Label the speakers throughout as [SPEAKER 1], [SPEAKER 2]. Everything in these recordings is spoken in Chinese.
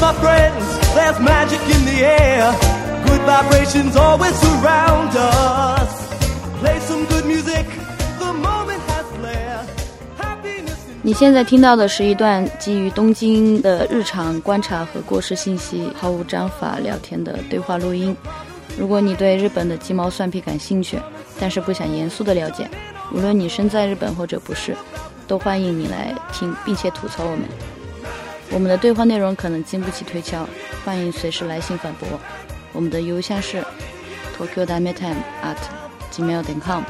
[SPEAKER 1] my friends, there's magic in the air. Good vibrations always surround us. Play some good music, the moment has flair. Happiness in
[SPEAKER 2] 你现在听到的是一段基于东京的日常观察和过时信息，毫无章法聊天的对话录音。如果你对日本的鸡毛蒜皮感兴趣，但是不想严肃的了解，无论你身在日本或者不是，都欢迎你来听，并且吐槽我们。我们的对话内容可能经不起推敲，欢迎随时来信反驳。我们的邮箱是 tokyo d a m e t i m e at gmail.com，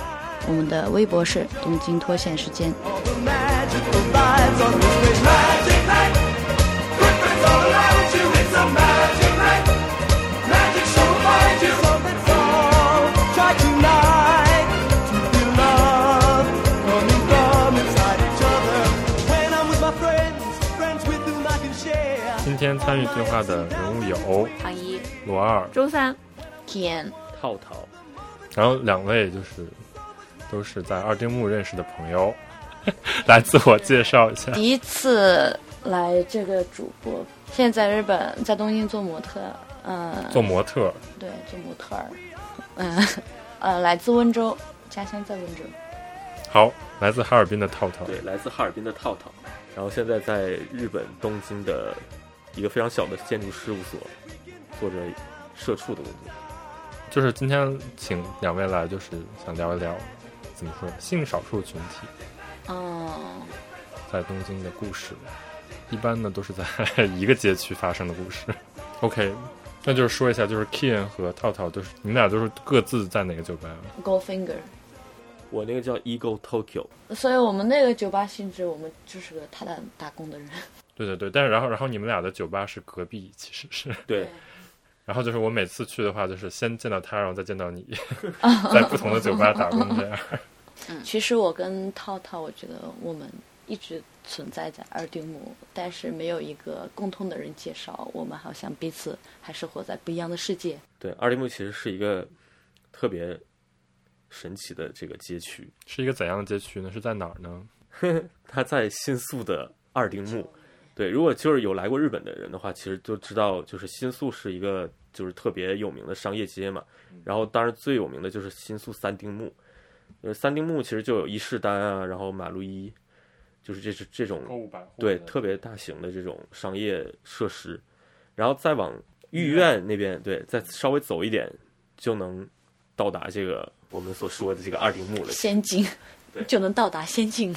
[SPEAKER 2] 我们的微博是东京脱线时间。
[SPEAKER 1] all the magical vibes on this great magic night. Good friends all around you, it's a magic night. Magic shall find you. Something's wrong. Try tonight to feel love coming from inside each other. When I'm with my friends, friends with whom I can share.
[SPEAKER 3] 今天参与对话的人物有
[SPEAKER 4] 唐一、
[SPEAKER 3] 罗二、
[SPEAKER 4] 周三、
[SPEAKER 2] 天，
[SPEAKER 5] 套套，
[SPEAKER 3] 然后两位就是都是在二丁目认识的朋友，来自我介绍一下。
[SPEAKER 2] 第一次来这个主播，现在在日本，在东京做模特，嗯、
[SPEAKER 3] 做模特儿，
[SPEAKER 2] 对，做模特儿，嗯、呃，来自温州，家乡在温州，
[SPEAKER 3] 好，来自哈尔滨的套套，
[SPEAKER 5] 对，来自哈尔滨的套套，然后现在在日本东京的一个非常小的建筑事务所做着社畜的工作。
[SPEAKER 3] 就是今天请两位来，就是想聊一聊怎么说性少数群体
[SPEAKER 2] 嗯，
[SPEAKER 3] 在东京的故事，一般呢都是在一个街区发生的故事。OK，那就是说一下，就是 Kian 和套套，就是你们俩都是各自在哪个酒吧？
[SPEAKER 2] g o Finger。
[SPEAKER 5] 我那个叫 Ego Tokyo，
[SPEAKER 2] 所以我们那个酒吧性质，我们就是个踏踏打工的人。
[SPEAKER 3] 对对对，但是然后然后你们俩的酒吧是隔壁，其实是。
[SPEAKER 5] 对，
[SPEAKER 3] 然后就是我每次去的话，就是先见到他，然后再见到你，在不同的酒吧打工这样。
[SPEAKER 2] 其实我跟套套，我觉得我们一直存在在二丁目，但是没有一个共通的人介绍，我们好像彼此还是活在不一样的世界。
[SPEAKER 5] 对，二丁目其实是一个特别神奇的这个街区，
[SPEAKER 3] 是一个怎样的街区呢？是在哪儿呢？
[SPEAKER 5] 它在新宿的二丁目。对，如果就是有来过日本的人的话，其实就知道，就是新宿是一个就是特别有名的商业街嘛。然后，当然最有名的就是新宿三丁目，就是三丁目其实就有伊势丹啊，然后马路一，就是这是这种
[SPEAKER 3] 物百货
[SPEAKER 5] 对特别大型的这种商业设施，然后再往御苑那边，对，再稍微走一点就能到达这个我们所说的这个二丁目了。
[SPEAKER 2] 仙境就能到达仙境。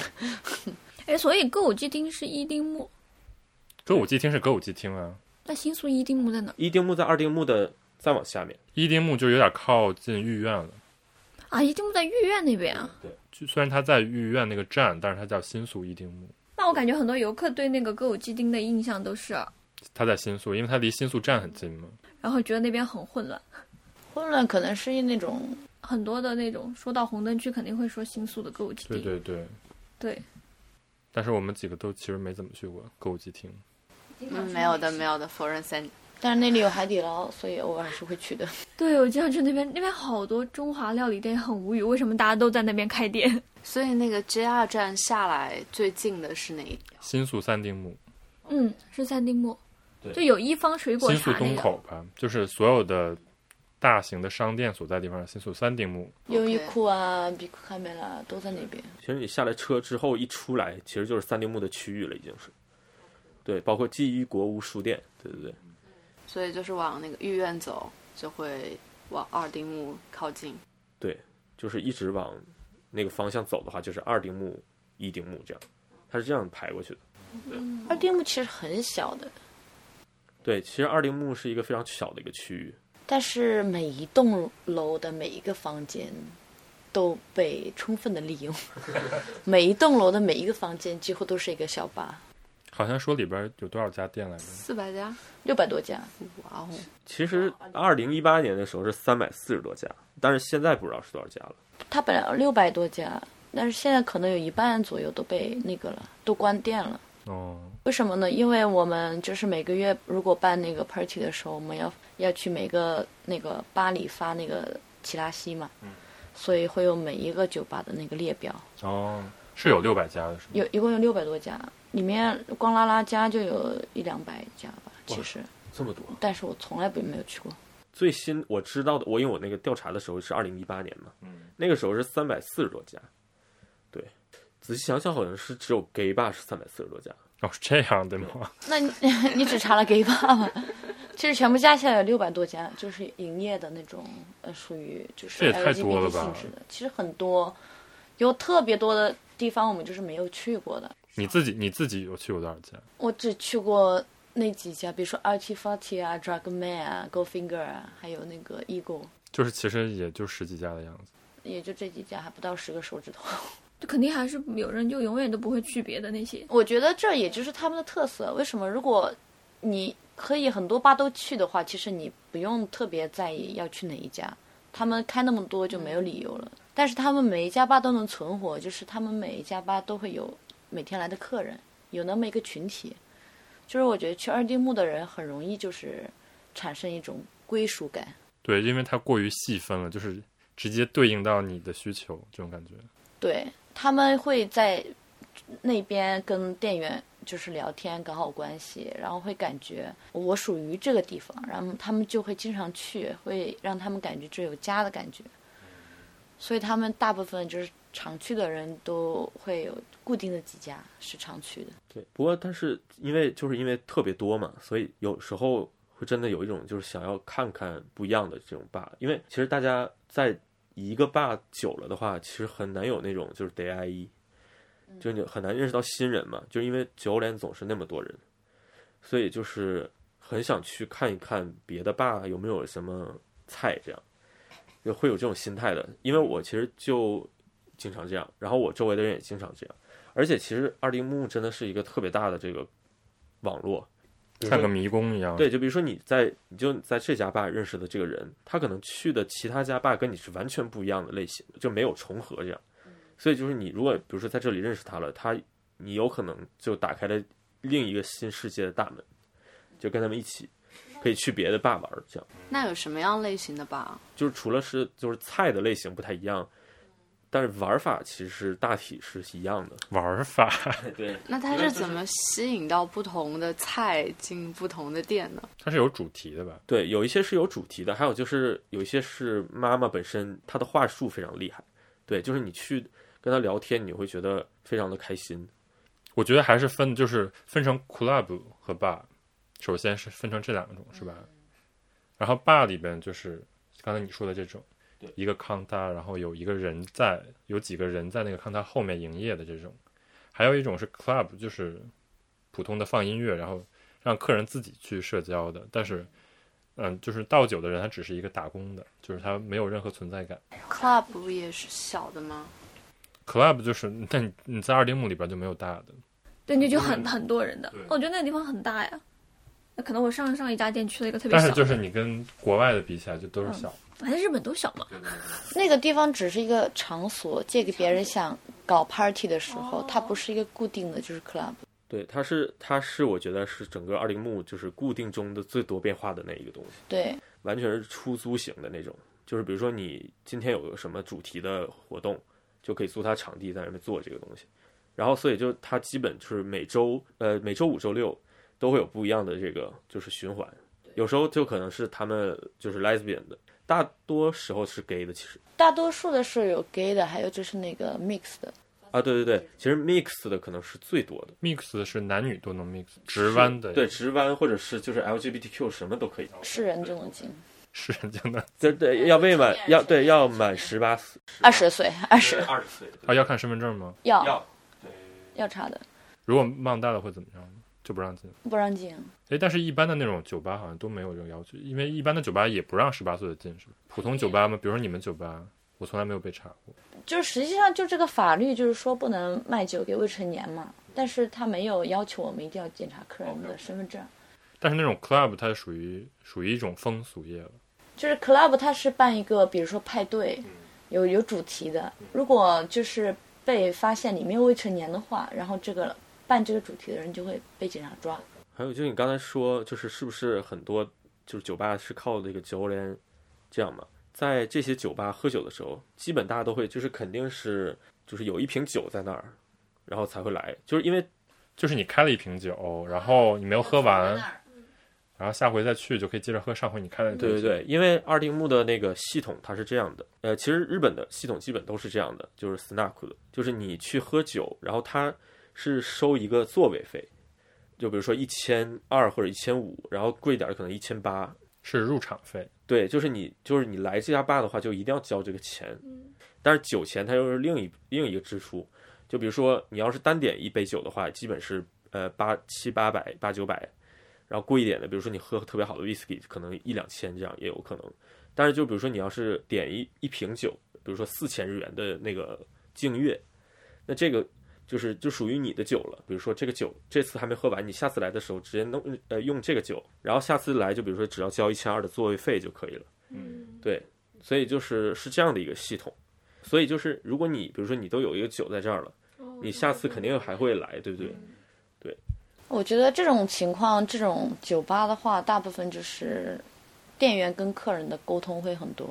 [SPEAKER 4] 哎，所以歌舞伎町是一丁目，
[SPEAKER 3] 歌舞伎町是歌舞伎町啊，
[SPEAKER 4] 那新宿一丁目在哪
[SPEAKER 5] 一丁目在二丁目的再往下面，
[SPEAKER 3] 一丁目就有点靠近御苑了。
[SPEAKER 4] 啊？一丁目在御苑那边啊。
[SPEAKER 3] 就虽然它在御苑那个站，但是它叫新宿一丁目，
[SPEAKER 4] 那我感觉很多游客对那个歌舞伎町的印象都是，
[SPEAKER 3] 它在新宿，因为它离新宿站很近嘛。
[SPEAKER 4] 然后觉得那边很混乱，
[SPEAKER 2] 混乱可能是那种
[SPEAKER 4] 很多的那种说到红灯区肯定会说新宿的歌舞伎町
[SPEAKER 3] 对。对对，
[SPEAKER 4] 对
[SPEAKER 3] 但是我们几个都其实没怎么去过歌舞伎町。
[SPEAKER 6] 嗯，没有的，没有的，佛人三
[SPEAKER 2] 但是那里有海底捞，所以偶尔是会去的。
[SPEAKER 4] 对我经常去那边，那边好多中华料理店，很无语，为什么大家都在那边开店？
[SPEAKER 6] 所以那个 JR 站下来最近的是哪一条？
[SPEAKER 3] 新宿三丁目，
[SPEAKER 4] 嗯，是三丁目，就有一方水果
[SPEAKER 3] 新
[SPEAKER 4] 茶
[SPEAKER 3] 宿
[SPEAKER 4] 那
[SPEAKER 3] 东
[SPEAKER 4] 个。
[SPEAKER 3] 口吧，就是所有的大型的商店所在地方，新宿三丁目。
[SPEAKER 2] 优衣库啊、比库卡梅拉都在那边。
[SPEAKER 5] 其实你下了车之后一出来，其实就是三丁目的区域了，已经是。对，包括记忆国屋书店，对对对，
[SPEAKER 6] 所以就是往那个御苑走，就会往二丁目靠近。
[SPEAKER 5] 就是一直往那个方向走的话，就是二丁目、一丁目这样，它是这样排过去的。
[SPEAKER 2] 嗯二丁目其实很小的，
[SPEAKER 5] 对，其实二丁目是一个非常小的一个区域，
[SPEAKER 2] 但是每一栋楼的每一个房间都被充分的利用， 每一栋楼的每一个房间几乎都是一个小吧，
[SPEAKER 3] 好像说里边有多少家店来着？
[SPEAKER 6] 四百家，
[SPEAKER 2] 六百多家。
[SPEAKER 6] 哇哦！
[SPEAKER 5] 其实二零一八年的时候是三百四十多家，但是现在不知道是多少家了。
[SPEAKER 2] 它本来六百多家，但是现在可能有一半左右都被那个了，都关店了。
[SPEAKER 3] 哦，
[SPEAKER 2] 为什么呢？因为我们就是每个月如果办那个 party 的时候，我们要要去每个那个吧里发那个奇拉西嘛，所以会有每一个酒吧的那个列表，
[SPEAKER 3] 哦，是有六百家的是吗？
[SPEAKER 2] 有一共有六百多家，里面光拉拉家就有一两百家吧，
[SPEAKER 6] 其实，
[SPEAKER 5] 这么多。
[SPEAKER 6] 但是我从来不没有去过。
[SPEAKER 5] 最新我知道的，我因为我那个调查的时候是二零一八年嘛，
[SPEAKER 3] 嗯，
[SPEAKER 5] 那个时候是三百四十多家，对，仔细想想好像是只有 gay 吧是三百四十多家，
[SPEAKER 3] 哦，是这样对吗？
[SPEAKER 6] 那你 你只查了 gay bar 吗？ 其实全部加起来有六百多家，就是营业的那种，呃，属于就
[SPEAKER 3] 这
[SPEAKER 6] 是
[SPEAKER 3] 也太多了
[SPEAKER 6] LGBT
[SPEAKER 3] 吧
[SPEAKER 6] 性质的。其实很多，有特别多的地方我们就是没有去过的。
[SPEAKER 3] 你自己你自己有去过多少家？
[SPEAKER 6] 我只去过那几家，比如说 Archie Forty 啊、Drugman 啊、Goldfinger 啊，还有那个 Eagle，
[SPEAKER 3] 就是其实也就十几家的样子。
[SPEAKER 6] 也就这几家，还不到十个手指头。
[SPEAKER 4] 就肯定还是有人就永远都不会去别的那些。
[SPEAKER 6] 我觉得这也就是他们的特色。为什么？如果你可以很多吧都去的话，其实你不用特别在意要去哪一家，他们开那么多就没有理由了。但是他们每一家吧都能存活，就是他们每一家吧都会有每天来的客人，有那么一个群体。就是我觉得去二丁目的人很容易就是产生一种归属感。
[SPEAKER 3] 对，因为它过于细分了，就是直接对应到你的需求这种感觉。
[SPEAKER 6] 对，他们会在那边跟店员就是聊天，搞好关系，然后会感觉我属于这个地方，然后他们就会经常去，会让他们感觉这有家的感觉。所以他们大部分就是常去的人都会有固定的几家是常去的。
[SPEAKER 5] 对，不过但是因为就是因为特别多嘛，所以有时候会真的有一种就是想要看看不一样的这种坝，因为其实大家在一个坝久了的话，其实很难有那种就是 day I E，就你很难认识到新人嘛，就因为九连总是那么多人，所以就是很想去看一看别的坝有没有什么菜这样，就会有这种心态的，因为我其实就经常这样，然后我周围的人也经常这样。而且其实二丁目真的是一个特别大的这个网络，比如说
[SPEAKER 3] 像个迷宫一样。
[SPEAKER 5] 对，就比如说你在你就在这家吧认识的这个人，他可能去的其他家吧跟你是完全不一样的类型，就没有重合这样。所以就是你如果比如说在这里认识他了，他你有可能就打开了另一个新世界的大门，就跟他们一起可以去别的吧玩儿这样。
[SPEAKER 7] 那有什么样类型的吧？
[SPEAKER 5] 就是除了是就是菜的类型不太一样，但是玩法其实大体是一样的。
[SPEAKER 3] 玩儿法，
[SPEAKER 5] 对，
[SPEAKER 7] 那它是怎么吸引到不同的菜进不同的店呢？
[SPEAKER 3] 它是有主题的吧？
[SPEAKER 5] 对，有一些是有主题的，还有就是有一些是妈妈本身她的话术非常厉害。对，就是你去跟她聊天，你会觉得非常的开心。
[SPEAKER 3] 我觉得还是分，就是分成 club 和 bar，首先是分成这两种，是吧？
[SPEAKER 4] 嗯
[SPEAKER 3] 然后 bar 里边就是刚才你说的这种，一个康他，然后有一个人在，有几个人在那个康他后面营业的这种，还有一种是 club，就是普通的放音乐，然后让客人自己去社交的，但是。嗯，就是倒酒的人，他只是一个打工的，就是他没有任何存在感。
[SPEAKER 7] club 不也是小的吗？
[SPEAKER 3] club 就是，但你你在二丁目里边就没有大的，
[SPEAKER 4] 对，那就很很多人的
[SPEAKER 3] 嗯
[SPEAKER 4] 哦
[SPEAKER 3] 对。
[SPEAKER 4] 我觉得那个地方很大呀。那可能我上上一家店去了一个特别
[SPEAKER 3] 但
[SPEAKER 4] 小
[SPEAKER 3] 是
[SPEAKER 4] 的，嗯
[SPEAKER 3] 就是你跟国外的比起来，就都是小的。
[SPEAKER 4] 反正日本都小嘛。
[SPEAKER 6] 那个地方只是一个场所，哦借给别人想搞 party 的时候，它不是一个固定的，就是 club。
[SPEAKER 5] 对，它是它是我觉得是整个二丁目就是固定中的最多变化的那一个东西，
[SPEAKER 6] 对，
[SPEAKER 5] 完全是出租型的那种。就是比如说你今天有个什么主题的活动，就可以租他场地在那边做这个东西。然后所以就它基本就是每周呃每周五周六都会有不一样的这个就是循环，有时候就可能是他们就是 lesbian 的，大多时候是 gay 的其实
[SPEAKER 6] 大多数的是有 gay 的，还有就是那个 mix 的。
[SPEAKER 5] 啊对对对，其实 mix 的可能是最多的，
[SPEAKER 3] mix 是男女都能 mix，直弯的
[SPEAKER 5] 对直弯或者是就是 LGBTQ 什么都可以，
[SPEAKER 6] 是人就能进，
[SPEAKER 3] 是 人家的，
[SPEAKER 5] 对对要未满要对要满十八
[SPEAKER 6] 二十岁，二十
[SPEAKER 5] 二十岁
[SPEAKER 3] 啊，要看身份证吗？
[SPEAKER 6] 要
[SPEAKER 5] 要
[SPEAKER 6] 要查的，
[SPEAKER 3] 如果忘带了会怎么样呢？就不让进。
[SPEAKER 6] 不让进。
[SPEAKER 3] 哎，但是一般的那种酒吧好像都没有这个要求，因为一般的酒吧也不让十八岁的进，是吧？普通酒吧嘛，比如说你们酒吧，我从来没有被查过。
[SPEAKER 6] 就是实际上就这个法律就是说不能卖酒给未成年嘛，但是他没有要求我们一定要检查客人的身份证。
[SPEAKER 3] 但是那种 club 它属于属于一种风俗业了，
[SPEAKER 6] 就是 club 它是办一个，比如说派对，有有主题的。如果就是被发现里面有未成年的话，然后这个办这个主题的人就会被警察抓。
[SPEAKER 5] 还有就是你刚才说，就是是不是很多就是酒吧是靠这个酒联这样嘛？在这些酒吧喝酒的时候，基本大家都会就是肯定是就是有一瓶酒在那儿，然后才会来，就是因为
[SPEAKER 3] 就是你开了一瓶酒，然后你没有喝完，然后下回再去就可以接着喝上回你开的那
[SPEAKER 5] 对
[SPEAKER 3] 个
[SPEAKER 5] 对对，因为二丁目的那个系统它是这样的，呃，其实日本的系统基本都是这样的，就是 snack 的，就是你去喝酒，然后它是收一个座位费，就比如说一千二或者一千五，然后贵一点儿可能一千八，
[SPEAKER 3] 是入场费，
[SPEAKER 5] 对，就是你就是你来这家吧的话，就一定要交这个钱，但是酒钱它又是另一另一个支出，就比如说你要是单点一杯酒的话，基本是呃八七八百八九百，然后贵一点的，比如说你喝特别好的 whisky，可能一两千这样也有可能。但是就比如说你要是点一一瓶酒，比如说四千日元的那个净月，那这个就是就属于你的酒了。比如说这个酒这次还没喝完，你下次来的时候直接弄呃用这个酒，然后下次来就比如说只要交一千二的座位费就可以了。
[SPEAKER 4] 嗯，
[SPEAKER 5] 对，所以就是是这样的一个系统。所以就是如果你比如说你都有一个酒在这儿了，
[SPEAKER 4] 哦嗯
[SPEAKER 5] 你下次肯定还会来，对不对？
[SPEAKER 6] 我觉得这种情况，这种酒吧的话，大部分就是店员跟客人的沟通会很多。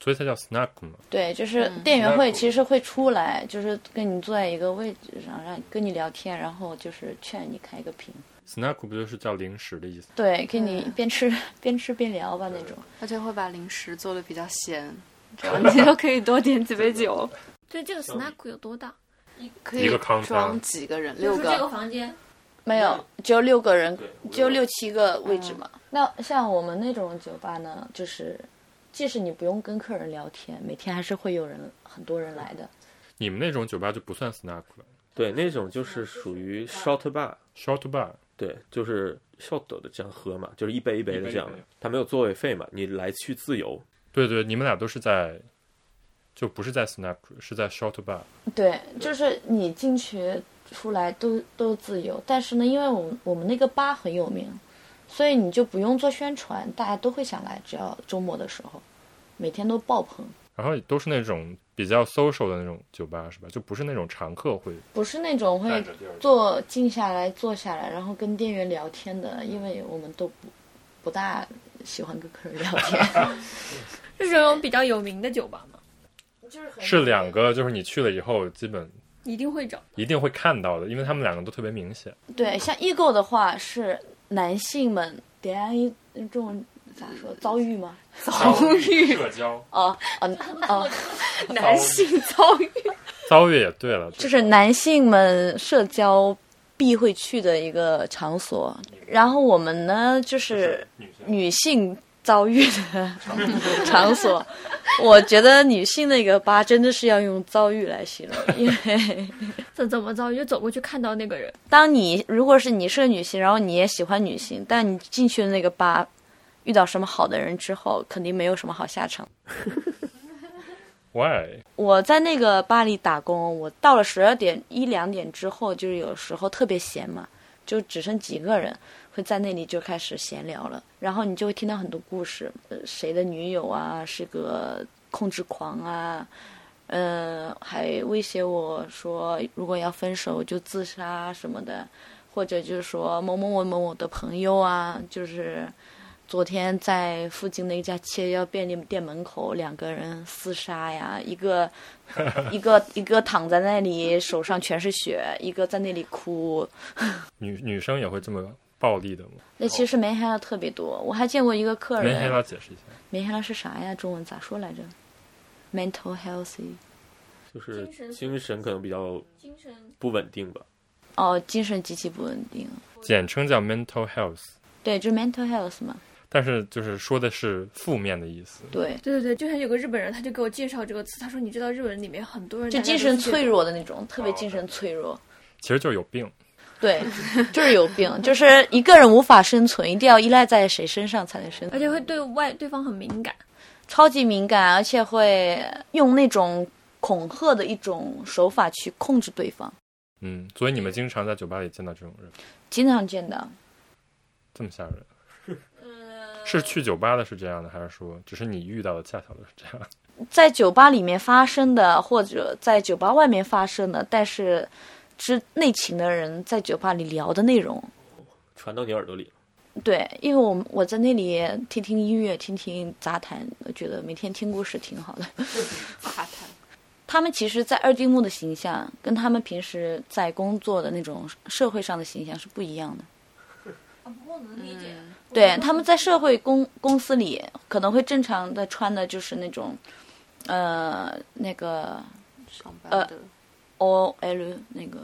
[SPEAKER 3] 所以才叫 snack 嘛。
[SPEAKER 6] 对，就是
[SPEAKER 7] 嗯
[SPEAKER 6] 店员会
[SPEAKER 3] 那
[SPEAKER 6] 其实会出来，就是跟你坐在一个位置上，让跟你聊天，然后就是劝你开个瓶，
[SPEAKER 3] snack 不就是叫零食的意思？
[SPEAKER 6] 对，跟你
[SPEAKER 7] 嗯
[SPEAKER 6] 边吃 边吃边聊吧那种。
[SPEAKER 7] 而且会把零食做的比较咸，这样你就可以多点几杯酒，
[SPEAKER 4] 对，这个 snack 有多大？
[SPEAKER 7] 可
[SPEAKER 3] 一
[SPEAKER 7] 以
[SPEAKER 3] 个康
[SPEAKER 7] 装
[SPEAKER 3] 康
[SPEAKER 7] 几个人，六
[SPEAKER 4] 就是这个
[SPEAKER 7] 个。
[SPEAKER 4] 房间，
[SPEAKER 6] 没有，只有六个人
[SPEAKER 5] 对，
[SPEAKER 6] 只有六七个位置嘛。嗯那像我们那种酒吧呢，就是即使你不用跟客人聊天，每天还是会有人很多人来的。
[SPEAKER 3] 你们那种酒吧就不算 snack 了
[SPEAKER 5] 对，那种
[SPEAKER 4] 啊
[SPEAKER 5] 就是属于 shot bar，
[SPEAKER 3] ，short bar
[SPEAKER 5] 对，就是 shot 的这样喝嘛，就是一杯一杯的这样
[SPEAKER 3] 一杯一杯，
[SPEAKER 5] 它没有座位费嘛，你来去自由。
[SPEAKER 3] 对对，你们俩都是在，就不是在 snack，是在 short bar。
[SPEAKER 6] 对，就是你进去出来都都自由，但是呢，因为我们我们那个吧很有名，所以你就不用做宣传，大家都会想来，只要周末的时候，每天都爆棚，
[SPEAKER 3] 然后也都是那种比较 social 的那种酒吧，是吧？就不是那种常客会
[SPEAKER 6] 不是那种会
[SPEAKER 3] 地儿
[SPEAKER 6] 坐静下来坐下来，然后跟店员聊天的，
[SPEAKER 3] 嗯
[SPEAKER 6] 因为我们都不不大喜欢跟客人聊天，
[SPEAKER 4] 是这种比较有名的酒吧吗？
[SPEAKER 3] 是两个，就是你去了以后，基本
[SPEAKER 4] 一定会找。
[SPEAKER 3] 一定会看到的，因为他们两个都特别明显。
[SPEAKER 6] 对，像易购的话是男性们点燃一这种咋 说遭遇吗？
[SPEAKER 3] 遭遇社交
[SPEAKER 6] 哦哦哦，
[SPEAKER 3] 男
[SPEAKER 6] 性遭遇。
[SPEAKER 3] 遭遇也对了，
[SPEAKER 6] 就是男性们社交必会去的一个场所。然后我们呢，就是女性遭遇的 场所。我觉得女性那个吧，真的是要用遭遇来形容，因为
[SPEAKER 4] 这怎么着？就走过去看到那个人，
[SPEAKER 6] 当你如果是你是个女性，然后你也喜欢女性，但你进去的那个吧，遇到什么好的人之后，肯定没有什么好下场。
[SPEAKER 3] why
[SPEAKER 6] 我在那个巴黎打工，我到了十二点一两点之后，就是有时候特别闲嘛，就只剩几个人会在那里就开始闲聊了，然后你就会听到很多故事，呃谁的女友啊是个控制狂啊，嗯、还威胁我说如果要分手就自杀啊什么的，或者就是说某某某某某的朋友啊，就是。昨天在附近的一家七幺幺便利店门口，两个人厮杀呀，一个一个一个躺在那里，手上全是血，一个在那里哭。
[SPEAKER 3] 女女生也会这么暴力的吗？
[SPEAKER 6] 那其实梅黑了特别多，我还见过一个客
[SPEAKER 3] 梅黑
[SPEAKER 6] 人，
[SPEAKER 3] 拉解释一下，
[SPEAKER 6] 梅黑了是啥呀？中文咋说来着？mental healthy，
[SPEAKER 5] 就是
[SPEAKER 4] 精神
[SPEAKER 5] 精神可能比较
[SPEAKER 4] 精神
[SPEAKER 5] 不稳定吧，
[SPEAKER 6] 哦，精神极其不稳定。
[SPEAKER 3] 简称叫 mental health，
[SPEAKER 6] 对，就 mental health 嘛。
[SPEAKER 3] 但是就是说的是负面的意思。
[SPEAKER 6] 对，
[SPEAKER 4] 对对对，就像有个日本人，他就给我介绍这个词，他说你知道日本里面很多人
[SPEAKER 6] 就
[SPEAKER 4] 大家
[SPEAKER 6] 精
[SPEAKER 4] 都
[SPEAKER 6] 神
[SPEAKER 4] 是这
[SPEAKER 6] 脆
[SPEAKER 4] 种，
[SPEAKER 6] 弱的那种，特别精神脆弱。
[SPEAKER 3] 其实就是有病，
[SPEAKER 6] 对， 就是有病，就是一个人无法生存，一定要依赖在谁身上才能生存。
[SPEAKER 4] 而且会对外对方很敏感。
[SPEAKER 6] 超级敏感，而且会用那种恐吓的一种手法去控制对方，
[SPEAKER 3] 嗯，所以你们经常在酒吧里见到这种人，
[SPEAKER 6] 经常见到。
[SPEAKER 3] 这么吓人。
[SPEAKER 6] 呃
[SPEAKER 3] 是去酒吧的是这样的，还是说只是你遇到的恰巧的是这样？
[SPEAKER 6] 在酒吧里面发生的，或者在酒吧外面发生的，但是知内情的人在酒吧里聊的内容，
[SPEAKER 5] 传到你耳朵里了。
[SPEAKER 6] 对，因为我们我在那里听听音乐，听听杂谈，我觉得每天听故事挺好的。
[SPEAKER 7] 卡坦
[SPEAKER 6] 他们其实，在二丁目的形象跟他们平时在工作的那种社会上的形象是不一样的。
[SPEAKER 4] 啊，不过我能理解，
[SPEAKER 6] 对，他们在社会公公司里可能会正常的穿的就是那种，呃，那个
[SPEAKER 7] 上班的
[SPEAKER 6] O L 那个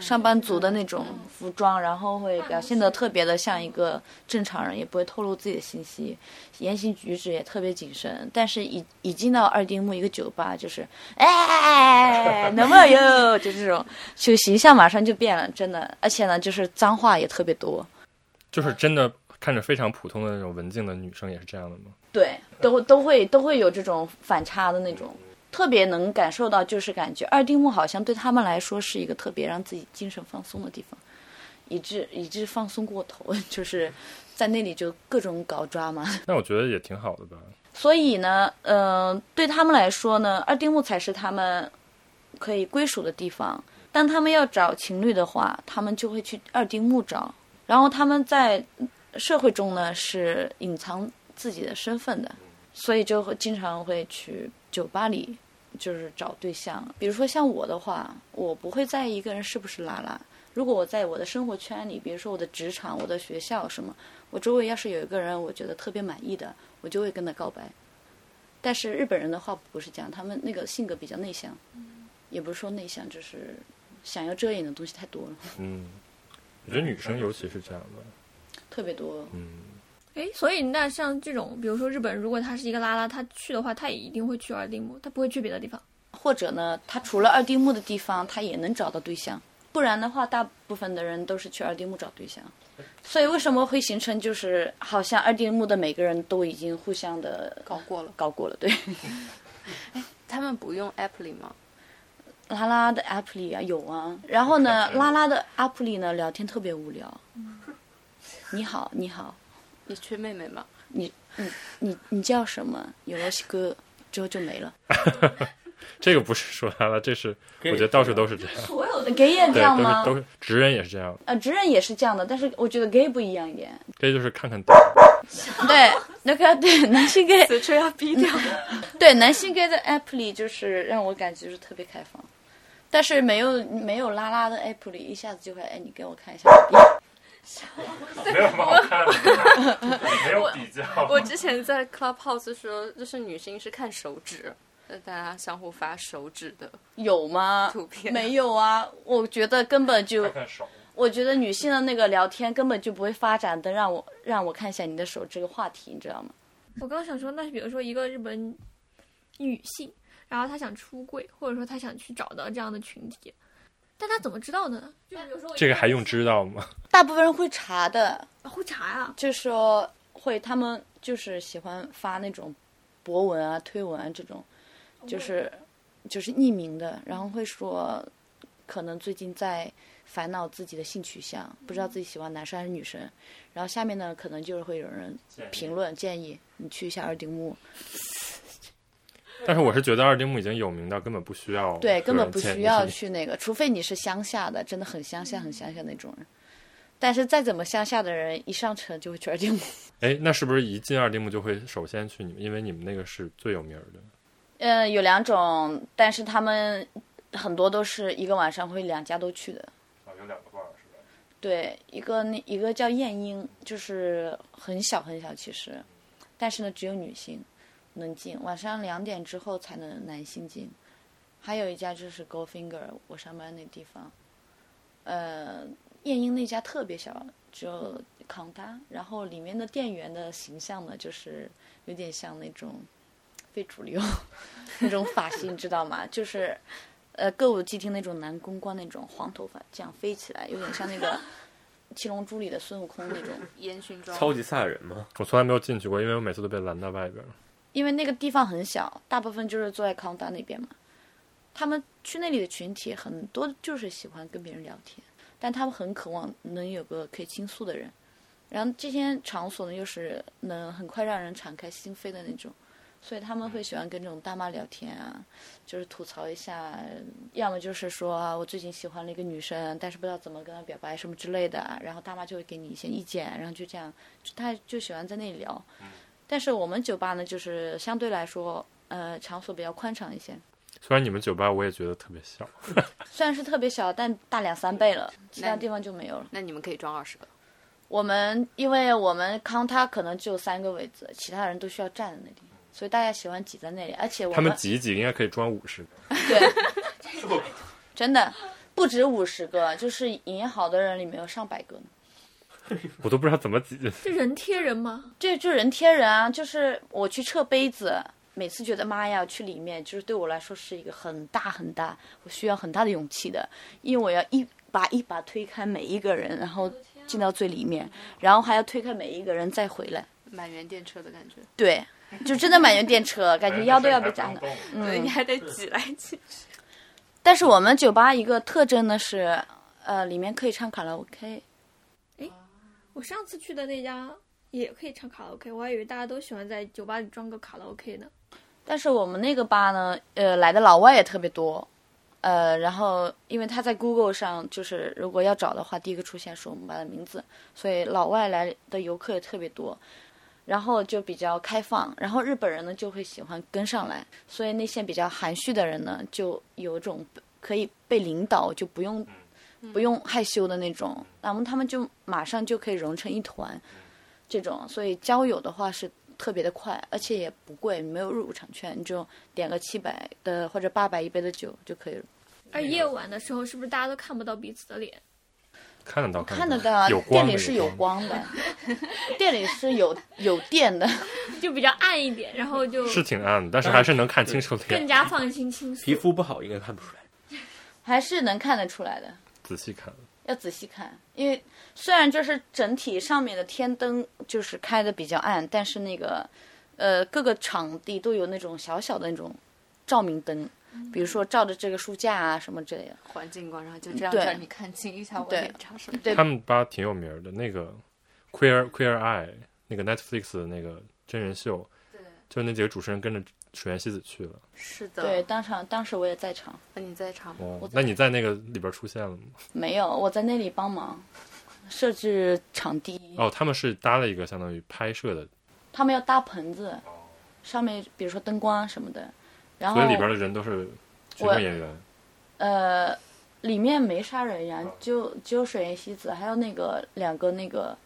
[SPEAKER 6] 上班族的那种服装，然后会表现的特别的像一个正常人，也不会透露自己的信息，言行举止也特别谨慎。但是一一进到二丁目一个酒吧，就是哎，能不能有就这种，就形象马上就变了，真的。而且呢，就是脏话也特别多，
[SPEAKER 3] 就是真的看着非常普通的那种文静的女生也是这样的吗？
[SPEAKER 6] 对，都都会都会有这种反差的那种。特别能感受到，就是感觉二丁目好像对他们来说是一个特别让自己精神放松的地方，以致以致放松过头， 就是在那里就各种搞抓嘛。
[SPEAKER 3] 那我觉得也挺好的吧。
[SPEAKER 6] 所以呢，嗯、对他们来说呢，二丁目才是他们可以归属的地方。当他们要找情侣的话，他们就会去二丁目找。然后他们在社会中呢是隐藏自己的身份的，所以就会经常会去酒吧里就是找对象。比如说像我的话，我不会在意一个人是不是拉拉。如果我在我的生活圈里，比如说我的职场、我的学校什么，我周围要是有一个人我觉得特别满意的，我就会跟他告白。但是日本人的话不是这样，他们那个性格比较内向，也不是说内向，就是想要遮掩的东西太多了，
[SPEAKER 3] 嗯，我觉得女生尤其是这样的。
[SPEAKER 6] 特别多。
[SPEAKER 3] 嗯，
[SPEAKER 4] 哎，所以那像这种，比如说日本，如果他是一个拉拉，他去的话，他也一定会去二丁目，他不会去别的地方。
[SPEAKER 6] 或者呢，他除了二丁目的地方，他也能找到对象。不然的话，大部分的人都是去二丁目找对象。所以为什么会形成就是好像二丁目的每个人都已经互相的
[SPEAKER 7] 搞过了。
[SPEAKER 6] 搞过了，对。
[SPEAKER 7] 他们不用 app 里吗？
[SPEAKER 6] 拉拉的 app 里啊有啊，然后呢，拉拉的 app 里呢聊天特别无聊。你好，你好，
[SPEAKER 7] 你缺妹妹吗？
[SPEAKER 6] 你你叫什么？有罗西哥之后就没了。
[SPEAKER 3] 这个不是说拉拉，这是我觉得到处都是这样，
[SPEAKER 4] 所有的
[SPEAKER 6] 给也这
[SPEAKER 3] 对，
[SPEAKER 6] 样
[SPEAKER 3] 都
[SPEAKER 6] 吗
[SPEAKER 3] 是？都是直人也是这样，
[SPEAKER 6] 呃，直人也是这样的，但是我觉得 gay 不一样 一点。
[SPEAKER 3] 这就是看看懂。
[SPEAKER 6] 对，那个对男性 gay，
[SPEAKER 7] 此处要逼掉。
[SPEAKER 6] 对男性 gay 的 app 里就是让我感觉是特别开放，但是没有没有拉拉的 app 里一下子就会哎，你给我看一下你的逼
[SPEAKER 3] 没有好看的，没有比较。
[SPEAKER 7] 我之前在 Clubhouse 说，就是女性是看手指，呃，大家相互发手指的
[SPEAKER 6] 有吗？
[SPEAKER 7] 图片。
[SPEAKER 6] 没有啊，我觉得根本就
[SPEAKER 3] 看手，
[SPEAKER 6] 我觉得女性的那个聊天根本就不会发展的，让我让我看一下你的手这个话题，你知道吗？
[SPEAKER 4] 我刚想说，那比如说一个日本女性，然后她想出柜，或者说她想去找到这样的群体，但她怎么知道的呢？就比如说我
[SPEAKER 3] 这个还用知道吗？
[SPEAKER 6] 大部分人会查的，
[SPEAKER 4] 啊会查呀、
[SPEAKER 6] 就说会他们就是喜欢发那种博文啊、推文啊这种，就是就是匿名的，然后会说可能最近在烦恼自己的性取向，不知道自己喜欢男生还是女生，然后下面呢可能就是会有人评论建议你去一下二丁
[SPEAKER 3] 哦
[SPEAKER 6] 目，
[SPEAKER 3] 但是我是觉得二丁目已经有名到根本不需要
[SPEAKER 6] 对，根本不
[SPEAKER 3] 个人建
[SPEAKER 6] 需要
[SPEAKER 3] 议
[SPEAKER 6] 去那个，除非你是乡下的，真的很乡下、很乡下那种人。但是再怎么乡下的人，一上车就会去二丁目。
[SPEAKER 3] 哎，那是不是一进二丁目就会首先去你们？因为你们那个是最有名儿的。
[SPEAKER 6] 嗯，有两种，但是他们很多都是一个晚上会两家都去的。
[SPEAKER 3] 哦，有两个伴儿是吧？
[SPEAKER 6] 对，一个那一个叫燕鹰，就是很小很小，其实，但是呢，只有女性能进，晚上两点之后才能男性进。还有一家就是 Go Finger，我上班那地方，呃，燕鹰那家特别小，只有扛搭，然后里面的店员的形象呢，就是有点像那种非主流 那种发型，你知道吗？就是呃歌舞伎町那种男公关那种黄头发这样飞起来，有点像那个《七龙珠》里的孙悟空那种。
[SPEAKER 7] 烟熏妆。
[SPEAKER 5] 超级赛亚人吗？
[SPEAKER 3] 我从来没有进去过，因为我每次都被拦到外边儿。
[SPEAKER 6] 因为那个地方很小，大部分就是坐在康达那边嘛。他们去那里的群体很多就是喜欢跟别人聊天，但他们很渴望能有个可以倾诉的人。然后这些场所呢，又是能很快让人敞开心扉的那种，所以他们会喜欢跟这种大妈聊天啊，就是吐槽一下，要么就是说啊我最近喜欢了一个女生，但是不知道怎么跟她表白什么之类的啊，然后大妈就会给你一些意见，然后就这样，就她就喜欢在那里聊。但是我们酒吧呢，就是相对来说，呃，场所比较宽敞一些。
[SPEAKER 3] 虽然你们酒吧我也觉得特别小，
[SPEAKER 6] 虽然是特别小，但大两三倍了，其他地方就没有了。
[SPEAKER 7] 那你们可以装二十个。
[SPEAKER 6] 我们因为我们康他可能只有三个位置，其他人都需要站在那里，所以大家喜欢挤在那里，而且我
[SPEAKER 3] 他们挤一挤应该可以装五十个。
[SPEAKER 6] 对，真的不止五十个，就是演好的人里面有上百个呢。
[SPEAKER 3] 我都不知道怎么挤，
[SPEAKER 4] 这人贴人吗？
[SPEAKER 6] 这就人贴人啊，就是我去撤杯子，每次觉得妈呀，去里面就是对我来说是一个很大很大，我需要很大的勇气的，因为我要一把一把推开每一个人，然后进到最里面，然后还要推开每一个人再回来。
[SPEAKER 7] 满员电车的感觉，
[SPEAKER 6] 对，就真的满员电车，感觉腰都要 被扎了。嗯
[SPEAKER 7] 对，你还得挤来挤。
[SPEAKER 6] 但是我们酒吧一个特征呢是，呃，里面可以唱卡拉 OK，
[SPEAKER 4] 我上次去的那家也可以唱卡拉 OK，我还以为大家都喜欢在酒吧里装个卡拉 OK 呢。
[SPEAKER 6] 但是我们那个吧呢，呃，来的老外也特别多，呃，然后因为他在 Google 上就是如果要找的话，第一个出现是我们吧的名字，所以老外来的游客也特别多，然后就比较开放，然后日本人呢就会喜欢跟上来，所以那些比较含蓄的人呢，就有一种可以被领导，就不用不用害羞的那种，那么他们就马上就可以融成一团，这种，所以交友的话是特别的快，而且也不贵，没有入场券，你就点个七百的或者八百一杯的酒就可以了。
[SPEAKER 4] 而夜晚的时候，是不是大家都看不到彼此的脸？
[SPEAKER 3] 看得到，
[SPEAKER 6] 看
[SPEAKER 3] 得
[SPEAKER 6] 得到，啊
[SPEAKER 3] 有
[SPEAKER 6] 店
[SPEAKER 3] 光
[SPEAKER 6] 里
[SPEAKER 3] 的
[SPEAKER 6] 是
[SPEAKER 3] 有
[SPEAKER 6] 有
[SPEAKER 3] 光的。
[SPEAKER 6] 光的，店里是有有电的。
[SPEAKER 4] 就比较暗一点，然后就是
[SPEAKER 3] 挺暗的，但是还是能看清楚
[SPEAKER 4] 更
[SPEAKER 3] 脸，
[SPEAKER 4] 加放心轻松
[SPEAKER 5] 皮。肤不好应该看不出来。
[SPEAKER 6] 还是能看得出来的，
[SPEAKER 3] 仔细看。
[SPEAKER 6] 要仔细看，因为虽然就是整体上面的天灯就是开的比较暗，但是那个呃各个场地都有那种小小的那种照明灯，比如说照着这个书架啊什么之类的。
[SPEAKER 7] 环境光，然后就这样
[SPEAKER 6] 对
[SPEAKER 7] 让你看清一下我
[SPEAKER 6] 对
[SPEAKER 7] 脸长什么样。
[SPEAKER 6] 对
[SPEAKER 3] 他们吧挺有名儿的，那个 Queer Queer Eye 那个 Netflix 的那个真人秀，
[SPEAKER 7] 对，
[SPEAKER 3] 就那几个主持人跟着水原希子去了。
[SPEAKER 7] 是的。
[SPEAKER 6] 对，，当场当时我也在场，
[SPEAKER 7] 那你在场吗？
[SPEAKER 3] 哦
[SPEAKER 6] 我，在
[SPEAKER 3] 那你在那个里边出现了吗？
[SPEAKER 6] 没有我在那里帮忙设置场地，
[SPEAKER 3] 哦，他们是搭了一个相当于拍摄的，
[SPEAKER 6] 他们要搭棚子，上面比如说灯光什么的，然后
[SPEAKER 3] 所以里边的人都是群众演员。
[SPEAKER 6] 呃，里面没啥人呀，就只有水原希子，还有那个两个那个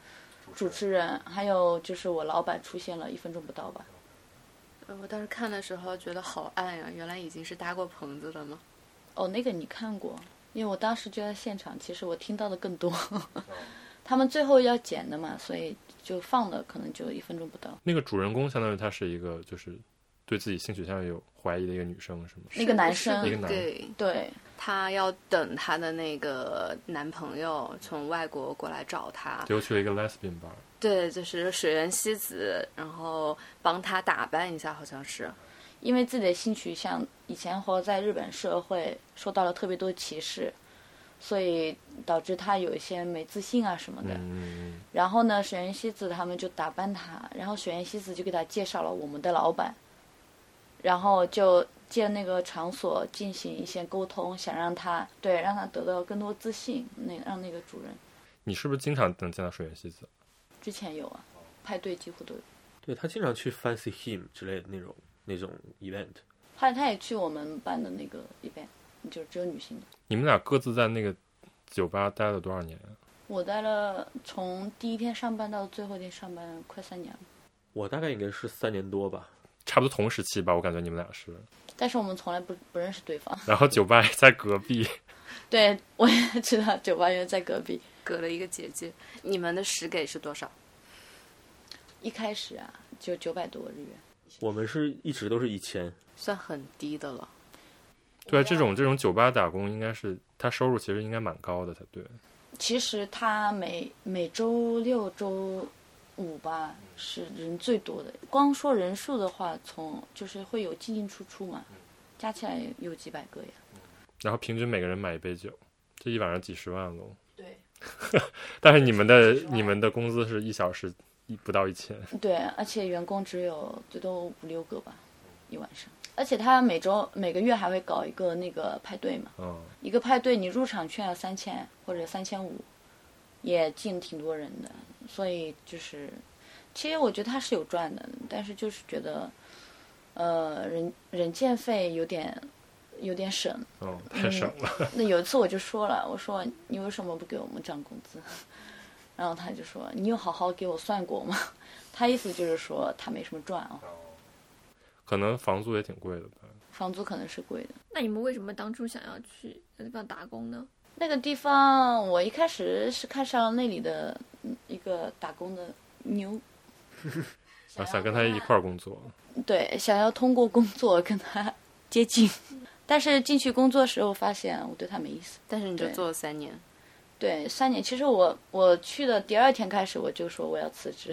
[SPEAKER 6] 主持人，还有就是我老板出现了一分钟不到吧。
[SPEAKER 7] 呃我当时看的时候觉得好暗呀、原来已经是搭过棚子了吗？
[SPEAKER 6] 哦，那个你看过，因为我当时就在现场，其实我听到的更多。 他们最后要剪的嘛，所以就放了，可能就一分钟不到。
[SPEAKER 3] 那个主人公相当于她是一个就是对自己性取向有怀疑的一个女生，是吗？
[SPEAKER 6] 那个男生
[SPEAKER 3] 一个男
[SPEAKER 7] 对，
[SPEAKER 6] 对，
[SPEAKER 7] 她要等她的那个男朋友从外国过来找她，
[SPEAKER 3] 结果去了一个 lesbian bar，
[SPEAKER 7] 对，就是水原希子，然后帮她打扮一下，好像是，
[SPEAKER 6] 因为自己的性取向，以前活在日本社会，受到了特别多歧视，所以导致他有一些没自信啊什么的。
[SPEAKER 3] 嗯，
[SPEAKER 6] 然后呢，水原希子他们就打扮他，然后水原希子就给他介绍了我们的老板，然后就借那个场所进行一些沟通，想让他对让他得到更多自信，那让那个主人
[SPEAKER 3] 你是不是经常能见到水原希子？
[SPEAKER 6] 之前有啊，派对几乎都有，
[SPEAKER 5] 对他经常去 Fancy Him 之类的那种那种 event，
[SPEAKER 6] 后来他也去我们班的那个 event，就只有女性的。
[SPEAKER 3] 你们俩各自在那个酒吧待了多少年啊？
[SPEAKER 6] 我待了从第一天上班到最后一天上班，快三年了。
[SPEAKER 5] 我大概应该是三年多吧。
[SPEAKER 3] 差不多同时期吧，我感觉你们俩是。
[SPEAKER 6] 但是我们从来不不认识对方，
[SPEAKER 3] 然后酒吧也在隔 壁，
[SPEAKER 6] 对我也知道酒吧原在隔壁。
[SPEAKER 7] 隔了一个姐姐。你们的时给是多少？
[SPEAKER 6] 一开始啊，就九百多日元，
[SPEAKER 5] 我们是一直都是一千，
[SPEAKER 7] 算很低的了。
[SPEAKER 3] 对啊，这种这种酒吧打工应该是他收入其实应该蛮高的才对。
[SPEAKER 6] 其实他每每周六周五吧是人最多的。光说人数的话，从就是会有进进出出嘛，加起来有几百个呀。
[SPEAKER 3] 然后平均每个人买一杯酒，这一晚上几十万喽。
[SPEAKER 6] 对。
[SPEAKER 3] 但是你们的你们的工资是一小时一不到一千，
[SPEAKER 6] 对，而且员工只有最多五六个吧，一晚上。而且他每周每个月还会搞一个那个派对嘛，
[SPEAKER 3] 嗯，
[SPEAKER 6] 一个派对你入场券要三千或者三千五，也进挺多人的，所以就是，其实我觉得他是有赚的，但是就是觉得，呃，人人件费有点有点省。
[SPEAKER 3] 哦，太省了。
[SPEAKER 6] 那有一次我就说了，我说你为什么不给我们涨工资？ 然后他就说：“你有好好给我算过吗？”他意思就是说他没什么赚啊，
[SPEAKER 3] 可能房租也挺贵的吧。
[SPEAKER 6] 房租可能是贵的。
[SPEAKER 4] 那你们为什么当初想要去那地方打工呢？
[SPEAKER 6] 那个地方我一开始是看上了那里的嗯一个打工的 牛，
[SPEAKER 3] 啊，想跟他一块儿工作，
[SPEAKER 6] 对，想要通过工作跟他 接近，但是进去工作时候发现我对他没意思。
[SPEAKER 7] 但是你就
[SPEAKER 6] 对
[SPEAKER 7] 做了三年，
[SPEAKER 6] 对，三年。其实我我去的第二天开始，我就说我要辞职。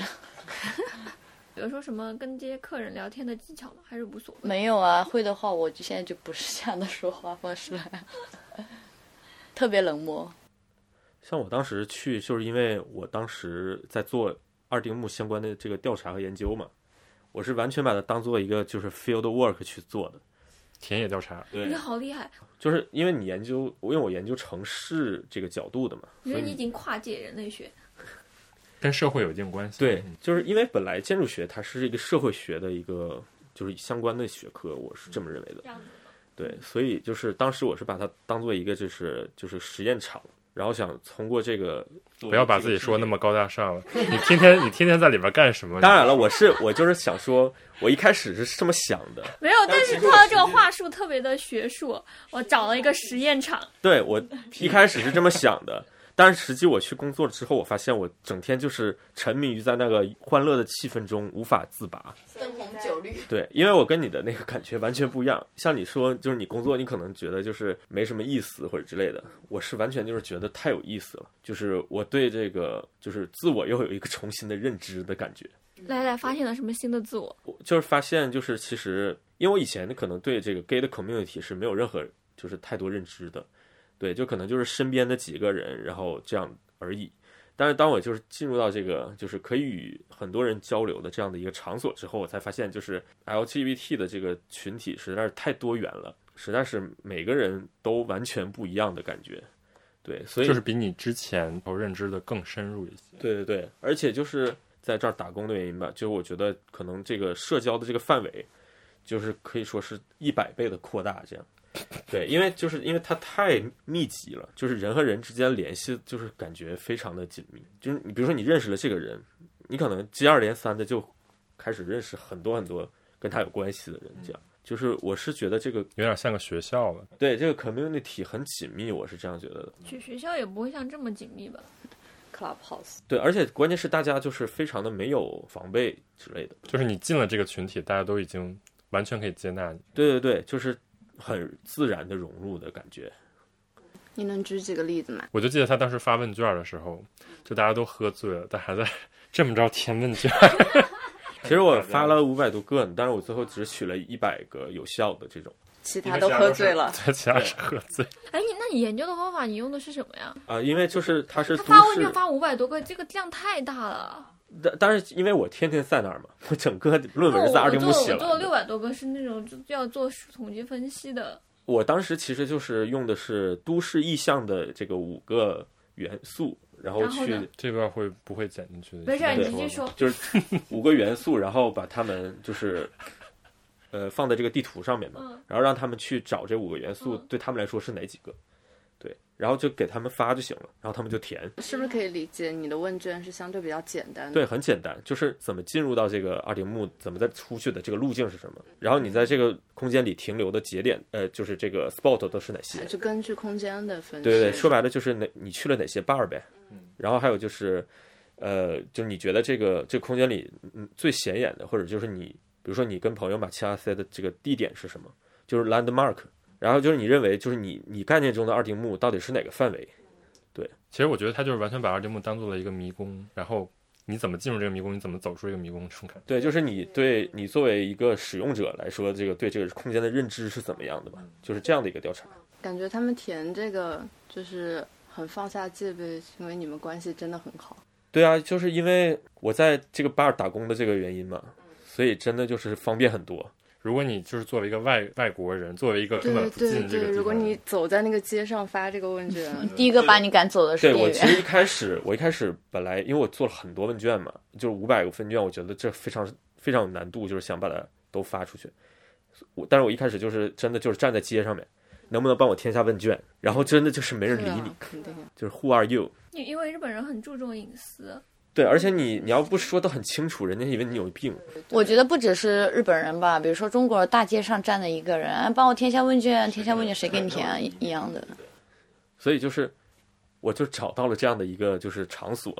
[SPEAKER 4] 比如说什么跟这些客人聊天的技巧吗？还是无所谓？
[SPEAKER 6] 没有啊，会的话，我就现在就不是这样的说话方式了， 特别冷漠。
[SPEAKER 5] 像我当时去，就是因为我当时在做二丁目相关的这个调查和研究嘛，我是完全把它当做一个就是 field work 去做的。
[SPEAKER 3] 田野调查，
[SPEAKER 5] 对
[SPEAKER 4] 你好厉害！
[SPEAKER 5] 就是因为你研究，因为我研究城市这个角度的嘛，
[SPEAKER 4] 我觉
[SPEAKER 5] 所
[SPEAKER 4] 得
[SPEAKER 5] 以
[SPEAKER 4] 你已经跨界人类学，
[SPEAKER 3] 跟社会有一定关系。
[SPEAKER 5] 对
[SPEAKER 3] 嗯，
[SPEAKER 5] 就是因为本来建筑学它是一个社会学的一个就是相关的学科，我是这么认为的。
[SPEAKER 4] 这样子
[SPEAKER 5] 对，所以就是当时我是把它当做一个就是就是实验场，然后想通过这个
[SPEAKER 3] 不要把自己说那么高大上了。你天天你天天在里边干什么？
[SPEAKER 5] 当然了，我是我就是想说，我一开始是这么想的，
[SPEAKER 4] 没有，但是他这个话术特别的学术。我找了一个实验场，
[SPEAKER 5] 对我一开始是这么想的，但是实际我去工作了之后，我发现我整天就是沉迷于在那个欢乐的气氛中无法自拔。
[SPEAKER 7] 灯红酒绿，
[SPEAKER 5] 对，因为我跟你的那个感觉完全不一样。像你说，就是你工作，你可能觉得就是没什么意思或者之类的，我是完全就是觉得太有意思了，就是我对这个就是自我又有一个重新的认知的感觉。
[SPEAKER 4] 来来，发现了什么新的自我？
[SPEAKER 5] 我就是发现，就是其实因为我以前可能对这个 gay 的 community 是没有任何就是太多认知的，对，就可能就是身边的几个人，然后这样而已。但是当我就是进入到这个就是可以与很多人交流的这样的一个场所之后，我才发现就是 LGBT 的这个群体实在是太多元了，实在是每个人都完全不一样的感觉。对，所以
[SPEAKER 3] 就是比你之前头认知的更深入一些。
[SPEAKER 5] 对对对，而且就是在这儿打工的原因吧，就是我觉得可能这个社交的这个范围，就是可以说是一百倍的扩大，这样。对，因为就是因为它太密集了，就是人和人之间联系，就是感觉非常的紧密。就是你比如说你认识了这个人，你可能接二连三的就开始认识很多很多跟他有关系的人，这样。就是我是觉得这个
[SPEAKER 3] 有点像个学校了，
[SPEAKER 5] 对这个 community 很紧密，我是这样觉得的。
[SPEAKER 4] 去学校也不会像这么紧密吧？
[SPEAKER 6] Clubhouse，
[SPEAKER 5] 对，而且关键是大家就是非常的没有防备之类的。
[SPEAKER 3] 就是你进了这个群体，大家都已经完全可以接纳你。
[SPEAKER 5] 对对对，就是很自然的融入的感觉。
[SPEAKER 7] 你能举几个例子吗？
[SPEAKER 3] 我就记得他当时发问卷的时候，就大家都喝醉了，但还在 这么着填问卷。
[SPEAKER 5] 其实我发了五百多个，但是我最后只取了一百个有效的这种。
[SPEAKER 7] 其他都喝醉了，
[SPEAKER 3] 在其他是喝醉，
[SPEAKER 4] 哎，你那你研究的方法你用的是什么呀？
[SPEAKER 5] 啊、因为就是它是
[SPEAKER 4] 他
[SPEAKER 5] 都
[SPEAKER 4] 发问
[SPEAKER 5] 市
[SPEAKER 4] 卷，发五百多个，这个量太大了。
[SPEAKER 5] 但但是因为我天天在那儿嘛，我整个论文
[SPEAKER 4] 那哦我
[SPEAKER 5] 是在
[SPEAKER 4] 我
[SPEAKER 5] 二
[SPEAKER 4] 做
[SPEAKER 5] 丁目写
[SPEAKER 4] 我做了
[SPEAKER 5] 了
[SPEAKER 4] 六。百多个是那种就要做统计分析的，
[SPEAKER 5] 我当时其实就是用的是都市意象的这个五个元素，然后
[SPEAKER 4] 然后
[SPEAKER 5] 去
[SPEAKER 4] 呢
[SPEAKER 3] 这段会不会剪进去？
[SPEAKER 4] 嗯没事，你
[SPEAKER 5] 对
[SPEAKER 4] 直接说。
[SPEAKER 5] 就是五个元素，然后把它们就是呃放在这个地图上面嘛，
[SPEAKER 4] 嗯
[SPEAKER 5] 然后让他们去找这五个元素
[SPEAKER 4] 嗯
[SPEAKER 5] 对他们来说是哪几个，对，然后就给他们发就行了，然后他们就填，
[SPEAKER 7] 是不是可以理解你的问卷是相对比较简单的？
[SPEAKER 5] 对，很简单，就是怎么进入到这个二丁目，怎么再出去的这个路径是什么，
[SPEAKER 7] 嗯
[SPEAKER 5] 然后你在这个空间里停留的节点，呃，就是这个 spot 都是哪些，
[SPEAKER 7] 哎就根据空间的分析。
[SPEAKER 5] 对对，说白了就是哪你去了哪些 bar 呗，然后还有就是，呃，就是你觉得这个这个空间里嗯最显眼的，或者就是你比如说你跟朋友把掐塞的这个地点是什么，就是 landmark，然后就是你认为就是你你概念中的二丁目到底是哪个范围？
[SPEAKER 3] 其实我觉得他就是完全把二丁目当做了一个迷宫，然后你怎么进入这个迷宫，你怎么走出这个迷宫，这种感觉。
[SPEAKER 5] 对，就是你对你作为一个使用者来说，这个对这个空间的认知是怎么样的吧？就是这样的一个调查。
[SPEAKER 7] 感觉他们填这个就是很放下戒备，是因为你们关系真的很好。
[SPEAKER 5] 对啊，就是因为我在这个 bar 打工的这个原因嘛，所以真的就是方便很多。
[SPEAKER 3] 如果你就是作为一个外外国人，作为一个根本不
[SPEAKER 7] 对
[SPEAKER 3] 进这个地
[SPEAKER 7] 对，
[SPEAKER 3] 方，
[SPEAKER 7] 如果你走在那个街上发这个问卷，
[SPEAKER 6] 第一个把你赶走的是
[SPEAKER 5] 对
[SPEAKER 6] 店
[SPEAKER 5] 我其
[SPEAKER 6] 员。
[SPEAKER 5] 实一开始，我一开始本来因为我做了很多问卷嘛，就是五百个问卷，我觉得这非常非常有难度，就是想把它都发出去。我但是我一开始就是真的就是站在街上面，能不能帮我填一下问卷？然后真的就是没人理
[SPEAKER 7] 对啊
[SPEAKER 5] 你，
[SPEAKER 7] 肯定啊。
[SPEAKER 5] 就是 Who are you？
[SPEAKER 4] 因因为日本人很注重隐私，
[SPEAKER 5] 对，而且你你要不说的很清楚，人家以为你有病。
[SPEAKER 6] 我觉得不只是日本人吧，比如说中国大街上站着一个人，哎帮我填一下问卷，填一下问卷谁给你填啊一一样的。
[SPEAKER 5] 所以就是，我就找到了这样的一个就是场所，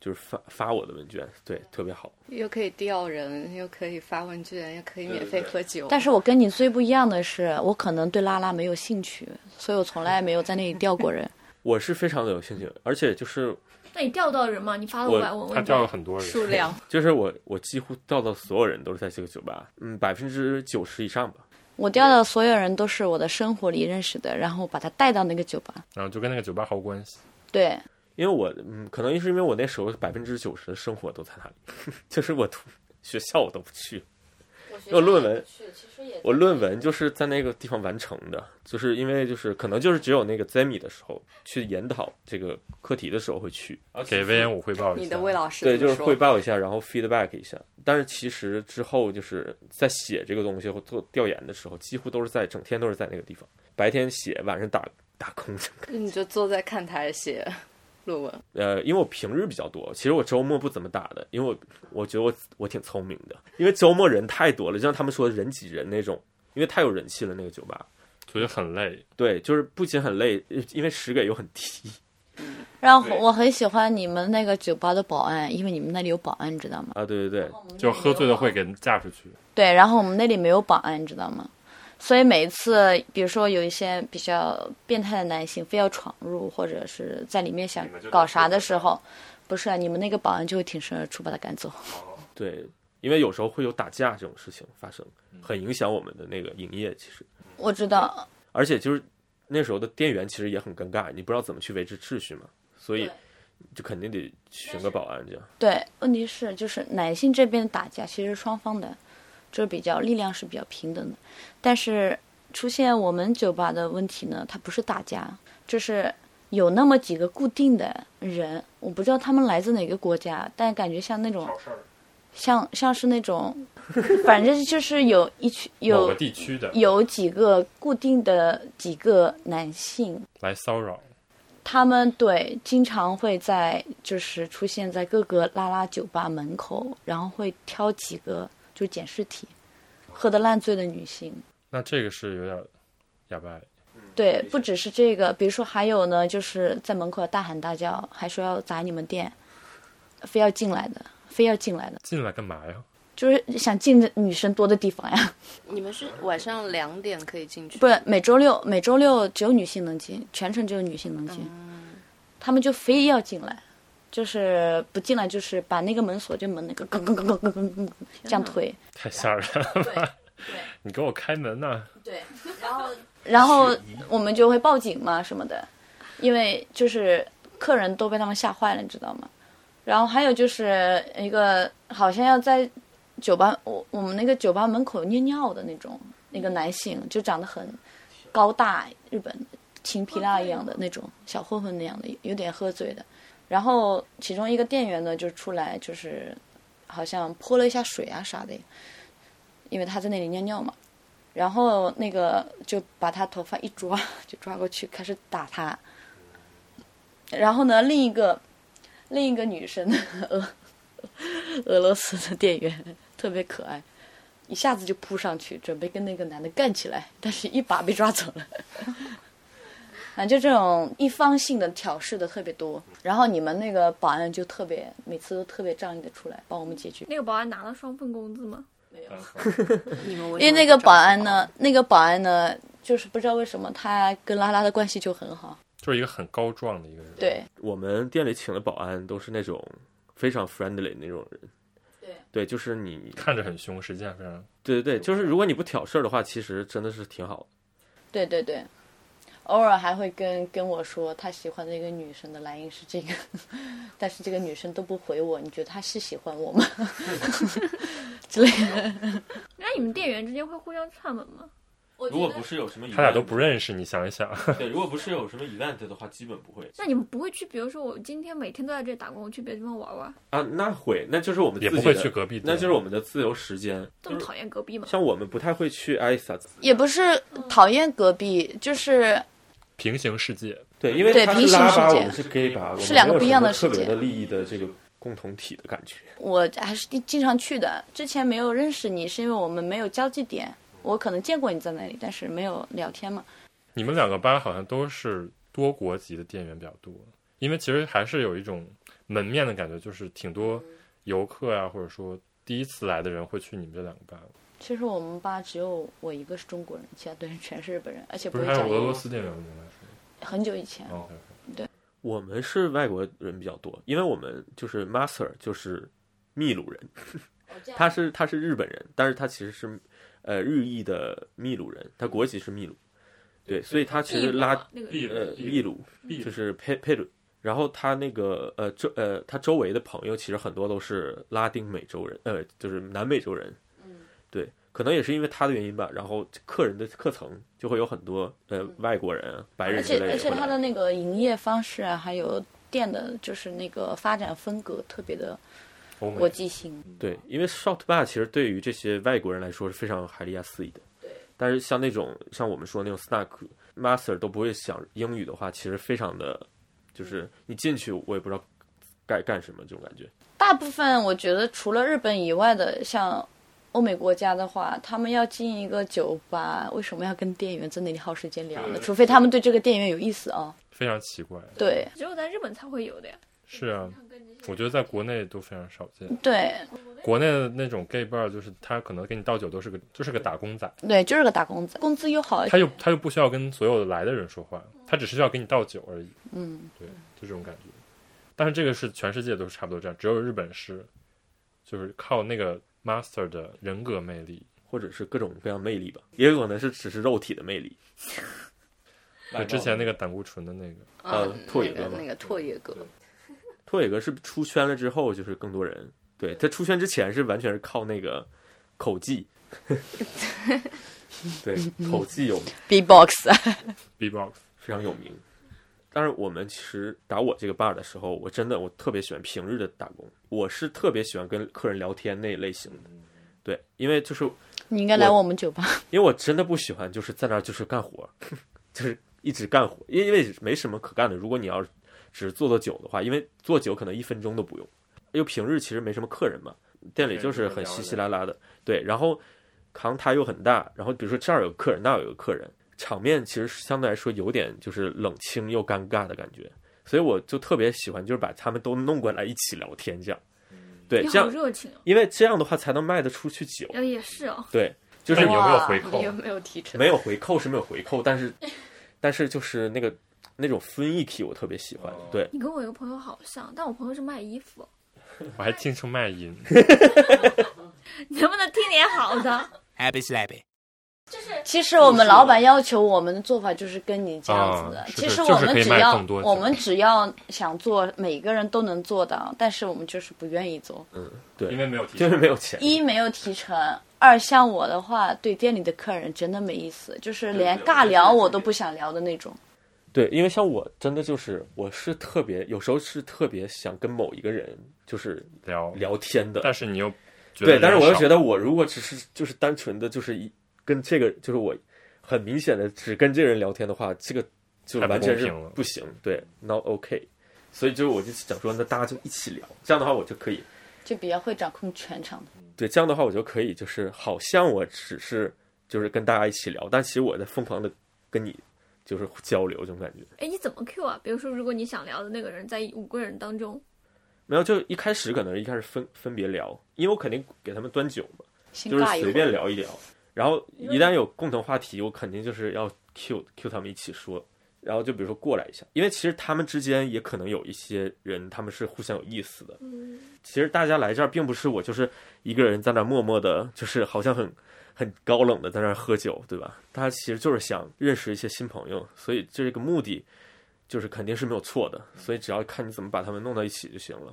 [SPEAKER 5] 就是发发我的问卷，对，特别好。
[SPEAKER 7] 又可以钓人，又可以发问卷，又可以免费喝酒。
[SPEAKER 6] 但 是我跟你最不一样的是，我可能对拉拉没有兴趣，所以我从来没有在那里钓过人。
[SPEAKER 5] 我是非常的有兴趣，而且就是
[SPEAKER 4] 那你钓到人吗？你发了
[SPEAKER 5] 我
[SPEAKER 4] 五百问
[SPEAKER 3] 他
[SPEAKER 4] 问
[SPEAKER 3] 钓
[SPEAKER 4] 卷
[SPEAKER 3] 了，很多人，
[SPEAKER 7] 数量，
[SPEAKER 5] 就是我我几乎到的所有人都是在这个酒吧，嗯，百分之九十以上吧。
[SPEAKER 6] 我钓的所有人都是我的生活里认识的，然后把他带到那个酒吧。
[SPEAKER 3] 然后就跟那个酒吧毫无关系。
[SPEAKER 6] 对，
[SPEAKER 5] 因为我嗯，可能是因为我那时候百分之九十的生活都在那里， 就是我读学校我都不去，我论文我论文就是在那个地方完成的，就是因为就是可能就是只有那个 Zemi 的时候去研讨这个课题的时候会去
[SPEAKER 3] 哦给威严武汇报一下，
[SPEAKER 7] 你的魏老师
[SPEAKER 5] 对，
[SPEAKER 7] 怎
[SPEAKER 5] 就
[SPEAKER 7] 么
[SPEAKER 5] 是
[SPEAKER 7] 说
[SPEAKER 5] 汇报一下，然后 feedback 一下。但是其实之后就是在写这个东西或做调研的时候，几乎都是在整天都是在那个地方，白天写，晚上打打工。
[SPEAKER 7] 你就坐在看台写论文，
[SPEAKER 5] 呃，因为我平日比较多，其实我周末不怎么打的，因为我我觉得我我挺聪明的，因为周末人太多了，就像他们说的人挤人那种，因为太有人气了那个酒吧。
[SPEAKER 3] 所以很累。
[SPEAKER 5] 对，就是不仅很累，因为食给又很低。
[SPEAKER 6] 然后我很喜欢你们那个酒吧的保安，因为你们那里有保安，你知道吗？
[SPEAKER 5] 啊，对对对，
[SPEAKER 3] 就喝醉了会给人架出去，
[SPEAKER 6] 对，然后我们那里没有保安，你知道吗？所以每一次，比如说有一些比较变态的男性非要闯入，或者是在里面想
[SPEAKER 3] 你们就
[SPEAKER 6] 搞
[SPEAKER 3] 得
[SPEAKER 6] 啥
[SPEAKER 3] 负
[SPEAKER 6] 的
[SPEAKER 3] 责
[SPEAKER 6] 时候，不是啊、你们那个保安就会挺身而出把他赶走。
[SPEAKER 5] 对，因为有时候会有打架这种事情发生，很影响我们的那个营业。其实，
[SPEAKER 6] 我知道，
[SPEAKER 5] 而且就是那时候的店员其实也很尴尬，你不知道怎么去维持秩序嘛，所以
[SPEAKER 6] 对
[SPEAKER 5] 就肯定得选个保安这样。
[SPEAKER 6] 对，问题是就是男性这边打架其实是双方的，就是比较力量是比较平等的，但是出现我们酒吧的问题呢，它不是打架，就是有那么几个固定的人，我不知道他们来自哪个国家，但感觉像那种像像是那种，反正就是有一群
[SPEAKER 3] 某
[SPEAKER 6] 有
[SPEAKER 3] 个地区的
[SPEAKER 6] 有几个固定的几个男性，
[SPEAKER 3] 来骚扰，
[SPEAKER 6] 他们对经常会在就是出现在各个拉拉酒吧门口，然后会挑几个就捡尸体、喝得烂醉的女性。
[SPEAKER 3] 那这个是有点哑巴。
[SPEAKER 6] 对，不只是这个，比如说还有呢，就是在门口大喊大叫，还说要砸你们店，非要进来的，非要进来的，
[SPEAKER 3] 进来干嘛呀？
[SPEAKER 6] 就是想进女生多的地方呀。
[SPEAKER 7] 你们是晚上两点可以进去？
[SPEAKER 6] 不是每周六，每周六只有女性能进，全程只有女性能进，他们就非要进来，就是不进来就是把那个门锁，就门那个咯咯咯咯咯咯咯咯这样推，
[SPEAKER 3] 太吓人了吧！ 你给我开门呐、
[SPEAKER 6] 然后我们就会报警嘛什么的，因为就是客人都被他们吓坏了，你知道吗？然后还有就是一个好像要在酒吧，我我们那个酒吧门口尿尿的那种，那个男性就长得很高大，日本青皮辣一样的那种小混混那样的，有点喝醉的。然后其中一个店员呢就出来，就是好像泼了一下水啊啥的，因为他在那里尿尿嘛。然后那个就把他头发一抓，就抓过去开始打他。然后呢，另一个另一个女生， 俄俄罗斯的店员特别可爱，一下子就扑上去，准备跟那个男的干起来，但是一把被抓走了。啊，就这种一方性的挑事的特别多，然后你们那个保安就特别，每次都特别仗义的出来帮我们解决。
[SPEAKER 4] 那个保安拿了双份工资吗？
[SPEAKER 7] 你们
[SPEAKER 6] 因为那个保安呢，那个保安呢，就是不知道为什么他跟拉拉的关系就很好。
[SPEAKER 3] 就是一个很高壮的一个人，，
[SPEAKER 6] 对，
[SPEAKER 5] 我们店里请的保安都是那种非常 friendly 那种人。对对，就是你，
[SPEAKER 3] 看着很凶，实际上非常
[SPEAKER 5] 对对对，就是如果你不挑事儿的话，其实真的是挺好的。
[SPEAKER 6] 对对对，偶尔还会跟跟我说他喜欢的一个女生的来因是这个， 但是这个女生都不回我，你觉得他是喜欢我吗？ 之类的。
[SPEAKER 4] 那你们店员之间会互相串门吗？
[SPEAKER 5] 如果不是有什么，
[SPEAKER 3] 他俩都不认识，你想一 想，
[SPEAKER 5] 对，如果不是有什么 event 的话，基本不会
[SPEAKER 4] 那你们不会去，比如说我今天每天都在这里打工，我去别的地方玩玩，
[SPEAKER 5] 啊。那会，那就是我们
[SPEAKER 3] 也
[SPEAKER 5] 自
[SPEAKER 3] 不
[SPEAKER 5] 己
[SPEAKER 3] 会
[SPEAKER 5] 的
[SPEAKER 3] 去隔壁店
[SPEAKER 5] 那就是我们的自由时间。
[SPEAKER 4] 这么讨厌隔壁吗？
[SPEAKER 5] 像我们不太会去艾萨，
[SPEAKER 6] 也不是讨厌隔壁，就是
[SPEAKER 3] 平行世界。
[SPEAKER 5] 对，因为
[SPEAKER 6] 对
[SPEAKER 5] 他
[SPEAKER 6] 平
[SPEAKER 5] 是
[SPEAKER 6] 行
[SPEAKER 5] 拉
[SPEAKER 6] 世
[SPEAKER 5] 巴，
[SPEAKER 6] 界
[SPEAKER 5] 我们是 gay 吧，我们
[SPEAKER 6] 是两个
[SPEAKER 5] 没有
[SPEAKER 6] 不一
[SPEAKER 5] 什
[SPEAKER 6] 样
[SPEAKER 5] 么
[SPEAKER 6] 的世
[SPEAKER 5] 特别
[SPEAKER 6] 界
[SPEAKER 5] 的利益的这个共同体的感觉。
[SPEAKER 6] 我还是经常去的。之前没有认识你，是因为我们没有交际点。我可能见过你在那里，但是没有聊天嘛。
[SPEAKER 3] 你们两个吧好像都是多国籍的店员比较多，因为其实还是有一种门面的感觉，就是挺多游客啊，或者说第一次来的人会去你们这两个吧。
[SPEAKER 6] 其实我们吧只有我一个是中国人，其他队员全是日本人，而且
[SPEAKER 3] 不
[SPEAKER 6] 会
[SPEAKER 3] 是还有
[SPEAKER 6] 讲英
[SPEAKER 3] 俄罗
[SPEAKER 6] 文。
[SPEAKER 3] 斯店员吗？你们来说
[SPEAKER 6] 很久以前，
[SPEAKER 3] 哦，OK，OK，
[SPEAKER 5] 嗯我们是外国人比较多，因为我们就是 master 就是秘鲁人，
[SPEAKER 6] 哦
[SPEAKER 5] 他是他是日本人，但是他其实是呃日裔的秘鲁人，他国籍是秘鲁，对，所以他其实拉
[SPEAKER 4] 那个
[SPEAKER 3] 秘鲁
[SPEAKER 5] 呃秘
[SPEAKER 3] 秘
[SPEAKER 5] 鲁
[SPEAKER 3] 秘鲁
[SPEAKER 5] 就是佩佩鲁，然后他那个呃周呃他周围的朋友其实很多都是拉丁美洲人，呃就是南美洲人，
[SPEAKER 6] 嗯
[SPEAKER 5] 对，可能也是因为他的原因吧，然后客人的客层就会有很多呃外国人啊、
[SPEAKER 6] 嗯
[SPEAKER 5] 白
[SPEAKER 6] 而
[SPEAKER 5] 人之
[SPEAKER 6] 且
[SPEAKER 5] 类
[SPEAKER 6] 而且
[SPEAKER 5] 会
[SPEAKER 6] 他
[SPEAKER 5] 来
[SPEAKER 6] 的那个营业方式啊，还有店的，就是那个发展风格特别的
[SPEAKER 3] 欧美
[SPEAKER 6] 国际性。
[SPEAKER 5] 对，因为 shot bar 其实对于这些外国人来说是非常海利亚肆意的。但是像那种像我们说那种 snack master 都不会讲英语的话，其实非常的，就是你进去我也不知道该干什么这种感觉。
[SPEAKER 6] 大部分我觉得除了日本以外的，像欧美国家的话，他们要进一个酒吧，为什么要跟店员在那里耗时间聊呢？
[SPEAKER 3] 对
[SPEAKER 6] 除非他们对这个店员有意思啊。
[SPEAKER 3] 非常奇怪。
[SPEAKER 6] 对
[SPEAKER 4] 只有在日本才会有的呀。
[SPEAKER 3] 是啊，我觉得在国内都非常少见。
[SPEAKER 6] 对
[SPEAKER 3] 国内的那种 gay bar 就是他可能给你倒酒都是个就是个打工仔，
[SPEAKER 6] 对，就是个打工仔，工资又好。
[SPEAKER 3] 他又他又不需要跟所有的来的人说话，他只是需要给你倒酒而已。
[SPEAKER 6] 嗯，
[SPEAKER 3] 对，就这种感觉。但是这个是全世界都是差不多这样，只有日本是，就是靠那个 master 的人格魅力，
[SPEAKER 5] 或者是各种各样魅力吧，也有可能是只是肉体的魅力。
[SPEAKER 3] 就之前那个胆固醇的那个，
[SPEAKER 5] 呃
[SPEAKER 7] 嗯
[SPEAKER 5] 拓野
[SPEAKER 7] 那
[SPEAKER 5] 哥
[SPEAKER 7] 个
[SPEAKER 5] 嘛
[SPEAKER 7] 那个拓野哥，
[SPEAKER 5] 拓野哥是出圈了之后，就是更多人对他出圈之前是完全是靠那个口 技，对口技有
[SPEAKER 6] B-box，
[SPEAKER 3] B-box
[SPEAKER 5] 非常有名。但是我们其实打我这个 bar 的时候，我真的我特别喜欢平日的打工，我是特别喜欢跟客人聊天那一类型的。对，因为就是
[SPEAKER 6] 你应该来
[SPEAKER 5] 我
[SPEAKER 6] 我们酒吧。
[SPEAKER 5] 因为我真的不喜欢就是在那儿 就是干活，就是一直干活，因因为没什么可干的。如果你要只是做做酒的话，因为做酒可能一分钟都不用，因为平日其实没什么客人嘛，店里就是很稀稀拉拉的，对，然后扛他又很大，然后比如说这儿有个客人，那儿有个客人，场面其实相对来说有点就是冷清又尴尬的感觉，所以我就特别喜欢就是把他们都弄过来一起聊天这样，对，
[SPEAKER 4] 你
[SPEAKER 5] 这
[SPEAKER 4] 好
[SPEAKER 5] 样
[SPEAKER 4] 热情哦。
[SPEAKER 5] 因为这样的话才能卖得出去酒，
[SPEAKER 4] 呃，也是哦，
[SPEAKER 5] 对，就是
[SPEAKER 3] 那你有没有
[SPEAKER 6] 哇
[SPEAKER 3] 回扣
[SPEAKER 7] 啊你？有没有提成？
[SPEAKER 5] 没有回扣是没有回扣，但是但是就是那个那种雰囲気我特别喜欢
[SPEAKER 3] 哦，
[SPEAKER 5] 对，
[SPEAKER 4] 你跟我一个朋友好像，但我朋友是卖衣服，
[SPEAKER 3] 我还听出卖淫，
[SPEAKER 4] 能不能听点好的？
[SPEAKER 8] Happy slappy.
[SPEAKER 6] 其实我们老板要求我们的做法就是跟你这样子的。
[SPEAKER 3] 啊是的
[SPEAKER 6] 其实我
[SPEAKER 3] 就是
[SPEAKER 6] 们
[SPEAKER 3] 可以
[SPEAKER 6] 只
[SPEAKER 3] 卖
[SPEAKER 6] 要
[SPEAKER 3] 更多
[SPEAKER 6] 我们只要想做，每个人都能做到，但是我们就是不愿意做。
[SPEAKER 5] 对
[SPEAKER 3] 因为没有提
[SPEAKER 5] 就是没有钱，
[SPEAKER 6] 一没有提成，二像我的话，对店里的客人真的没意思，就是连尬聊我都不想聊的那种。
[SPEAKER 5] 对，因为像我真的就是我是特别有时候是特别想跟某一个人就是
[SPEAKER 3] 聊，
[SPEAKER 5] 聊天的，
[SPEAKER 3] 但是你又觉得
[SPEAKER 5] 对，但是我又觉
[SPEAKER 3] 得
[SPEAKER 5] 得我如果只是就是单纯的就是一跟这个就是我很明显的只跟这个人聊天的话，这个就
[SPEAKER 3] 太不
[SPEAKER 5] 完全是
[SPEAKER 3] 公平了
[SPEAKER 5] 不行，对，not OK。所以就是我就想说，那大家就一起聊，这样的话我就可以
[SPEAKER 6] 就比较会掌控全场的。
[SPEAKER 5] 对，这样的话我就可以，就是好像我只是就是跟大家一起聊，但其实我在疯狂的跟你就是交流这种感觉。
[SPEAKER 4] 哎，你怎么 Q 啊？比如说，如果你想聊的那个人在五个人当中，
[SPEAKER 5] 没有，就一开始可能一开始分分别聊，因为我肯定给他们端酒嘛，
[SPEAKER 6] 先
[SPEAKER 5] 就是
[SPEAKER 6] 尬一会
[SPEAKER 5] 随
[SPEAKER 6] 儿，
[SPEAKER 5] 便聊一聊，然后一旦有共同话题，我肯定就是要 Q Q 他们一起说，然后就比如说过来一下，因为其实他们之间也可能有一些人他们是互相有意思的，
[SPEAKER 4] 嗯，
[SPEAKER 5] 其实大家来这儿并不是我就是一个人在那儿默默的，就是好像很很高冷的在那儿喝酒，对吧？大家其实就是想认识一些新朋友，所以这个目的就是肯定是没有错的，所以只要看你怎么把他们弄到一起就行了。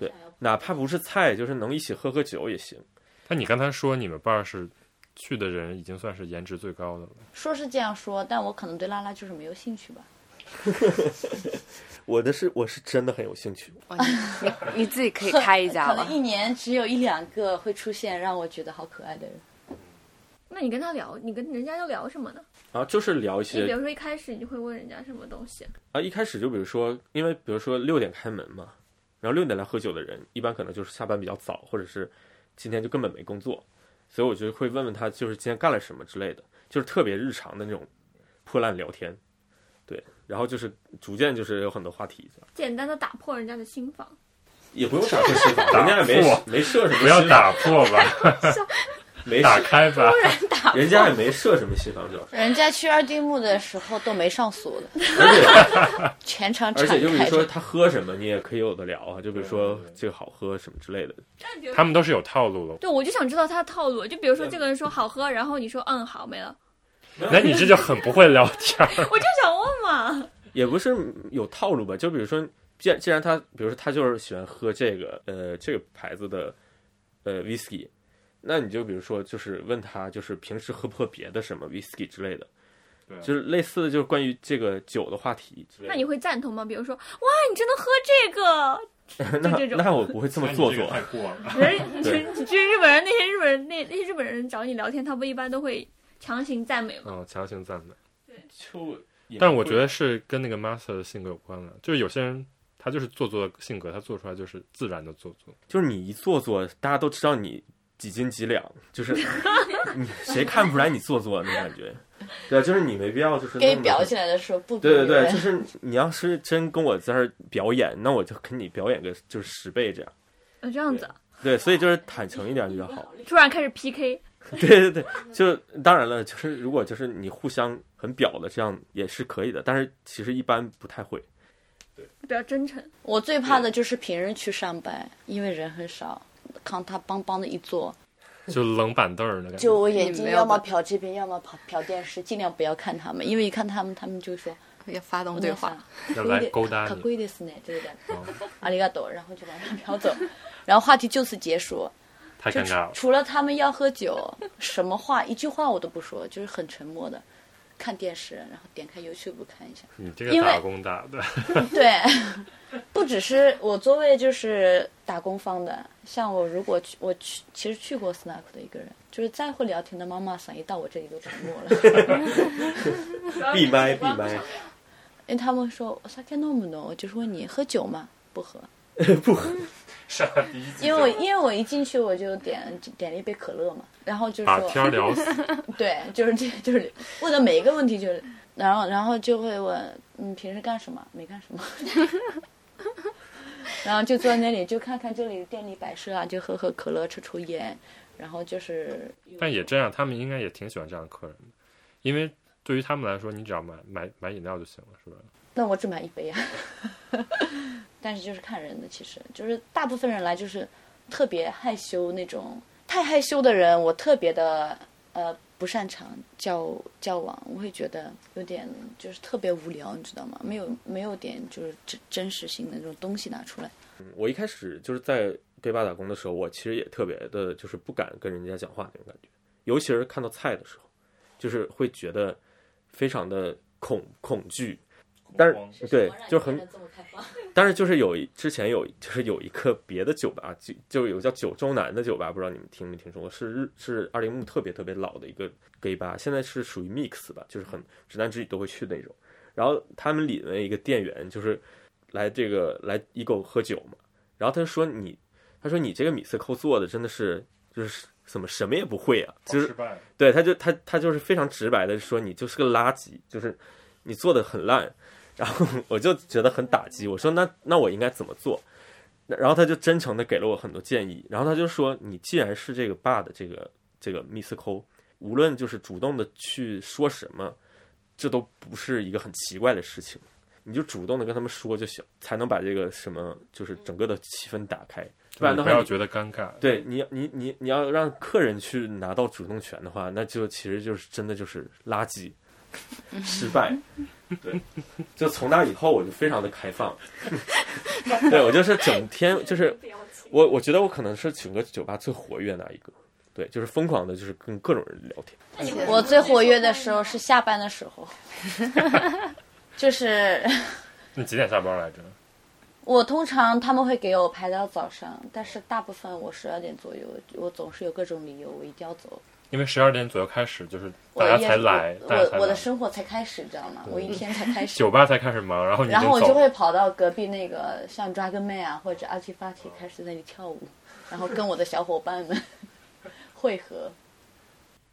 [SPEAKER 5] 对，哪怕不是菜，就是能一起喝喝酒也行。
[SPEAKER 3] 但你刚才说你们 bar 是去的人已经算是颜值最高的了，
[SPEAKER 6] 说是这样说，但我可能对拉拉就是没有兴趣吧。
[SPEAKER 5] 我的是我是真的很有兴趣，
[SPEAKER 7] 哇哦你你你自己可以开一家
[SPEAKER 6] 可
[SPEAKER 7] 吧
[SPEAKER 6] 能。一年只有一两个会出现让我觉得好可爱的人。
[SPEAKER 4] 那你跟他聊，你跟人家要聊什么呢？
[SPEAKER 5] 啊，就是聊一
[SPEAKER 4] 你比
[SPEAKER 5] 些
[SPEAKER 4] 如说一开始你会问人家什么东西？
[SPEAKER 5] 啊，一开始就比如说，因为比如说六点开门嘛，然后六点来喝酒的人，一般可能就是下班比较早，或者是今天就根本没工作，所以我就会问问他，就是今天干了什么之类的，就是特别日常的那种破烂聊天，对，然后就是逐渐就是有很多话题，
[SPEAKER 4] 简单的打破人家的心房。
[SPEAKER 5] 也不用打 破心房，人家也没没设什么，
[SPEAKER 3] 不要， 打破吧，
[SPEAKER 5] 没
[SPEAKER 3] 打开吧。
[SPEAKER 5] 人家也没设什么新房，主 要是，
[SPEAKER 6] 人家去二丁目的时候都没上锁的，
[SPEAKER 5] 而且。
[SPEAKER 6] 全场
[SPEAKER 5] 而
[SPEAKER 6] 敞
[SPEAKER 5] 且就比如
[SPEAKER 6] 开
[SPEAKER 5] 说
[SPEAKER 6] 着。
[SPEAKER 5] 他喝什么，你也可以有的聊啊，就比如说
[SPEAKER 3] 对对对
[SPEAKER 5] 这个好喝什么之类的。
[SPEAKER 3] 他们都是有套路了，
[SPEAKER 4] 对，我就想知道他的套路。就比如
[SPEAKER 5] 嗯
[SPEAKER 4] 说这个人说好喝，然后你说嗯好 没了，
[SPEAKER 3] 那你这就很不会聊天儿。
[SPEAKER 4] 我就想问嘛。
[SPEAKER 5] 也不是有套路吧，就比如说，既然既然他，比如说他就是喜欢喝这个呃这个牌子的呃 whisky，那你就比如说就是问他就是平时喝不喝别的什么 whisky 之类的
[SPEAKER 3] 对，
[SPEAKER 5] 就是类似的就是关于这个酒的话题之类
[SPEAKER 4] 那
[SPEAKER 5] 的。
[SPEAKER 4] 你会赞同吗？比如说哇，你真的喝这个？
[SPEAKER 5] 那
[SPEAKER 4] 就这种
[SPEAKER 5] 那我不会这么做作，啊
[SPEAKER 3] 太过了。
[SPEAKER 4] 人，你 去
[SPEAKER 5] 对
[SPEAKER 4] 你去日本人那些日本人那那些日本人找你聊天，他不一般都会强行赞美吗？
[SPEAKER 3] 嗯，强行赞美。
[SPEAKER 5] 就也
[SPEAKER 3] 但我觉
[SPEAKER 5] 会
[SPEAKER 3] 得
[SPEAKER 6] 嗯
[SPEAKER 3] 是跟那个 master 的性格有关了，就是有些人他就是做作的性格，他做出来就是自然的做作。
[SPEAKER 5] 就是你一做作，大家都知道你几斤几两，就是你谁看不出来你做作那种感觉。对，就是你没必要就是
[SPEAKER 6] 给
[SPEAKER 5] 弄得
[SPEAKER 6] 裱
[SPEAKER 5] 很
[SPEAKER 6] 起来的时候不
[SPEAKER 5] 对对
[SPEAKER 6] 不以为
[SPEAKER 5] 对，就是你要是真跟我在这儿表演，那我就跟你表演个就是十倍这样。
[SPEAKER 4] 呃，这样子啊，
[SPEAKER 5] 对，所以就是坦诚一点比较好。
[SPEAKER 4] 突然开始 PK，
[SPEAKER 5] 对对对，就当然了，就是如果就是你互相很表的这样也是可以的，但是其实一般不太会。
[SPEAKER 4] 比较真诚。
[SPEAKER 6] 我最怕的就是平日去上班，因为人很少，看他邦邦的一坐，
[SPEAKER 3] 就冷板凳儿的感觉。
[SPEAKER 6] 就我眼睛
[SPEAKER 7] 嗯没有
[SPEAKER 6] 要么
[SPEAKER 7] 的
[SPEAKER 6] 瞟这边，要么瞟瞟电视，尽量不要看他们，因为一看他们，他们就说
[SPEAKER 7] 要发动
[SPEAKER 6] 我
[SPEAKER 7] 对
[SPEAKER 6] 在
[SPEAKER 7] 话
[SPEAKER 6] 想。
[SPEAKER 3] 要
[SPEAKER 6] 可
[SPEAKER 3] 来
[SPEAKER 6] 贵
[SPEAKER 3] 勾
[SPEAKER 6] 的
[SPEAKER 3] 搭
[SPEAKER 6] 可
[SPEAKER 3] 你，
[SPEAKER 6] 贵的是呢，对的，
[SPEAKER 3] 哦
[SPEAKER 6] 阿里嘎多，然后就往上飘走， 然后话题就此结束。
[SPEAKER 3] 太
[SPEAKER 6] 就
[SPEAKER 3] 尴尬了。
[SPEAKER 6] 除了他们要喝酒，什么话一句话我都不说，就是很沉默的看电视，然后点开 YouTube 看一下。
[SPEAKER 3] 你这
[SPEAKER 6] 因
[SPEAKER 3] 个
[SPEAKER 6] 为
[SPEAKER 3] 打工打的，
[SPEAKER 6] 对，不只是我座位就是打工方的，像我如果去我去其实去过 Snack 的一个人，就是再会聊天的妈妈桑一到我这里都沉默了，
[SPEAKER 5] 闭麦闭麦，
[SPEAKER 6] 因为他们说我 sake no no，我就是问你喝酒吗？不喝，
[SPEAKER 3] 上第一
[SPEAKER 6] 因为我因为我一进去我就点点了一杯可乐嘛，然后就
[SPEAKER 3] 把
[SPEAKER 6] 说
[SPEAKER 3] 啊天儿聊死，
[SPEAKER 6] 对，就是这 就是问的每一个问题就是，然后然后就会问，嗯，平时干什么？没干什么。 然后就坐在那里，就看看这里店里摆设啊，就喝喝可乐，抽抽烟，然后就是，
[SPEAKER 3] 但也这样，他们应该也挺喜欢这样的客人的，因为对于他们来说，你只要买买买饮料就行了，是吧？
[SPEAKER 6] 那我只买一杯啊。 但是就是看人的，其实就是大部分人来就是特别害羞那种，太害羞的人我特别的呃不擅长交交往，我会觉得有点就是特别无聊，你知道吗？没有没有点就是真真实性的那种东西拿出来。
[SPEAKER 5] 我一开始就是在 gay bar 打工的时候，我其实也特别的，就是不敢跟人家讲话那种感觉，尤其是看到菜的时候，就是会觉得非常的恐恐惧。但是对，就很，但是就是有一之前有就是有一个别的酒吧，就就是有叫九州南的酒吧，不知道你们听没听说过？是日是二零木特别特别老的一个 gay 吧，现在是属于 mix 吧，就是很直男直女都会去的那种。然后他们里面一个店员就是来这个来一狗喝酒嘛，然后他就说你，他说你这个米色扣做的真的是就是怎么什么也不会啊，就是
[SPEAKER 3] 败。
[SPEAKER 5] 对，他就他他就是非常直白的说你就是个垃圾，就是你做的很烂。然后我就觉得很打击，我说那那我应该怎么做？那然后他就真诚的给了我很多建议，然后他就说你既然是这个爸的这个这个密斯抠，无论就是主动的去说什么，这都不是一个很奇怪的事情，你就主动的跟他们说就行，才能把这个什么就是整个的气氛打开，不然
[SPEAKER 3] 你
[SPEAKER 5] 的
[SPEAKER 3] 不
[SPEAKER 5] 话
[SPEAKER 3] 要
[SPEAKER 5] 你
[SPEAKER 3] 觉得尴尬，
[SPEAKER 5] 对你，你你你要让客人去拿到主动权的话，那就其实就是真的就是垃 圾，失败。对，就从那以后我就非常的开放。 对我就是整天就是我，我觉得我可能是整个酒吧最活跃的那一个。对，就是疯狂的，就是跟各种人聊 天。
[SPEAKER 6] 我最活跃的时候 是下班 的时候，就是
[SPEAKER 3] 你几点下班来着？
[SPEAKER 6] 我通常他们会给我排到早上，但是大部分我十二点左右，我总是有各种理由，我一定要走。
[SPEAKER 3] 因为十二点左右开始，就是
[SPEAKER 6] 我
[SPEAKER 3] 大
[SPEAKER 6] 的
[SPEAKER 3] 家
[SPEAKER 6] 夜
[SPEAKER 3] 才来，
[SPEAKER 6] 我
[SPEAKER 3] 大家才
[SPEAKER 6] 我
[SPEAKER 3] 来
[SPEAKER 6] 我
[SPEAKER 3] 嗯
[SPEAKER 6] 的生活才开始，知道吗？我一天才开始。
[SPEAKER 3] 酒吧才开始忙，然后你
[SPEAKER 6] 然后我
[SPEAKER 3] 走
[SPEAKER 6] 就会跑到隔壁那个像 Dragon Man 啊或者 a r t i f a t i 开始在那里跳舞，然后跟我的小伙伴们汇合。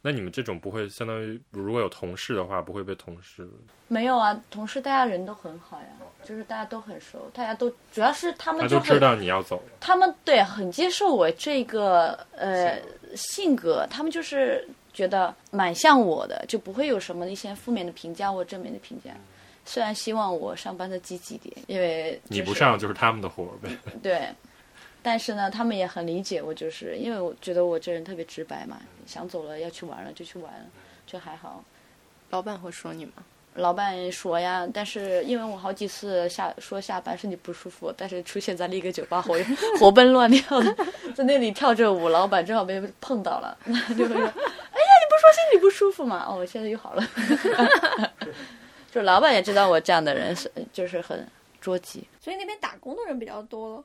[SPEAKER 3] 那你们这种不会相当于如果有同事的话，不会被同事
[SPEAKER 6] 没有啊，同事大家人都很好呀，就是大家都很熟，大家都主要是
[SPEAKER 3] 他
[SPEAKER 6] 他们
[SPEAKER 3] 都
[SPEAKER 6] 就
[SPEAKER 3] 知
[SPEAKER 6] 很
[SPEAKER 3] 道你要走了，
[SPEAKER 6] 他们对很接受我这个呃性格，他们就是觉得蛮像我的，就不会有什么一些负面的评价或正面的评价。虽然希望我上班的积极点，因为、就是、
[SPEAKER 3] 你不上就是他们的活儿呗。
[SPEAKER 6] 对，但是呢，他们也很理解我，就是因为我觉得我这人特别直白嘛，想走了要去玩了就去玩了，就还好。
[SPEAKER 7] 老板会说你吗？
[SPEAKER 6] 老板说呀，但是因为我好几次下说下半身体不舒服，但是出现在另一个酒吧活活蹦乱跳的，在那里跳着舞，老板正好被碰到了， 就会说：“哎呀，你不是说心里不舒服吗？”哦，我现在又好了。 就老板也知道我这样的人是就是很捉急，
[SPEAKER 4] 所以那边打工的人比较多了。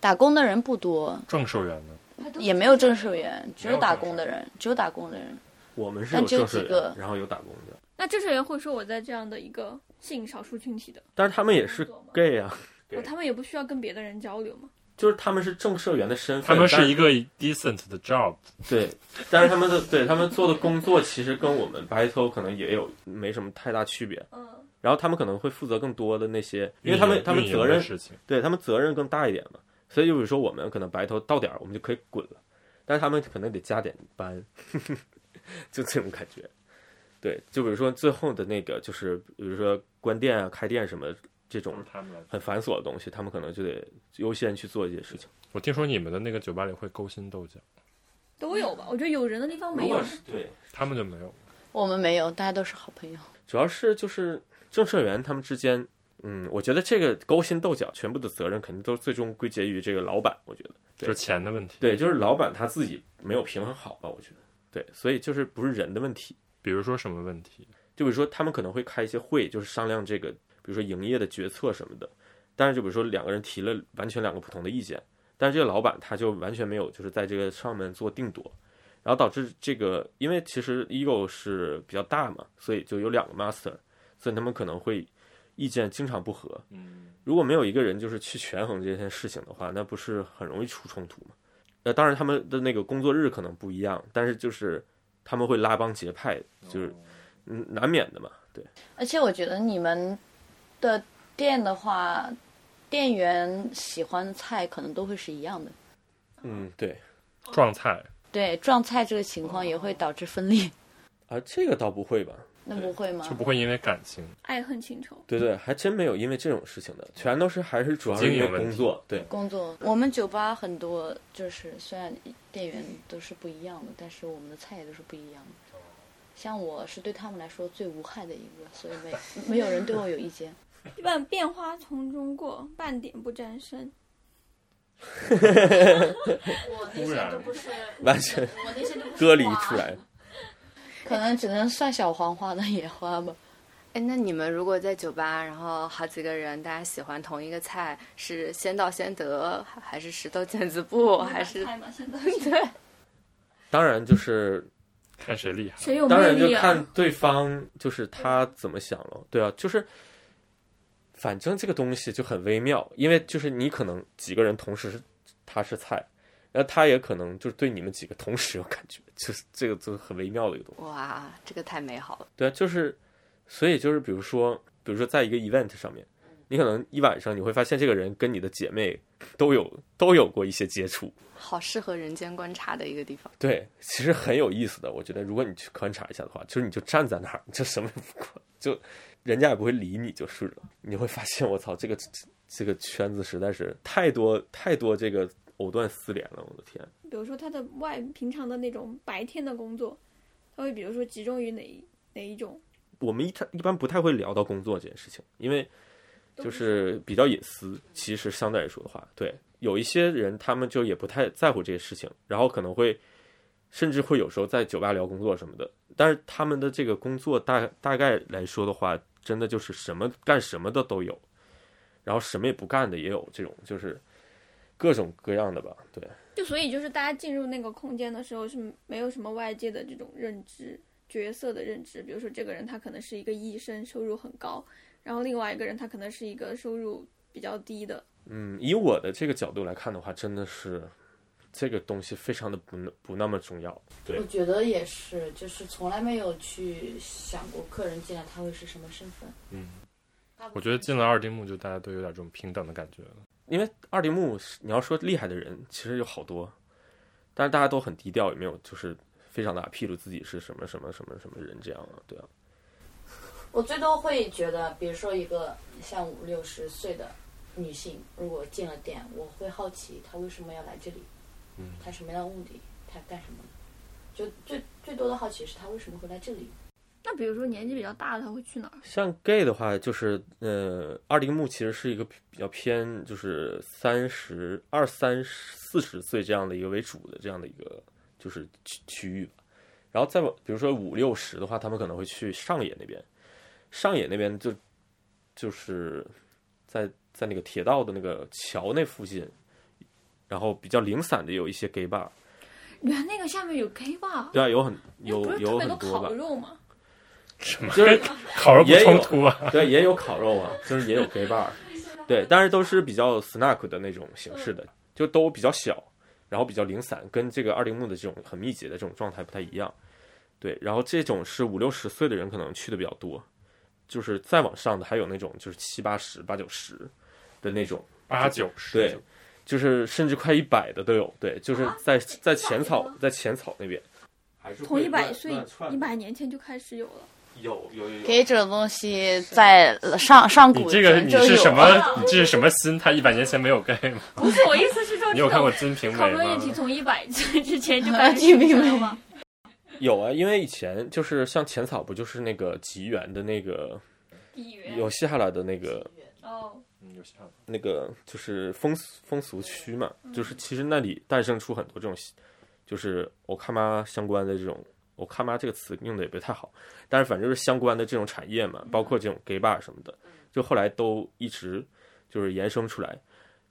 [SPEAKER 6] 打工的人不多，
[SPEAKER 3] 撞售员呢？
[SPEAKER 6] 也没有正式员，只
[SPEAKER 3] 没有
[SPEAKER 6] 有打
[SPEAKER 3] 正式
[SPEAKER 6] 工的人，只有打工的人。
[SPEAKER 5] 我们是
[SPEAKER 6] 但
[SPEAKER 5] 有
[SPEAKER 6] 只有
[SPEAKER 5] 正式
[SPEAKER 6] 几
[SPEAKER 5] 的
[SPEAKER 6] 个，
[SPEAKER 5] 然后有打工的，
[SPEAKER 4] 那正式人会说我在这样的一个性少数群体的，哦
[SPEAKER 5] 但是他们也是 gay 啊，对
[SPEAKER 4] 他们也不需要跟别的人交流嘛。
[SPEAKER 5] 就是他们是正社员的身份，
[SPEAKER 3] 他们是
[SPEAKER 5] 但
[SPEAKER 3] 一个 decent 的 job，
[SPEAKER 5] 对，但是他们的对他们做的工作其实跟我们 battle 可能也有没什么太大区别，
[SPEAKER 4] 嗯，
[SPEAKER 5] 然后他们可能会负责更多的那些，因为他
[SPEAKER 3] 运
[SPEAKER 5] 们
[SPEAKER 3] 营
[SPEAKER 5] 他们
[SPEAKER 3] 运营
[SPEAKER 5] 责
[SPEAKER 3] 的
[SPEAKER 5] 任
[SPEAKER 3] 事情，
[SPEAKER 5] 对他们责任更大一点嘛，所以就比如说我们可能白头到点儿我们就可以滚了，但是他们可能得加点班， 就这种感觉。对，就比如说最后的那个就是比如说关店啊、开店什么这种
[SPEAKER 3] 他们来。
[SPEAKER 5] 很繁琐的东西，他们可能就得优先去做一些事情。
[SPEAKER 3] 我听说你们的那个酒吧里会勾心斗角，
[SPEAKER 4] 都有
[SPEAKER 5] 嗯
[SPEAKER 4] 吧？我觉得有人的地方没有。
[SPEAKER 5] 对，
[SPEAKER 3] 他们就没有。
[SPEAKER 6] 我们没有，大家都是好朋友。
[SPEAKER 5] 主要是就是正社员他们之间，嗯，我觉得这个勾心斗角全部的责任肯定都最终归结于这个老板，我觉得。对
[SPEAKER 3] 就是钱的问题，
[SPEAKER 5] 对，就是老板他自己没有平衡好吧，我觉得。对，所以就是不是人的问题，
[SPEAKER 3] 比如说什么问题？
[SPEAKER 5] 就比如说他们可能会开一些会，就是商量这个，比如说营业的决策什么的。但是就比如说两个人提了完全两个不同的意见，但是这个老板他就完全没有就是在这个上面做定夺，然后导致这个，因为其实 ego 是比较大嘛，所以就有两个 master，所以他们可能会意见经常不合。
[SPEAKER 3] 嗯，
[SPEAKER 5] 如果没有一个人就是去权衡这件事情的话，那不是很容易出冲突吗？呃，当然他们的那个工作日可能不一样，但是就是他们会拉帮结派，就是嗯难免的嘛。对，
[SPEAKER 6] 而且我觉得你们的店的话，店员喜欢的菜可能都会是一样的。
[SPEAKER 5] 嗯，对
[SPEAKER 3] 撞菜，
[SPEAKER 6] 对，撞菜这个情况也会导致分裂，
[SPEAKER 5] 啊，这个倒不会吧？
[SPEAKER 6] 那不会吗
[SPEAKER 3] 就？不会因为感情。
[SPEAKER 5] 哦
[SPEAKER 4] 爱恨情仇，
[SPEAKER 5] 对对，还真没有因为这种事情的，全都是还是主要是因为工作。对，
[SPEAKER 6] 工作，我们酒吧很多就是虽然店员都是不一样的，但是我们的菜也都是不一样的。像我是对他们来说最无害的一个，所以没没有人对我有意见。
[SPEAKER 4] 万变花丛中过，半点不沾身。
[SPEAKER 6] 我
[SPEAKER 3] 那些都不
[SPEAKER 6] 是，
[SPEAKER 5] 完全
[SPEAKER 6] 我那些都不
[SPEAKER 5] 隔离出来。
[SPEAKER 6] 可能只能算小黄花的野花吧。
[SPEAKER 7] 哎，那你们如果在酒吧，然后好几个人，大家喜欢同一个菜，是先到先得，还是石头剪子布，还是
[SPEAKER 4] 菜嘛，现在
[SPEAKER 7] 对？
[SPEAKER 5] 当然就是
[SPEAKER 3] 看谁厉害。
[SPEAKER 4] 谁有
[SPEAKER 5] 当
[SPEAKER 4] 魅
[SPEAKER 5] 然就
[SPEAKER 4] 力啊？
[SPEAKER 5] 看对方就是他怎么想了，对啊，就是反正这个东西就很微妙，因为就是你可能几个人同时是他是菜，然后他也可能就是对你们几个同时有感觉，就是这个就是很微妙的一个东西，
[SPEAKER 7] 哇，这个太美好了！
[SPEAKER 5] 对啊，就是所以就是比如说比如说在一个 event 上面，你可能一晚上你会发现这个人跟你的姐妹都有都有过一些接触，
[SPEAKER 7] 好适合人间观察的一个地方。
[SPEAKER 5] 对，其实很有意思的。我觉得，如果你去观察一下的话，就是你就站在那儿，你就什么也不管，就人家也不会理你，就是了。你会发现，我操，这个这个圈子实在是太多太多这个藕断丝连了，我的天！
[SPEAKER 4] 比如说他的外平常的那种白天的工作，他会比如说集中于哪一哪一种？
[SPEAKER 5] 我们一太一般不太会聊到工作这件事情，因为
[SPEAKER 4] 都
[SPEAKER 5] 就
[SPEAKER 4] 不
[SPEAKER 5] 是比较隐私。其实相对来说的话，对有一些人，他们就也不太在乎这些事情，然后可能会甚至会有时候在酒吧聊工作什么的。但是他们的这个工作大大概来说的话，真的就是什么干什么的都有。然后什么也不干的也有这种，就是各种各样的吧。对，
[SPEAKER 4] 就所以就是大家进入那个空间的时候是没有什么外界的这种认知、角色的认知。比如说这个人他可能是一个医生，收入很高，然后另外一个人他可能是一个收入比较低的。
[SPEAKER 5] 嗯，以我的这个角度来看的话，真的是这个东西非常的不那不那么重要。对
[SPEAKER 8] 我觉得也是，就是从来没有去想过客人进来他会是什么身份。
[SPEAKER 3] 嗯，我觉得进了二丁目，就大家都有点这种平等的感觉了。
[SPEAKER 5] 因为二丁目是你要说厉害的人，其实有好多，但是大家都很低调，也没有就是非常的披露自己是什么什么什么什么人这样啊，对啊，
[SPEAKER 8] 我最多会觉得，比如说一个像五六十岁的女性，如果进了店，我会好奇她为什么要来这里，
[SPEAKER 3] 嗯
[SPEAKER 8] 她什么样的目的，她干什么的，就最最多的好奇是她为什么会来这里。
[SPEAKER 4] 那比如说年纪比较大的他会去哪儿？
[SPEAKER 5] 像 gay 的话，就是呃，二丁目其实是一个比较偏就是三十二三四十岁这样的一个为主的这样的一个就是区区域吧。然后再往比如说五六十的话，他们可能会去上野那边，上野那边就就是在在那个铁道的那个桥那附近，然后比较零散的有一些 gay bar，
[SPEAKER 4] 原啊来那个下面有 K 吧？
[SPEAKER 5] 对啊，有很
[SPEAKER 4] 那
[SPEAKER 5] 有
[SPEAKER 4] 哎
[SPEAKER 5] 有
[SPEAKER 4] 不是特别
[SPEAKER 5] 很
[SPEAKER 4] 多
[SPEAKER 5] 多吧
[SPEAKER 4] 烤，肉吗？
[SPEAKER 5] 就是
[SPEAKER 3] 烤肉不
[SPEAKER 5] 也有
[SPEAKER 3] 冲突啊，
[SPEAKER 5] 对，也有烤肉啊，就是也有 gay bar，对，但是都是比较 snack 的那种形式的，就都比较小，然后比较零散，跟这个二丁目的这种很密集的这种状态不太一样。对，然后这种是五六十岁的人可能去的比较多，就是再往上的还有那种就是七八十、八九十的那种，
[SPEAKER 3] 八九十
[SPEAKER 5] 对，就是甚至快一百的都有，对，就是在在浅草在浅草那边，
[SPEAKER 4] 从一百岁、一百年前就开始有了。
[SPEAKER 5] 有有有
[SPEAKER 6] 给这种东西 在上上
[SPEAKER 3] 你
[SPEAKER 6] 古
[SPEAKER 3] 这个
[SPEAKER 6] 人
[SPEAKER 3] 你
[SPEAKER 6] 就是有啊
[SPEAKER 3] 什么？你这是什么心态？一百年前没有 gay 吗？
[SPEAKER 4] 不是，我意思是 说，
[SPEAKER 3] 你有看过《金瓶梅
[SPEAKER 4] 讨》论议题
[SPEAKER 3] 吗？
[SPEAKER 4] 从一百岁之前就开始
[SPEAKER 6] 金瓶梅
[SPEAKER 4] 了吗？
[SPEAKER 5] 有啊，因为以前就是像浅草不就是那个吉原的那个
[SPEAKER 4] 地缘
[SPEAKER 5] 有下来的那个
[SPEAKER 4] 哦，
[SPEAKER 3] 嗯，有想法
[SPEAKER 5] 那个就是风俗风俗区嘛，就是其实那里诞生出很多这种，就是我看妈相关的这种，我看妈这个词用的也不太好，但是反正就是相关的这种产业嘛，包括这种 gay bar 什么的，就后来都一直就是延伸出来，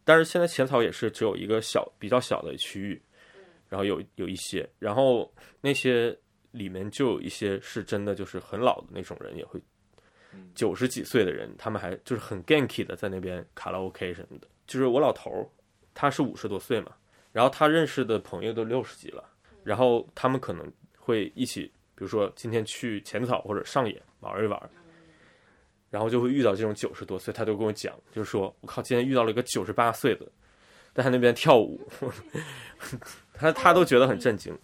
[SPEAKER 5] 但是现在浅草也是只有一个小比较小的区域，然后有有一些，然后那些里面就有一些是真的就是很老的那种人也会九十几岁的人，他们还就是很 ganky 的在那边卡拉 OK 什么的。就是我老头儿，他是五十多岁嘛，然后他认识的朋友都六十几了，然后他们可能会一起，比如说今天去浅草或者上野玩一玩，然后就会遇到这种九十多岁，他就跟我讲，就是说我靠，今天遇到了一个九十八岁的，在他那边跳舞， 他他都觉得很震惊。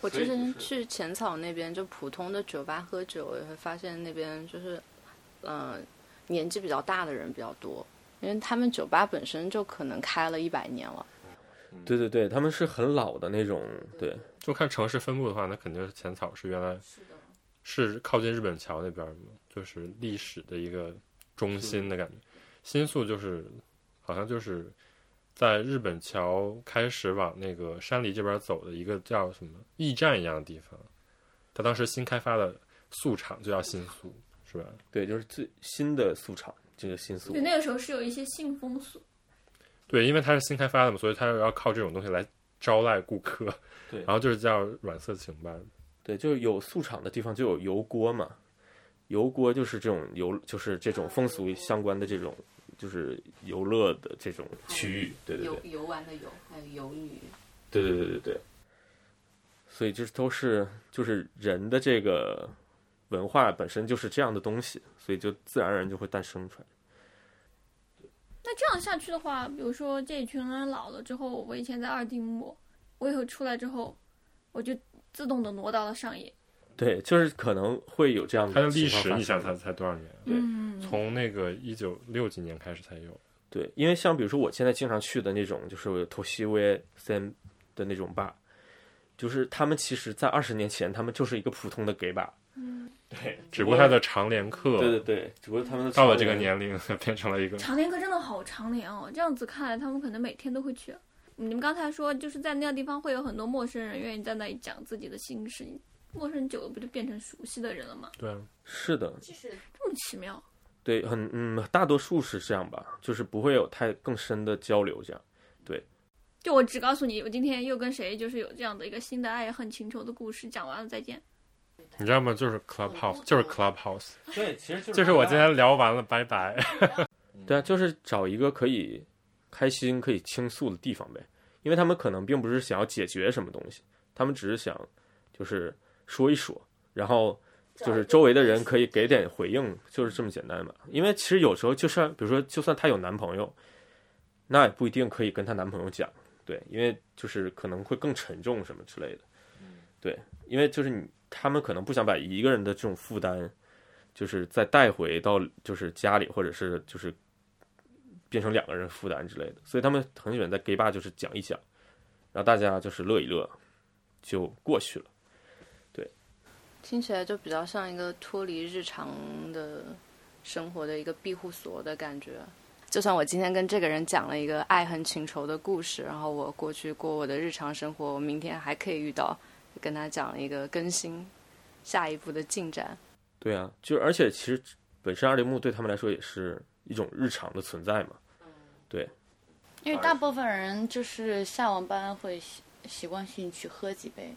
[SPEAKER 7] 我之前去浅草那边，就普通的酒吧喝酒，也会发现那边就是，嗯、年纪比较大的人比较多，因为他们酒吧本身就可能开了一百年了。
[SPEAKER 5] 对对对，他们是很老的那种，对。
[SPEAKER 3] 就看城市分布的话，那肯定是浅草是原来是靠近日本桥那边嘛，就是历史的一个中心的感觉。新宿就是好像就是在日本桥开始往那个山里这边走的一个叫什么驿站一样的地方，它当时新开发的宿场就叫新宿，是吧？
[SPEAKER 5] 对，就是最新的素场，这个新素
[SPEAKER 4] 对，。那个时候是有一些性风俗，
[SPEAKER 3] 对，因为它是新开发的嘛，所以它要靠这种东西来招徕顾客。
[SPEAKER 5] 对
[SPEAKER 3] 然后就是叫软色情吧，
[SPEAKER 5] 对，就是有素场的地方就有油锅嘛，油锅就是这种游，就是这种风俗相关的这种，就是游乐的这种区域。对对
[SPEAKER 8] 游
[SPEAKER 5] 对，
[SPEAKER 8] 游玩的游，还有游女。
[SPEAKER 5] 对对对对对。所以就是都是就是人的这个文化本身就是这样的东西，所以就自然而然就会诞生出来。
[SPEAKER 4] 那这样下去的话，比如说这一群人老了之后，我以前在二丁目，我以后出来之后，我就自动的挪到了上野。
[SPEAKER 5] 对，就是可能会有这样的
[SPEAKER 3] 它的历
[SPEAKER 5] 情况
[SPEAKER 3] 史
[SPEAKER 5] 发
[SPEAKER 3] 你想
[SPEAKER 5] 生
[SPEAKER 3] 才才多少年啊？
[SPEAKER 4] 嗯，
[SPEAKER 3] 从那个一九六几年开始才有。
[SPEAKER 5] 对，因为像比如说我现在经常去的那种，就是头西威森的那种吧，就是他们其实在二十年前，他们就是一个普通的 gay 吧。
[SPEAKER 4] 嗯
[SPEAKER 5] 对，
[SPEAKER 3] 只不过他的常连客
[SPEAKER 5] 对对对，只不过他们的
[SPEAKER 3] 到了这个
[SPEAKER 5] 成员，
[SPEAKER 3] 年龄变成了一个，
[SPEAKER 4] 长连哥真的好长连哦，这样子看来他们可能每天都会去。你们刚才说就是在那个地方会有很多陌生人愿意在那里讲自己的心事，陌生人久了不就变成熟悉的人了吗？
[SPEAKER 3] 对啊，
[SPEAKER 5] 是的，
[SPEAKER 8] 其实
[SPEAKER 4] 这么奇妙，
[SPEAKER 5] 对，很嗯，大多数是这样吧，就是不会有太更深的交流这样。
[SPEAKER 4] 就我只告诉你，我今天又跟谁就是有这样的一个新的爱恨情仇的故事，讲完了再见。
[SPEAKER 3] 你知道吗？就是
[SPEAKER 4] 哦
[SPEAKER 3] Clubhouse，就是 Clubhouse，
[SPEAKER 5] 对，其实就
[SPEAKER 3] 就是我今天聊完了，拜拜。
[SPEAKER 5] 对啊，就是找一个可以开心、可以倾诉的地方呗。因为他们可能并不是想要解决什么东西，他们只是想就是说一说，然后就是周围的人可以给点回应，就是这么简单嘛。因为其实有时候就算比如说，就算她有男朋友，那也不一定可以跟她男朋友讲，对，因为就是可能会更沉重什么之类的。对，因为就是你他们可能不想把一个人的这种负担，就是再带回到就是家里或者是就是变成两个人负担之类的，所以他们很喜欢在 gay bar 就是讲一讲，然后大家就是乐一乐，就过去了。
[SPEAKER 7] 听起来就比较像一个脱离日常的生活的一个庇护所的感觉。就算我今天跟这个人讲了一个爱恨情仇的故事，然后我过去过我的日常生活，我明天还可以遇到跟他讲一个更新下一步的进展。
[SPEAKER 5] 对啊，就是而且其实本身二零木对他们来说也是一种日常的存在嘛。
[SPEAKER 6] 因为大部分人就是下完班会习习惯性去喝几杯，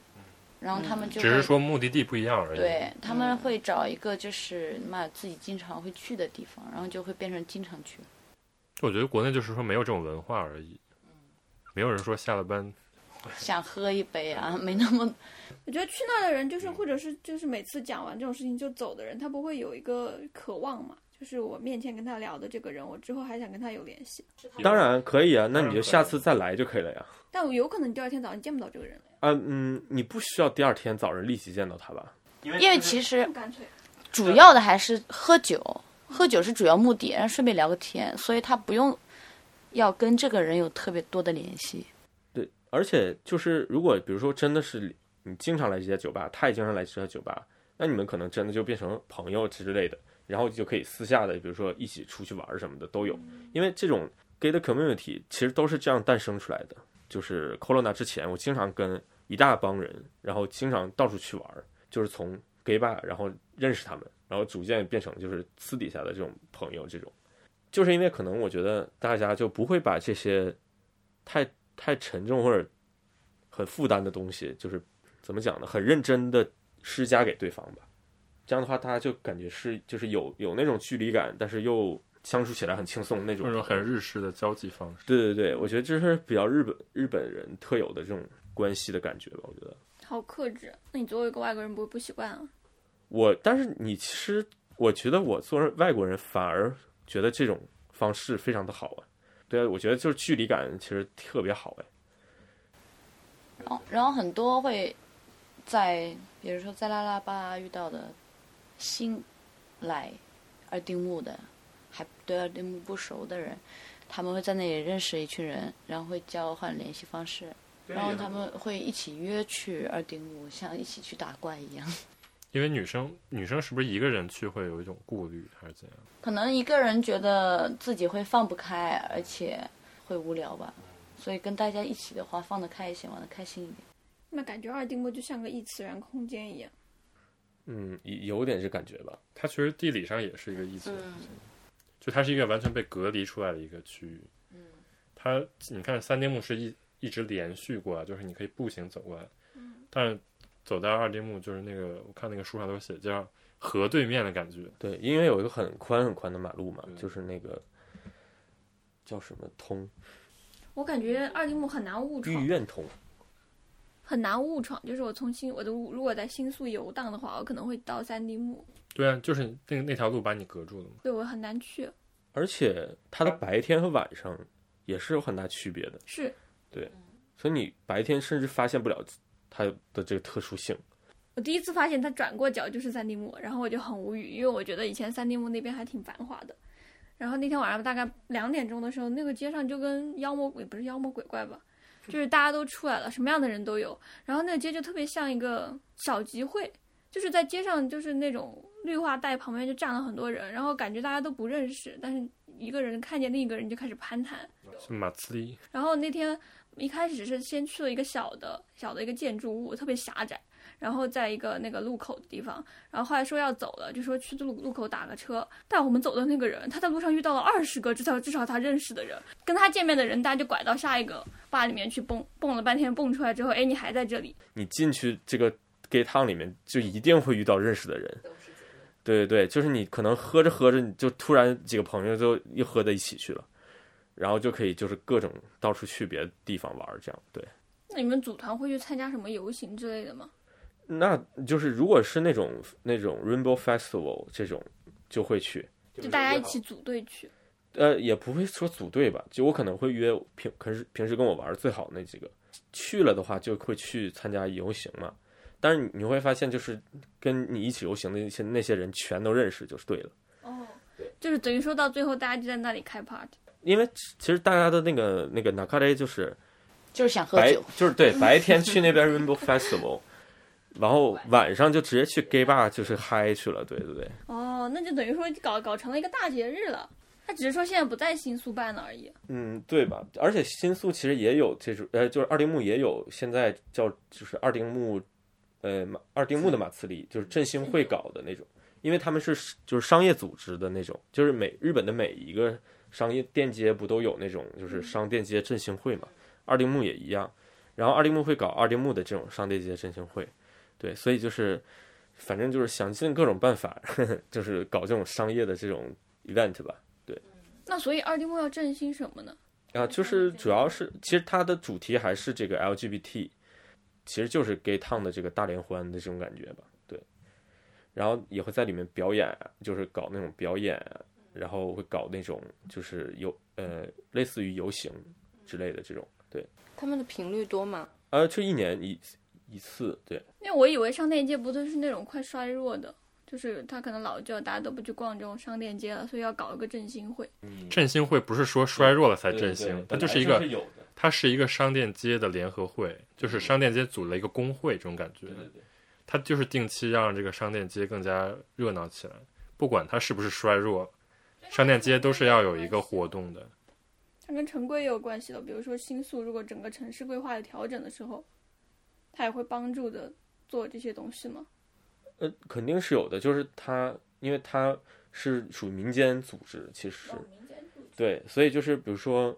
[SPEAKER 6] 然后他们
[SPEAKER 3] 嗯
[SPEAKER 6] 就
[SPEAKER 3] 只是
[SPEAKER 6] 会
[SPEAKER 3] 说嗯目的地不一样而已。
[SPEAKER 6] 对，他们会找一个就是嘛自己经常会去的地方，然后就会变成经常去。
[SPEAKER 3] 我觉得国内就是说没有这种文化而已，
[SPEAKER 4] 嗯
[SPEAKER 3] 没有人说下了班
[SPEAKER 6] 想喝一杯啊，没那么
[SPEAKER 4] 我觉得去那儿的人就是，或者是就是每次讲完这种事情就走的人，他不会有一个渴望嘛？就是我面前跟他聊的这个人，我之后还想跟他有联系，
[SPEAKER 5] 当然可以啊，那你就下次再来就可以了呀。
[SPEAKER 4] 但我有可能第二天早上见不到这个人了呀，
[SPEAKER 5] 啊嗯，你不需要第二天早上立即见到他吧？
[SPEAKER 6] 因为其实
[SPEAKER 4] 不干脆。啊
[SPEAKER 6] 主要的还是喝酒，喝酒是主要目的，然后顺便聊个天，所以他不用要跟这个人有特别多的联系。
[SPEAKER 5] 对，而且就是如果比如说真的是你经常来这家酒吧，他也经常来这家酒吧，那你们可能真的就变成朋友之类的，然后就可以私下的，比如说一起出去玩儿什么的都有。因为这种 gay 的 community 其实都是这样诞生出来的。就是 corona 之前，我经常跟一大帮人，然后经常到处去玩儿，就是从 gay bar 然后认识他们，然后逐渐变成就是私底下的这种朋友这种。就是因为可能我觉得大家就不会把这些太太沉重或者很负担的东西，就是怎么讲呢，很认真的施加给对方吧。这样的话，大家就感觉是就是有有那种距离感，但是又相处起来很轻松那种
[SPEAKER 3] 那种很日式的交际方式。
[SPEAKER 5] 对对对，我觉得这是比较日本日本人特有的这种关系的感觉吧。我觉得
[SPEAKER 4] 好克制，那你作为一个外国人不会不习惯啊？
[SPEAKER 5] 我，但是你其实，我觉得我作为外国人反而觉得这种方式非常的好啊。对啊，我觉得就是距离感其实特别好哎。
[SPEAKER 6] 然后，哦然后很多会在比如说在拉拉巴遇到的新来二丁目的，还对二丁目不熟的人，他们会在那里认识一群人，然后会交换联系方式。然后他们会一起约去二丁目，像一起去打怪一样。
[SPEAKER 3] 因为女生女生是不是一个人去会有一种顾虑还是怎样？
[SPEAKER 6] 可能一个人觉得自己会放不开，而且会无聊吧，所以跟大家一起的话，放得开一些，玩得开心一点。
[SPEAKER 4] 那感觉二丁目就像个异次元空间一样。
[SPEAKER 5] 嗯，有有点这感觉吧。
[SPEAKER 3] 它其实地理上也是一个异次元，就它是一个完全被隔离出来的一个区域。它你看三丁目是一一直连续过来，就是你可以步行走过来，但是走到二丁目就是那个我看那个书上都写叫河对面的感觉，
[SPEAKER 5] 对，因为有一个很宽很宽的马路嘛，
[SPEAKER 3] 对
[SPEAKER 5] 就是那个叫什么通
[SPEAKER 4] 我感觉二丁目很难误
[SPEAKER 5] 御
[SPEAKER 4] 闯，
[SPEAKER 5] 苑通，
[SPEAKER 4] 很难误闯。就是我从新我的如果在新宿游荡的话，我可能会到三丁目，
[SPEAKER 3] 对啊，就是那那条路把你隔住了嘛。
[SPEAKER 4] 对我很难去。
[SPEAKER 5] 而且它的白天和晚上也是有很大区别的。
[SPEAKER 4] 是
[SPEAKER 5] 所以你白天甚至发现不了它的这个特殊性。
[SPEAKER 4] 我第一次发现他转过角就是三丁目，然后我就很无语，因为我觉得以前三丁目那边还挺繁华的。然后那天晚上大概两点钟的时候，那个街上就跟妖魔鬼不是妖魔鬼怪吧，就是大家都出来了，什么样的人都有。然后那个街就特别像一个小集会，就是在街上就是那种绿化带旁边就站了很多人，然后感觉大家都不认识，但是一个人看见另一个人就开始攀谈。
[SPEAKER 3] 是马自立，
[SPEAKER 4] 然后那天一开始是先去了一个小的小的一个建筑物，特别狭窄，然后在一个那个路口的地方，然后后来说要走了，就说去路路口打个车。带我们走的那个人，他在路上遇到了二十个至少至少他认识的人，跟他见面的人，大家就拐到下一个坝里面去蹦，蹦了半天，蹦出来之 后，哎，你还在这里，
[SPEAKER 5] 你进去这个 gay town 里面，就一定会遇到认识的人。对对对，就是你可能喝着喝着，你就突然几个朋友就又喝在一起去了，然后就可以就是各种到处去别的地方玩儿，这样对。
[SPEAKER 4] 那你们组团会去参加什么游行之类的吗？
[SPEAKER 5] 那就是如果是那种那种 Rainbow Festival 这种，就会去。
[SPEAKER 4] 就大家一起组队去。
[SPEAKER 5] 呃，也不会说组队吧，就我可能会约平可是平时跟我玩儿最好那几个，去了的话就会去参加游行嘛。但是你会发现，就是跟你一起游行的那些那些人全都认识，就是对了。
[SPEAKER 4] 哦，就是等于说到最后，大家就在那里开 party。
[SPEAKER 5] 因为其实大家的那个那个 n a k a r e 就是
[SPEAKER 6] 就是想喝
[SPEAKER 5] 白
[SPEAKER 6] 酒，
[SPEAKER 5] 就是对白天去那边 Rainbow Festival，然后晚上就直接去 gay bar 就是嗨去了，对对对。
[SPEAKER 4] 哦，那就等于说搞搞成了一个大节日了。他只是说现在不在新宿办了而已。
[SPEAKER 5] 嗯，对吧？而且新宿其实也有这种，呃，就是二丁目也有，现在叫就是二丁目，呃，马二丁目的马自立，就是振兴会搞的那种，因为他们是就是商业组织的那种，就是每日本的每一个商业店街不都有那种就是商店街振兴会嘛，二丁目也一样，然后二丁目会搞二丁目的这种商店街振兴会，对，所以就是反正就是想尽各种办法， 呵呵就是搞这种商业的这种 event 吧。
[SPEAKER 4] 那所以二丁目要振兴什么呢？
[SPEAKER 5] 啊，就是主要是，其实它的主题还是这个 LGBT，其实就是 gay town 的这个大联欢的这种感觉吧，对。然后也会在里面表演，啊就是搞那种表演，啊然后会搞那种就是游呃类似于游行之类的这种，对。
[SPEAKER 7] 他们的频率多吗？
[SPEAKER 5] 啊，就一年一一次，对。
[SPEAKER 4] 因为我以为商店街不都是那种快衰弱的，就是他可能老旧，大家都不去逛这种商店街了，所以要搞一个振兴会。
[SPEAKER 3] 振兴会不是说衰弱了才振
[SPEAKER 5] 嗯对对
[SPEAKER 3] 兴
[SPEAKER 5] 对，
[SPEAKER 3] 它
[SPEAKER 5] 本
[SPEAKER 3] 就
[SPEAKER 5] 来
[SPEAKER 3] 是一个
[SPEAKER 5] 有的，
[SPEAKER 3] 它是一个商店街的联合会，就是商店街组了一个工会，这种感觉。
[SPEAKER 5] 嗯对。
[SPEAKER 3] 它就是定期让这个商店街更加热闹起来，不管它是不是衰弱，商店街都是要有一个活动的。
[SPEAKER 4] 它跟城规也有关系的，比如说新宿，如果整个城市规划有调整的时候，它也会帮助的做这些东西嘛。
[SPEAKER 5] 呃，肯定是有的，就是它，因为它是属于民间组织，其实，对，所以就是比如说，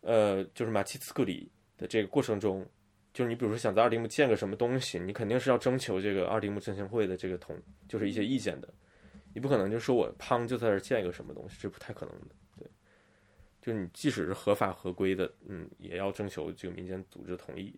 [SPEAKER 5] 呃，就是马奇斯库里的这个过程中，就是你比如说想在二丁目建个什么东西，你肯定是要征求这个二丁目振兴会的这个同，就是一些意见的，你不可能就说我砰就在这儿建一个什么东西，这不太可能的，对，就是你即使是合法合规的，嗯，也要征求这个民间组织同意，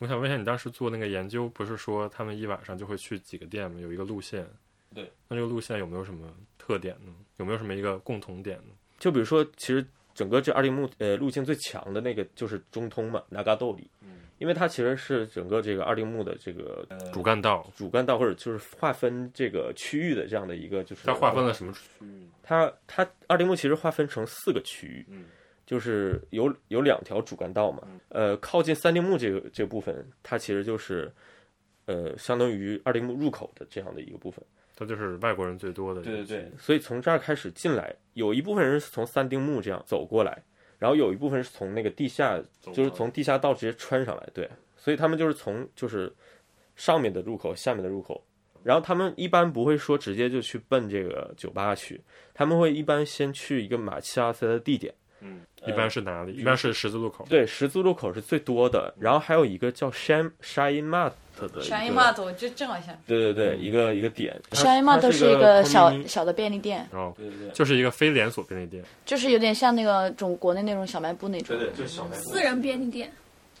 [SPEAKER 3] 我想问一下，你当时做那个研究，不是说他们一晚上就会去几个店吗？有一个路线。
[SPEAKER 5] 对。
[SPEAKER 3] 那这个路线有没有什么特点呢？有没有什么一个共同点呢？
[SPEAKER 5] 就比如说，其实整个这二丁目呃路径最强的那个就是中通嘛，拿嘎豆里，
[SPEAKER 3] 嗯
[SPEAKER 5] 因为它其实是整个这个二丁目的这个呃
[SPEAKER 3] 主干道，
[SPEAKER 5] 主干道或者就是划分这个区域的这样的一个就是
[SPEAKER 3] 它划分了什么？
[SPEAKER 5] 它它二丁目其实划分成四个区域，
[SPEAKER 3] 嗯
[SPEAKER 5] 就是有有两条主干道嘛，呃，靠近三丁目这个这部分，它其实就是呃相当于二丁目入口的这样的一个部分。
[SPEAKER 3] 它就是外国人最多的。
[SPEAKER 5] 对对对，所以从这儿开始进来，有一部分人是从三丁目这样走过来，然后有一部分是从那个地下，就是从地下道直接穿上来，对，所以他们就是从就是上面的入口、下面的入口，然后他们一般不会说直接就去奔这个酒吧去，他们会一般先去一个马奇阿塞的地点，
[SPEAKER 3] 一般是哪里？一般是十字路口。
[SPEAKER 5] 对，十字路口是最多的，然后还有一个叫 Shine Shine Mart 的一个，
[SPEAKER 8] 全一码头就正好想
[SPEAKER 5] 对对对，一个一个点，
[SPEAKER 6] 山一嘛都是
[SPEAKER 5] 一
[SPEAKER 6] 一个小
[SPEAKER 5] community-
[SPEAKER 6] 小的便利店，
[SPEAKER 3] 然后
[SPEAKER 5] 对对对
[SPEAKER 3] 就是一个非连锁便利店。
[SPEAKER 6] 就是有点像那个种国内那种小卖部那种。
[SPEAKER 5] 对，就是小卖部
[SPEAKER 4] 私人便利店，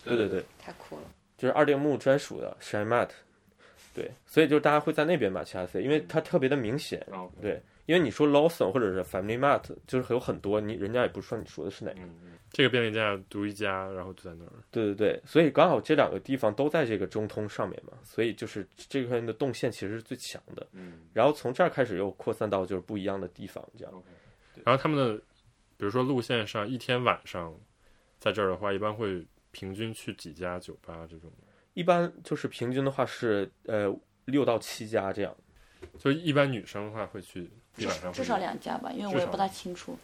[SPEAKER 5] 对对对。
[SPEAKER 7] 太酷了！
[SPEAKER 5] 就是二丁目专属的 Shine Mart，对，所以就是大家会在那边买 c h s 因为它特别的明显。对，因为你说 Lawson 或者是 Family Mart，就是有很多你人家也不知道你说的是哪个。
[SPEAKER 3] 这个便利店独一家，然后就在那儿。
[SPEAKER 5] 对对对，所以刚好这两个地方都在这个中通上面嘛，所以就是这块的动线其实是最强的。嗯，然后从这儿开始又扩散到就是不一样的地方，这样。
[SPEAKER 3] 然后他们的，比如说路线上一天晚上，在这儿的话，一般会平均去几家酒吧这种，
[SPEAKER 5] 一般就是平均的话是呃六到七家这样。
[SPEAKER 3] 就一般女生的话会去一晚上会
[SPEAKER 6] 至少两家吧，因
[SPEAKER 3] 至
[SPEAKER 6] 为我
[SPEAKER 3] 少
[SPEAKER 6] 也不大清楚。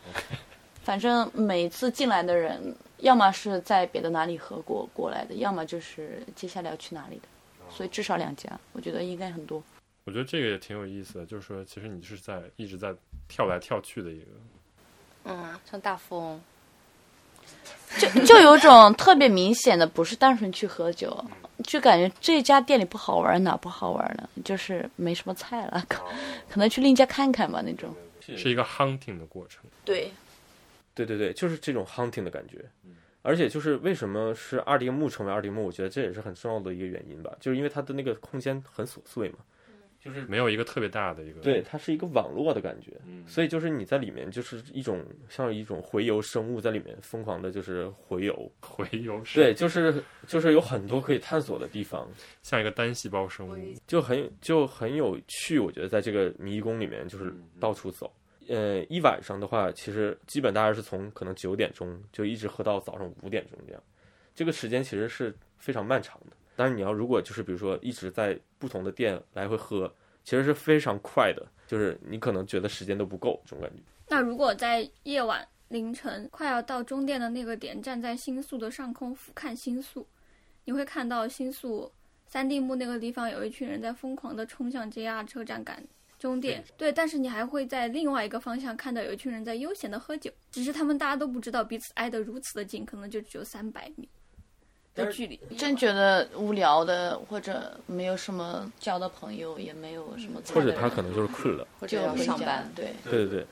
[SPEAKER 6] 反正每次进来的人，要么是在别的哪里喝过过来的，要么就是接下来要去哪里的，所以至少两家，我觉得应该很多。
[SPEAKER 3] 我觉得这个也挺有意思的，就是说，其实你是在一直在跳来跳去的一个，
[SPEAKER 7] 嗯，像大富翁，
[SPEAKER 6] 就有种特别明显的，不是单纯去喝酒，就感觉这家店里不好玩，哪不好玩了，就是没什么菜了，可
[SPEAKER 5] 哦
[SPEAKER 6] 可能去另一家看看吧那种。
[SPEAKER 3] 是一个 hunting 的过程。
[SPEAKER 7] 对，
[SPEAKER 5] 对对对，就是这种 hunting 的感觉。而且就是为什么是二丁目成为二丁目，我觉得这也是很重要的一个原因吧，就是因为它的那个空间很琐碎嘛，
[SPEAKER 3] 就是没有一个特别大的一个，
[SPEAKER 5] 对，它是一个网络的感觉，所以就是你在里面就是一种像一种洄游生物在里面疯狂的就是洄游，
[SPEAKER 3] 回游是
[SPEAKER 5] 对，就是就是有很多可以探索的地方，
[SPEAKER 3] 像一个单细胞生物，
[SPEAKER 5] 就很就很有趣，我觉得在这个迷宫里面就是到处走。呃，一晚上的话，其实基本大概是从可能九点钟就一直喝到早上五点钟这样，这个时间其实是非常漫长的。但是你要如果就是比如说一直在不同的店来回喝，其实是非常快的，就是你可能觉得时间都不够这种感觉。
[SPEAKER 4] 那如果在夜晚凌晨快要到终点的那个点，站在星宿的上空俯瞰星宿，你会看到星宿三地目那个地方有一群人在疯狂的冲向 JR 车站赶终点。对，但是你还会在另外一个方向看到有一群人在悠闲的喝酒，只是他们大家都不知道彼此挨得如此的近，可能就只有三百米的距离。
[SPEAKER 6] 真觉得无聊的，或者没有什么交的朋友，也没有什么菜
[SPEAKER 5] 或
[SPEAKER 6] 的
[SPEAKER 5] 者
[SPEAKER 6] 人，
[SPEAKER 5] 他可能就是困了，
[SPEAKER 7] 或者
[SPEAKER 6] 就
[SPEAKER 7] 要
[SPEAKER 6] 回
[SPEAKER 7] 上
[SPEAKER 6] 家
[SPEAKER 7] 班，
[SPEAKER 6] 对，
[SPEAKER 5] 对对对，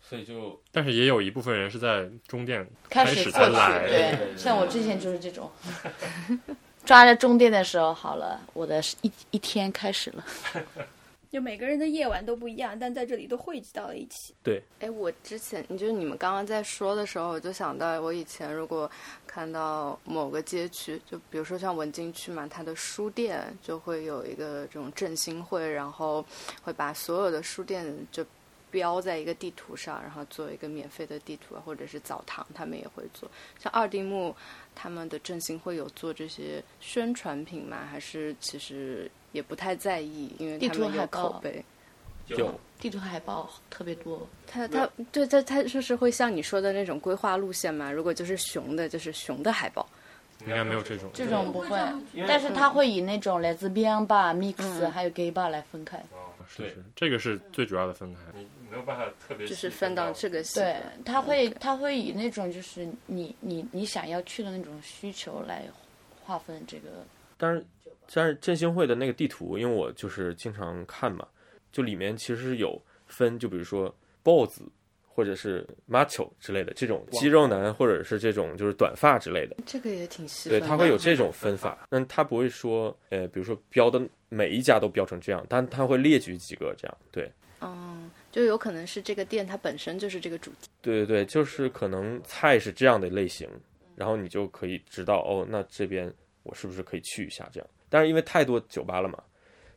[SPEAKER 5] 所以就
[SPEAKER 3] 但是也有一部分人是在终点
[SPEAKER 6] 开
[SPEAKER 3] 始
[SPEAKER 6] 过
[SPEAKER 3] 才
[SPEAKER 6] 去，
[SPEAKER 3] 来，
[SPEAKER 6] 对，像我之前就是这 种，抓着终点的时候，好了，我的一一天开始了。
[SPEAKER 4] 就每个人的夜晚都不一样，但在这里都汇集到了一起。
[SPEAKER 7] 哎，我之前你就是你们刚刚在说的时候，我就想到我以前如果看到某个街区，就比如说像文津区嘛，它的书店就会有一个这种振兴会，然后会把所有的书店就标在一个地图上，然后做一个免费的地图啊，或者是澡堂，他们也会做。像二丁目他们的振兴会有做这些宣传品吗？还是其实也不太在意，因为
[SPEAKER 6] 地
[SPEAKER 7] 他
[SPEAKER 6] 图
[SPEAKER 7] 们有
[SPEAKER 6] 海报
[SPEAKER 7] 口碑。
[SPEAKER 5] 有
[SPEAKER 6] 地图海报特别多，
[SPEAKER 7] 他他对他他就是会像你说的那种规划路线嘛。如果就是熊的，就是熊的海报，
[SPEAKER 3] 应该没有这种
[SPEAKER 6] 这种不会，但是他会以那种来自 B N bar、mix 还有 gay bar 来分开。
[SPEAKER 3] 啊是是，这个是最主要的分开，你没有办法特别
[SPEAKER 7] 就是分到这个系。
[SPEAKER 6] 对，他会他会以那种就是你你你想要去的那种需求来划分这个。
[SPEAKER 5] 但是但是振兴会的那个地图，因为我就是经常看嘛，就里面其实是有分，就比如说 BOSS 或者是 macho 之类的这种肌肉男，或者是这种就是短发之类的，
[SPEAKER 7] 这个也挺细
[SPEAKER 5] 对，
[SPEAKER 7] 分。
[SPEAKER 5] 他会有。这种分法，但他不会说，呃，比如说标的每一家都标成这样，但他会列举几个这样，对。
[SPEAKER 7] 嗯，就有可能是这个店它本身就是这个主题。
[SPEAKER 5] 对对对，就是可能菜是这样的类型，然后你就可以知道哦，那这边我是不是可以去一下这样？但是因为太多酒吧了嘛，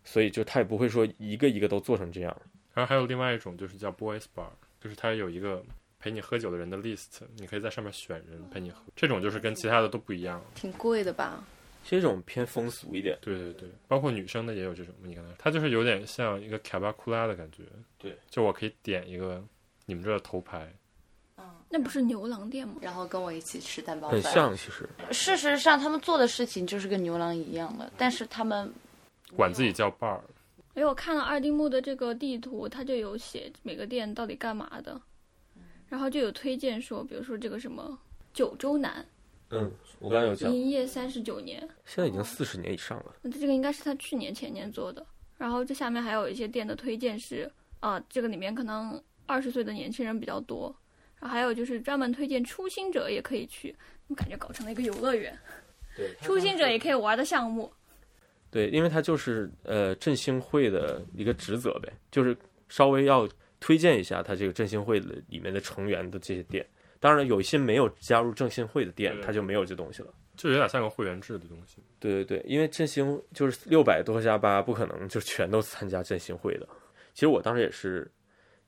[SPEAKER 5] 所以就他也不会说一个一个都做成这样。
[SPEAKER 3] 然后还有另外一种就是叫 boys bar，就是它有一个陪你喝酒的人的 list，你可以在上面选人陪你喝。这种就是跟其他的都不一样。
[SPEAKER 7] 挺贵的吧？
[SPEAKER 5] 这种偏风俗一点，
[SPEAKER 3] 对对对，包括女生的也有这种。你刚才它就是有点像一个卡巴库拉的感觉。
[SPEAKER 5] 对，
[SPEAKER 3] 就我可以点一个你们这儿的头牌，
[SPEAKER 4] 那不是牛郎店吗？
[SPEAKER 7] 然后跟我一起吃
[SPEAKER 4] 哦
[SPEAKER 7] 蛋包
[SPEAKER 5] 很
[SPEAKER 7] 饭，
[SPEAKER 5] 像其实。
[SPEAKER 6] 事实上，他们做的事情就是跟牛郎一样的，但是他们
[SPEAKER 3] 管自己叫 bar，
[SPEAKER 4] 因为哎我看了二丁目的这个地图，它就有写每个店到底干嘛的，然后就有推荐说，比如说这个什么九州南
[SPEAKER 5] 嗯，我刚才有讲，
[SPEAKER 4] 营业三十九年，
[SPEAKER 5] 现在已经四十年以上了。
[SPEAKER 4] 那这个应该是他去年前年做的。然后这下面还有一些店的推荐是，啊、这个里面可能二十岁的年轻人比较多，然后还有就是专门推荐初心者也可以去，我感觉搞成了一个游乐园，
[SPEAKER 5] 对，
[SPEAKER 4] 初心者也可以玩的项目。
[SPEAKER 5] 对，因为它就是呃振兴会的一个职责呗，就是稍微要推荐一下它这个振兴会的里面的成员的这些店。当然，有一些没有加入振兴会的店，
[SPEAKER 3] 对
[SPEAKER 5] 它就没有这东西了。
[SPEAKER 3] 就有点像个会员制的东西。
[SPEAKER 5] 对对对，因为振兴就是六百多家吧，不可能就全都参加振兴会的。其实我当时也是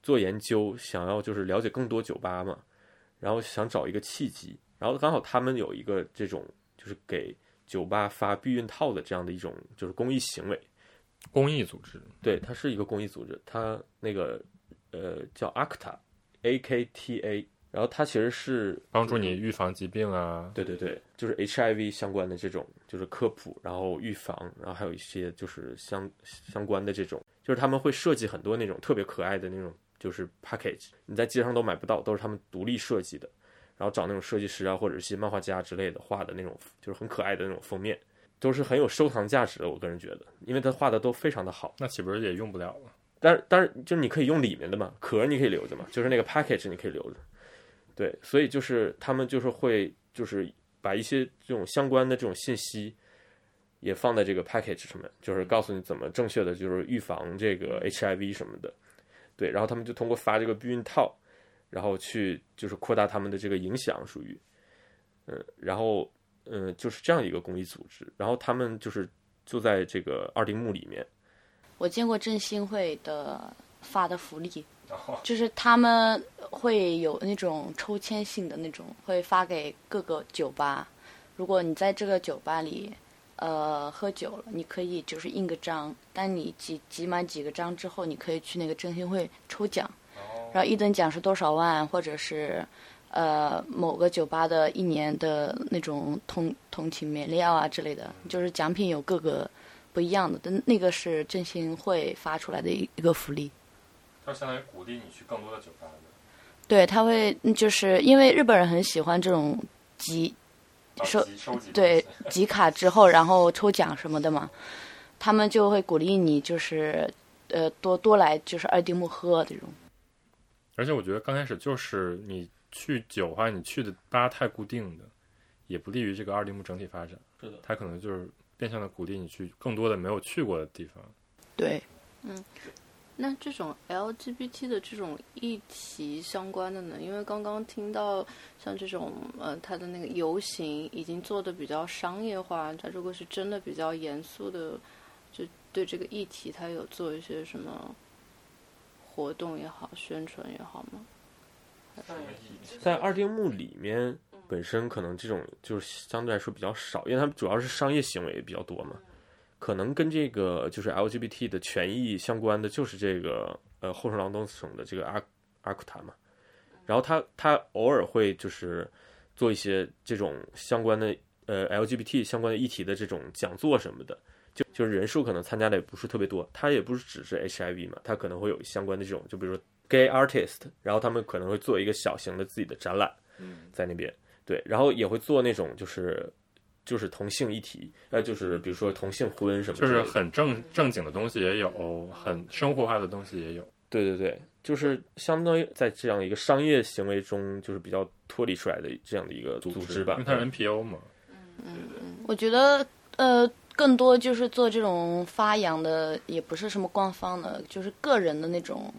[SPEAKER 5] 做研究，想要就是了解更多酒吧嘛，然后想找一个契机，然后刚好他们有一个这种就是给酒吧发避孕套的这样的一种就是公益行为。
[SPEAKER 3] 公益组织，
[SPEAKER 5] 对，它是一个公益组织，它那个呃叫 ACTA，A K T A 然后它其实是
[SPEAKER 3] 帮助你预防疾病啊，
[SPEAKER 5] 对对对，就是 HIV 相关的这种就是科普，然后预防，然后还有一些就是相相关的这种，就是他们会设计很多那种特别可爱的那种就是 package，你在街上都买不到，都是他们独立设计的，然后找那种设计师啊或者是一些漫画家之类的画的那种，就是很可爱的那种封面，都是很有收藏价值的。我个人觉得，因为他画的都非常的好。
[SPEAKER 3] 那岂不是也用不了了？
[SPEAKER 5] 但是但是就是你可以用里面的嘛，壳你可以留着嘛，就是那个 package 你可以留着。对，所以就是他们就是会就是把一些这种相关的这种信息也放在这个 package 上面，就是告诉你怎么正确的就是预防这个 HIV 什么的。对，然后他们就通过发这个避孕套，然后去就是扩大他们的这个影响，属于嗯，然后嗯就是这样一个公益组织，然后他们就是就在这个二丁目里面。
[SPEAKER 6] 我见过振兴会的发的福利， 就是他们会有那种抽签性的那种，会发给各个酒吧。如果你在这个酒吧里，呃，喝酒了，你可以就是印个章，但你集集满几个章之后，你可以去那个振兴会抽奖，然后一等奖是多少万，或者是呃某个酒吧的一年的那种同同情免料啊之类的，就是奖品有各个。不一样的，但那个是振兴会发出来的一一个福利。
[SPEAKER 3] 它相当于鼓励你去更多的酒吧的，
[SPEAKER 6] 对，他会嗯就是因为日本人很喜欢这种集收
[SPEAKER 3] 收集
[SPEAKER 6] 对集卡之后，然后抽奖什么的嘛，他们就会鼓励你就是呃多多来就是二丁目喝啊这种。
[SPEAKER 3] 而且我觉得刚开始就是你去酒吧，你去的吧太固定的，也不利于这个二丁目整体发展。
[SPEAKER 5] 是的
[SPEAKER 3] 它可能就是变相的鼓励你去更多的没有去过的地方。
[SPEAKER 6] 对，
[SPEAKER 7] 那这种 LGBT 的这种议题相关的呢？因为刚刚听到像这种呃，它的那个游行已经做的比较商业化，它如果是真的比较严肃的，就对这个议题，它有做一些什么活动也好，宣传也好吗？
[SPEAKER 5] 在二丁目里面本身可能这种就是相对来说比较少，因为他们主要是商业行为比较多嘛，可能跟这个就是 LGBT 的权益相关的就是这个呃后生劳动省的这个阿阿库塔嘛，然后他他偶尔会就是做一些这种相关的呃 LGBT 相关的议题的这种讲座什么的。就就是人数可能参加的也不是特别多，他也不是只是 HIV 嘛，他可能会有相关的这种，就比如说 gay artist，然后他们可能会做一个小型的自己的展览，在那边对，然后也会做那种就是就是同性议题，呃，就是比如说同性婚什么之
[SPEAKER 3] 就
[SPEAKER 5] 类的，
[SPEAKER 3] 是很正正经的东西也有，很生活化的东西也有。
[SPEAKER 5] 对对对，就是相当于在这样一个商业行为中，就是比较脱离出来的这样的一个组织吧，
[SPEAKER 3] 因为它是 NPO 嘛，
[SPEAKER 6] 我觉得呃，更多就是做这种发扬的，也不是什么官方的，就是个人的那种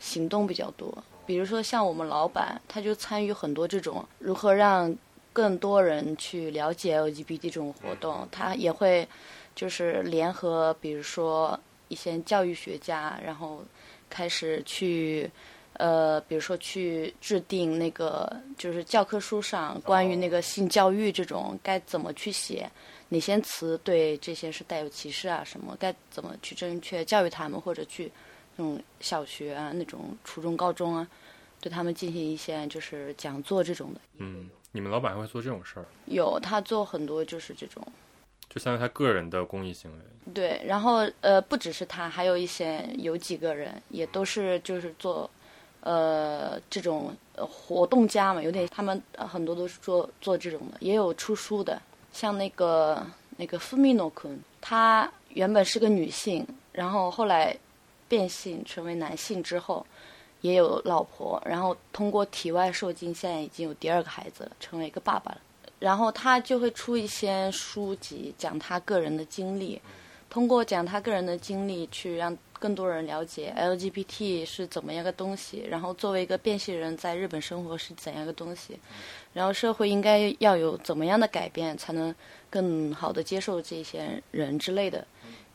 [SPEAKER 6] 行动比较多。比如说像我们老板，他就参与很多这种如何让更多人去了解 LGBT 这种活动，他也会就是联合，比如说一些教育学家，然后开始去。呃，比如说去制定那个就是教科书上关于那
[SPEAKER 3] 哦
[SPEAKER 6] 个性教育这种该怎么去写，哪些词对这些是带有歧视啊什么，该怎么去正确教育他们，或者去那种小学啊那种初中、高中啊，对他们进行一些就是讲座这种的。
[SPEAKER 3] 嗯，你们老板还会做这种事儿，
[SPEAKER 6] 有他做很多就是这种
[SPEAKER 3] 就相当于他个人的公益行为。
[SPEAKER 6] 对，然后呃，不只是他，还有一些有几个人也都是就是做呃这种呃活动家嘛，有点他们呃很多都是做做这种的，也有出书的，像那个那个 Fumino kun，她原本是个女性，然后后来变性成为男性之后。也有老婆，然后通过体外受精，现在已经有第二个孩子了，成为一个爸爸了。然后他就会出一些书籍，讲他个人的经历，通过讲他个人的经历，去让更多人了解 LGBT 是怎么样个东西，然后作为一个变性人在日本生活是怎样个东西，然后社会应该要有怎么样的改变，才能更好的接受这些人之类的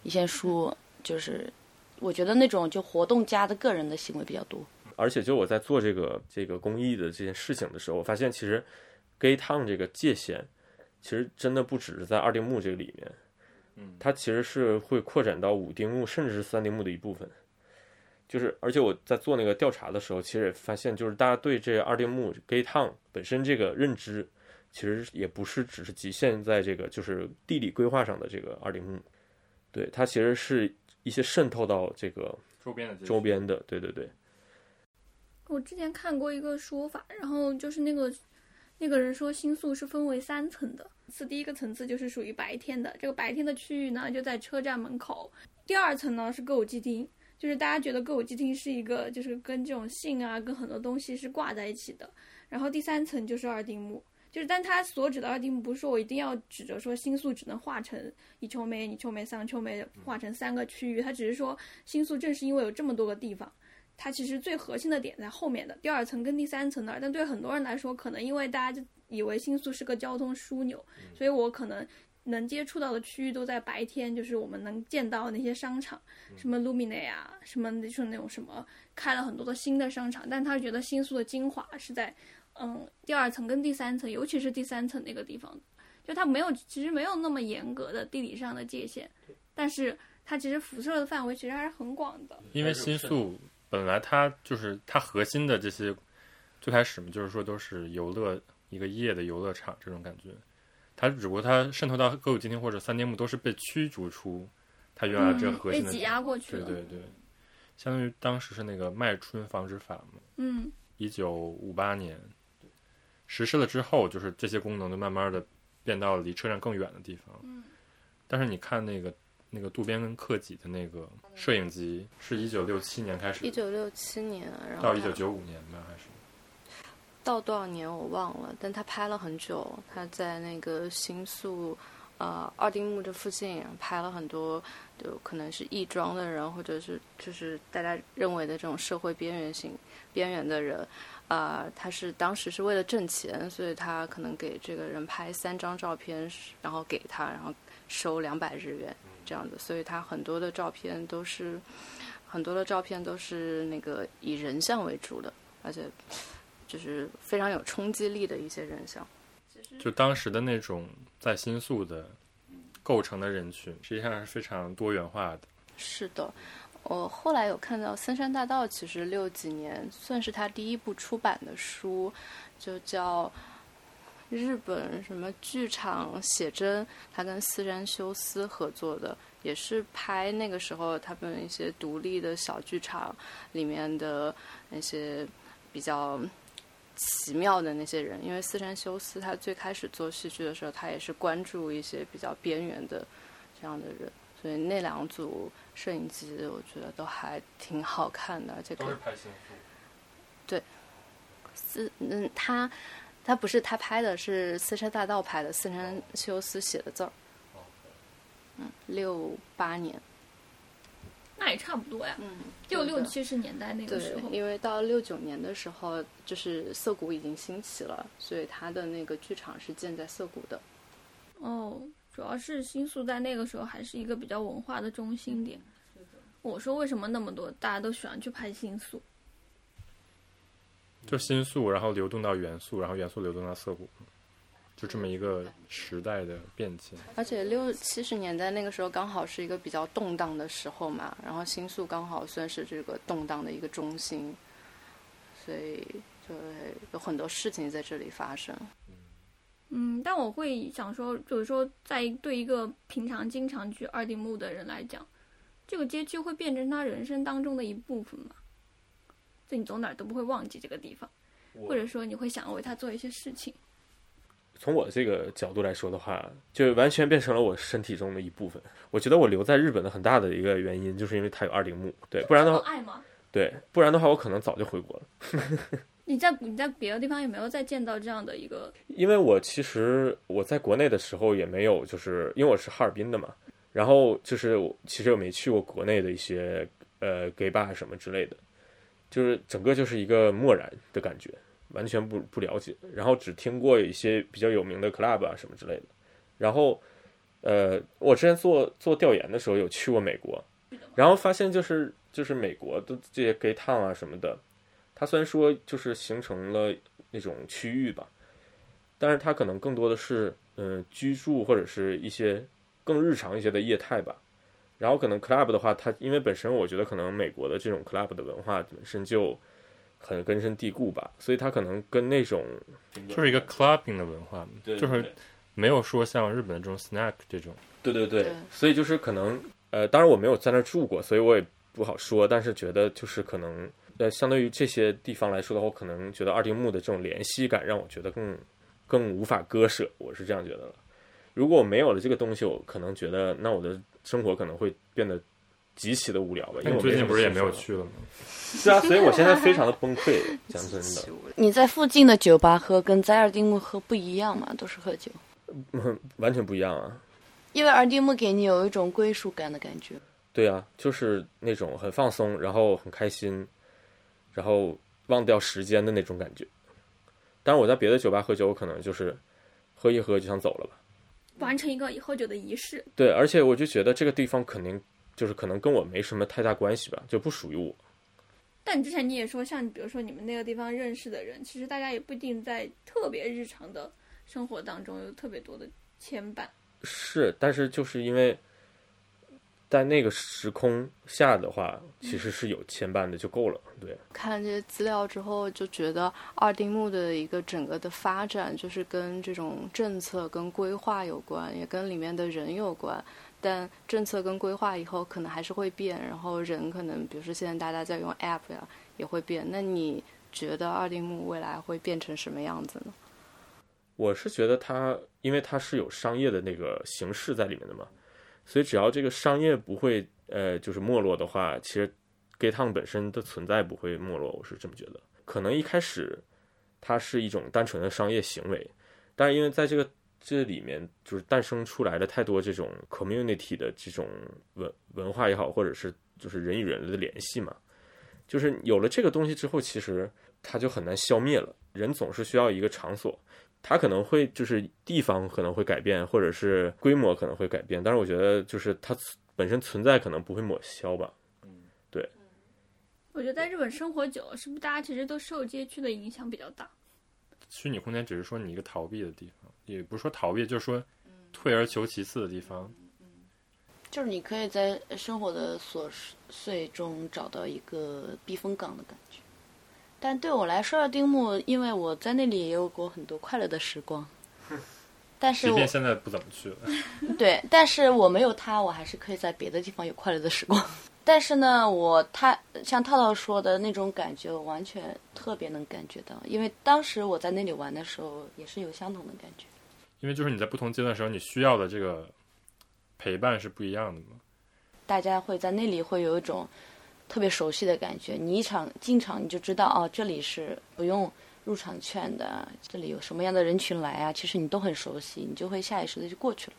[SPEAKER 6] 一些书，就是我觉得那种就活动家的个人的行为比较多。
[SPEAKER 5] 而且就我在做这个这个公益的这件事情的时候，我发现其实 gay town 这个界限，其实真的不只是在二丁目这个里面，嗯，它其实是会扩展到五丁目甚至是三丁目的一部分。就是而且我在做那个调查的时候，其实也发现，就是大家对这二丁目 gay town 本身这个认知，其实也不是只是局限在这个就是地理规划上的这个二丁目，对它其实是一些渗透到这个
[SPEAKER 3] 周边的街区
[SPEAKER 5] 周边的，对对对，
[SPEAKER 4] 我之前看过一个说法，然后就是那个那个人说新宿是分为三层的，次第一个层次就是属于白天的，这个白天的区域呢就在车站门口，第二层呢是歌舞伎町，就是大家觉得歌舞伎町是一个就是跟这种性啊跟很多东西是挂在一起的，然后第三层就是二丁目。就是，但他所指的二丁目不是说我一定要指着说新宿只能划成一丘梅、二丘梅、三丘梅划成三个区域，他只是说新宿正是因为有这么多个地方，它其实最核心的点在后面的第二层跟第三层那儿，但对很多人来说，可能因为大家就以为新宿是个交通枢纽，所以我可能能接触到的区域都在白天，就是我们能见到那些商场，什么 Lumine 啊，什么就是那种什么开了很多的新的商场，但他觉得新宿的精华是在嗯第二层跟第三层，尤其是第三层那个地方，就它没有其实没有那么严格的地理上的界限，但是它其实辐射的范围其实还是很广的。
[SPEAKER 3] 因为新宿本来它就是它核心的这些，最开始嘛，就是说都是游乐一个夜的游乐场这种感觉，它只不过它渗透到歌舞伎町或者三丁目都是被驱逐出它原来啊这
[SPEAKER 4] 嗯
[SPEAKER 3] 核
[SPEAKER 4] 被
[SPEAKER 3] 心的地
[SPEAKER 4] 挤
[SPEAKER 3] 方，
[SPEAKER 4] 压过去
[SPEAKER 3] 对
[SPEAKER 4] 了。
[SPEAKER 3] 对对，相当于当时是那个卖春防止法嘛，
[SPEAKER 4] 嗯，
[SPEAKER 3] 一九五八年实施了之后，就是这些功能就慢慢的变到离车站更远的地方。嗯，但是你看那个那个渡边跟克己的那个摄影集，是一九六七年开
[SPEAKER 7] 一
[SPEAKER 3] 始，
[SPEAKER 7] 九六七年，啊然后
[SPEAKER 3] 到
[SPEAKER 7] 他
[SPEAKER 3] 一九九五年吧，还是
[SPEAKER 7] 到多少年我忘了，但他拍了很久，他在那个新宿。呃，二丁目这附近拍了很多，就可能是异装的人，或者是就是大家认为的这种社会边缘性边缘的人，啊，他是当时是为了挣钱，所以他可能给这个人拍三张照片，然后给他，然后收两百日元这样子，所以他很多的照片都是很多的照片都是那个以人像为主的，而且就是非常有冲击力的一些人像。嗯
[SPEAKER 3] 就当时的那种在新宿的构成的人群，实际上是非常多元化的。
[SPEAKER 7] 是的，我后来有看到《森山大道》，其实六几年算是他第一部出版的书，就叫《日本什么剧场写真》，他跟四山修斯合作的，也是拍那个时候他们一些独立的小剧场里面的那些比较。奇妙的那些人，因为四山修斯他最开始做戏剧的时候，他也是关注一些比较边缘的这样的人，所以那两组摄影机我觉得都还挺好看的，而且可以
[SPEAKER 3] 拍新宿，
[SPEAKER 7] 四嗯，他他不是他拍的，是四山大道拍的，四山修斯写的字儿。嗯，六八年，
[SPEAKER 4] 那也差不多呀，
[SPEAKER 7] 嗯，
[SPEAKER 4] 就六
[SPEAKER 7] 对的
[SPEAKER 4] 七十年代那个时
[SPEAKER 7] 对
[SPEAKER 4] 候，。
[SPEAKER 7] 因为到六九年的时候，就是涩谷已经兴起了，所以他的那个剧场是建在涩谷的。
[SPEAKER 4] 哦，主要是新宿在那个时候还是一个比较文化的中心
[SPEAKER 7] 嗯
[SPEAKER 4] 点。我说为什么那么多大家都喜欢去拍新宿？
[SPEAKER 3] 就新宿，然后流动到元素，然后元素流动到涩谷，就这么一个时代的变迁。
[SPEAKER 7] 而且六七十年代那个时候刚好是一个比较动荡的时候嘛，然后新宿刚好算是这个动荡的一个中心，所以就会有很多事情在这里发生。
[SPEAKER 4] 嗯，但我会想说，就是说，在对一个平常经常去二丁目的人来讲，这个街区会变成他人生当中的一部分嘛？就你走哪儿都不会忘记这个地方，或者说你会想为他做一些事情。
[SPEAKER 5] 从我这个角度来说的话，就完全变成了我身体中的一部分。我觉得我留在日本的很大的一个原因，就是因为它有二丁目，对，不然的
[SPEAKER 4] 有
[SPEAKER 5] 话，
[SPEAKER 4] 爱吗？
[SPEAKER 5] 对，不然的话，我可能早就回国了。
[SPEAKER 4] 你在你在别的地方有没有再见到这样的一个？
[SPEAKER 5] 因为我其实我在国内的时候也没有，就是因为我是哈尔滨的嘛，然后就是我其实我没去过国内的一些呃 gay bar 什么之类的，就是整个就是一个漠然的感觉，完全不不了解，然后只听过有一些比较有名的 club 啊什么之类的，然后呃，我之前做做调研的时候有去过美国，然后发现就是就是美国的这些 gay town 啊什么的，它虽然说就是形成了那种区域吧。但是它可能更多的是嗯、呃居住或者是一些更日常一些的业态吧。然后可能 club 的话，它因为本身我觉得可能美国的这种 club 的文化本身就很根深蒂固吧，所以它可能跟那种
[SPEAKER 3] 就是一个 clubbing 的文化，
[SPEAKER 5] 对
[SPEAKER 3] 就是没有说像日本的这种 snack 这种，
[SPEAKER 5] 对对对
[SPEAKER 7] 对，
[SPEAKER 5] 所以就是可能呃，当然我没有在那儿住过，所以我也不好说，但是觉得就是可能呃，相对于这些地方来说的话，我可能觉得二丁目的这种联系感让我觉得更更无法割舍，我是这样觉得的。如果我没有了这个东西，我可能觉得那我的生活可能会变得极其的无聊吧。
[SPEAKER 3] 那
[SPEAKER 5] 因为
[SPEAKER 3] 哎你
[SPEAKER 5] 我
[SPEAKER 3] 最
[SPEAKER 5] 没什
[SPEAKER 3] 近
[SPEAKER 5] 么
[SPEAKER 3] 不是也
[SPEAKER 5] 兴
[SPEAKER 3] 没
[SPEAKER 5] 趣
[SPEAKER 3] 有
[SPEAKER 5] 了
[SPEAKER 3] 去了吗？
[SPEAKER 5] 是啊，所以我现在非常的崩溃，讲真的，
[SPEAKER 6] 你在附近的酒吧喝，跟在二丁目喝不一样嘛，都是喝酒，
[SPEAKER 5] 嗯 完全不一样啊。
[SPEAKER 6] 因为二丁目给你有一种归属感的感觉。
[SPEAKER 5] 对啊，就是那种很放松，然后很开心，然后忘掉时间的那种感觉。当然，我在别的酒吧喝酒，我可能就是喝一喝就想走了吧。
[SPEAKER 4] 完成一个喝酒的仪式。
[SPEAKER 5] 对，而且我就觉得这个地方肯定就是可能跟我没什么太大关系吧，就不属于我。
[SPEAKER 4] 但之前你也说，像比如说你们那个地方认识的人，其实大家也不一定在特别日常的生活当中有特别多的牵绊。
[SPEAKER 5] 是，但是就是因为在那个时空下的话，其实是有牵绊的就够了。对，
[SPEAKER 7] 看了这些资料之后，就觉得二丁目的一个整个的发展，就是跟这种政策跟规划有关，也跟里面的人有关。但政策跟规划以后可能还是会变，然后人可能，比如说现在大家在用 App 呀，也会变。那你觉得二丁目未来会变成什么样子呢？
[SPEAKER 5] 我是觉得它，因为它是有商业的那个形式在里面的嘛，所以只要这个商业不会呃就是没落的话，其实 gay town 本身的存在不会没落，我是这么觉得。可能一开始它是一种单纯的商业行为，但是因为在这个这里面就是诞生出来了太多这种 community 的这种文文化也好，或者是就是人与人的联系嘛，就是有了这个东西之后，其实它就很难消灭了。人总是需要一个场所。它可能会就是地方可能会改变，或者是规模可能会改变，但是我觉得就是它存本身存在可能不会抹消吧。
[SPEAKER 4] 我觉得在日本生活久了，是不是大家其实都受街区的影响比较大？
[SPEAKER 3] 虚拟空间只是说你一个逃避的地方，也不是说逃避，就是说退而求其次的地方。
[SPEAKER 6] 就是你可以在生活的琐碎中找到一个避风港的感觉。但对我来说，二丁目，因为我在那里也有过很多快乐的时光，但是
[SPEAKER 3] 即
[SPEAKER 6] 我
[SPEAKER 3] 便现在不怎么去了，
[SPEAKER 6] 对，但是我没有他，我还是可以在别的地方有快乐的时光。但是呢，我他像套套说的那种感觉，我完全特别能感觉到，因为当时我在那里玩的时候，也是有相同的感觉。
[SPEAKER 3] 因为就是你在不同阶段的时候，你需要的这个陪伴是不一样的嘛。
[SPEAKER 6] 大家会在那里会有一种特别熟悉的感觉。你一场进场你就知道哦，这里是不用入场券的，这里有什么样的人群来啊？其实你都很熟悉，你就会下意识的就过去了。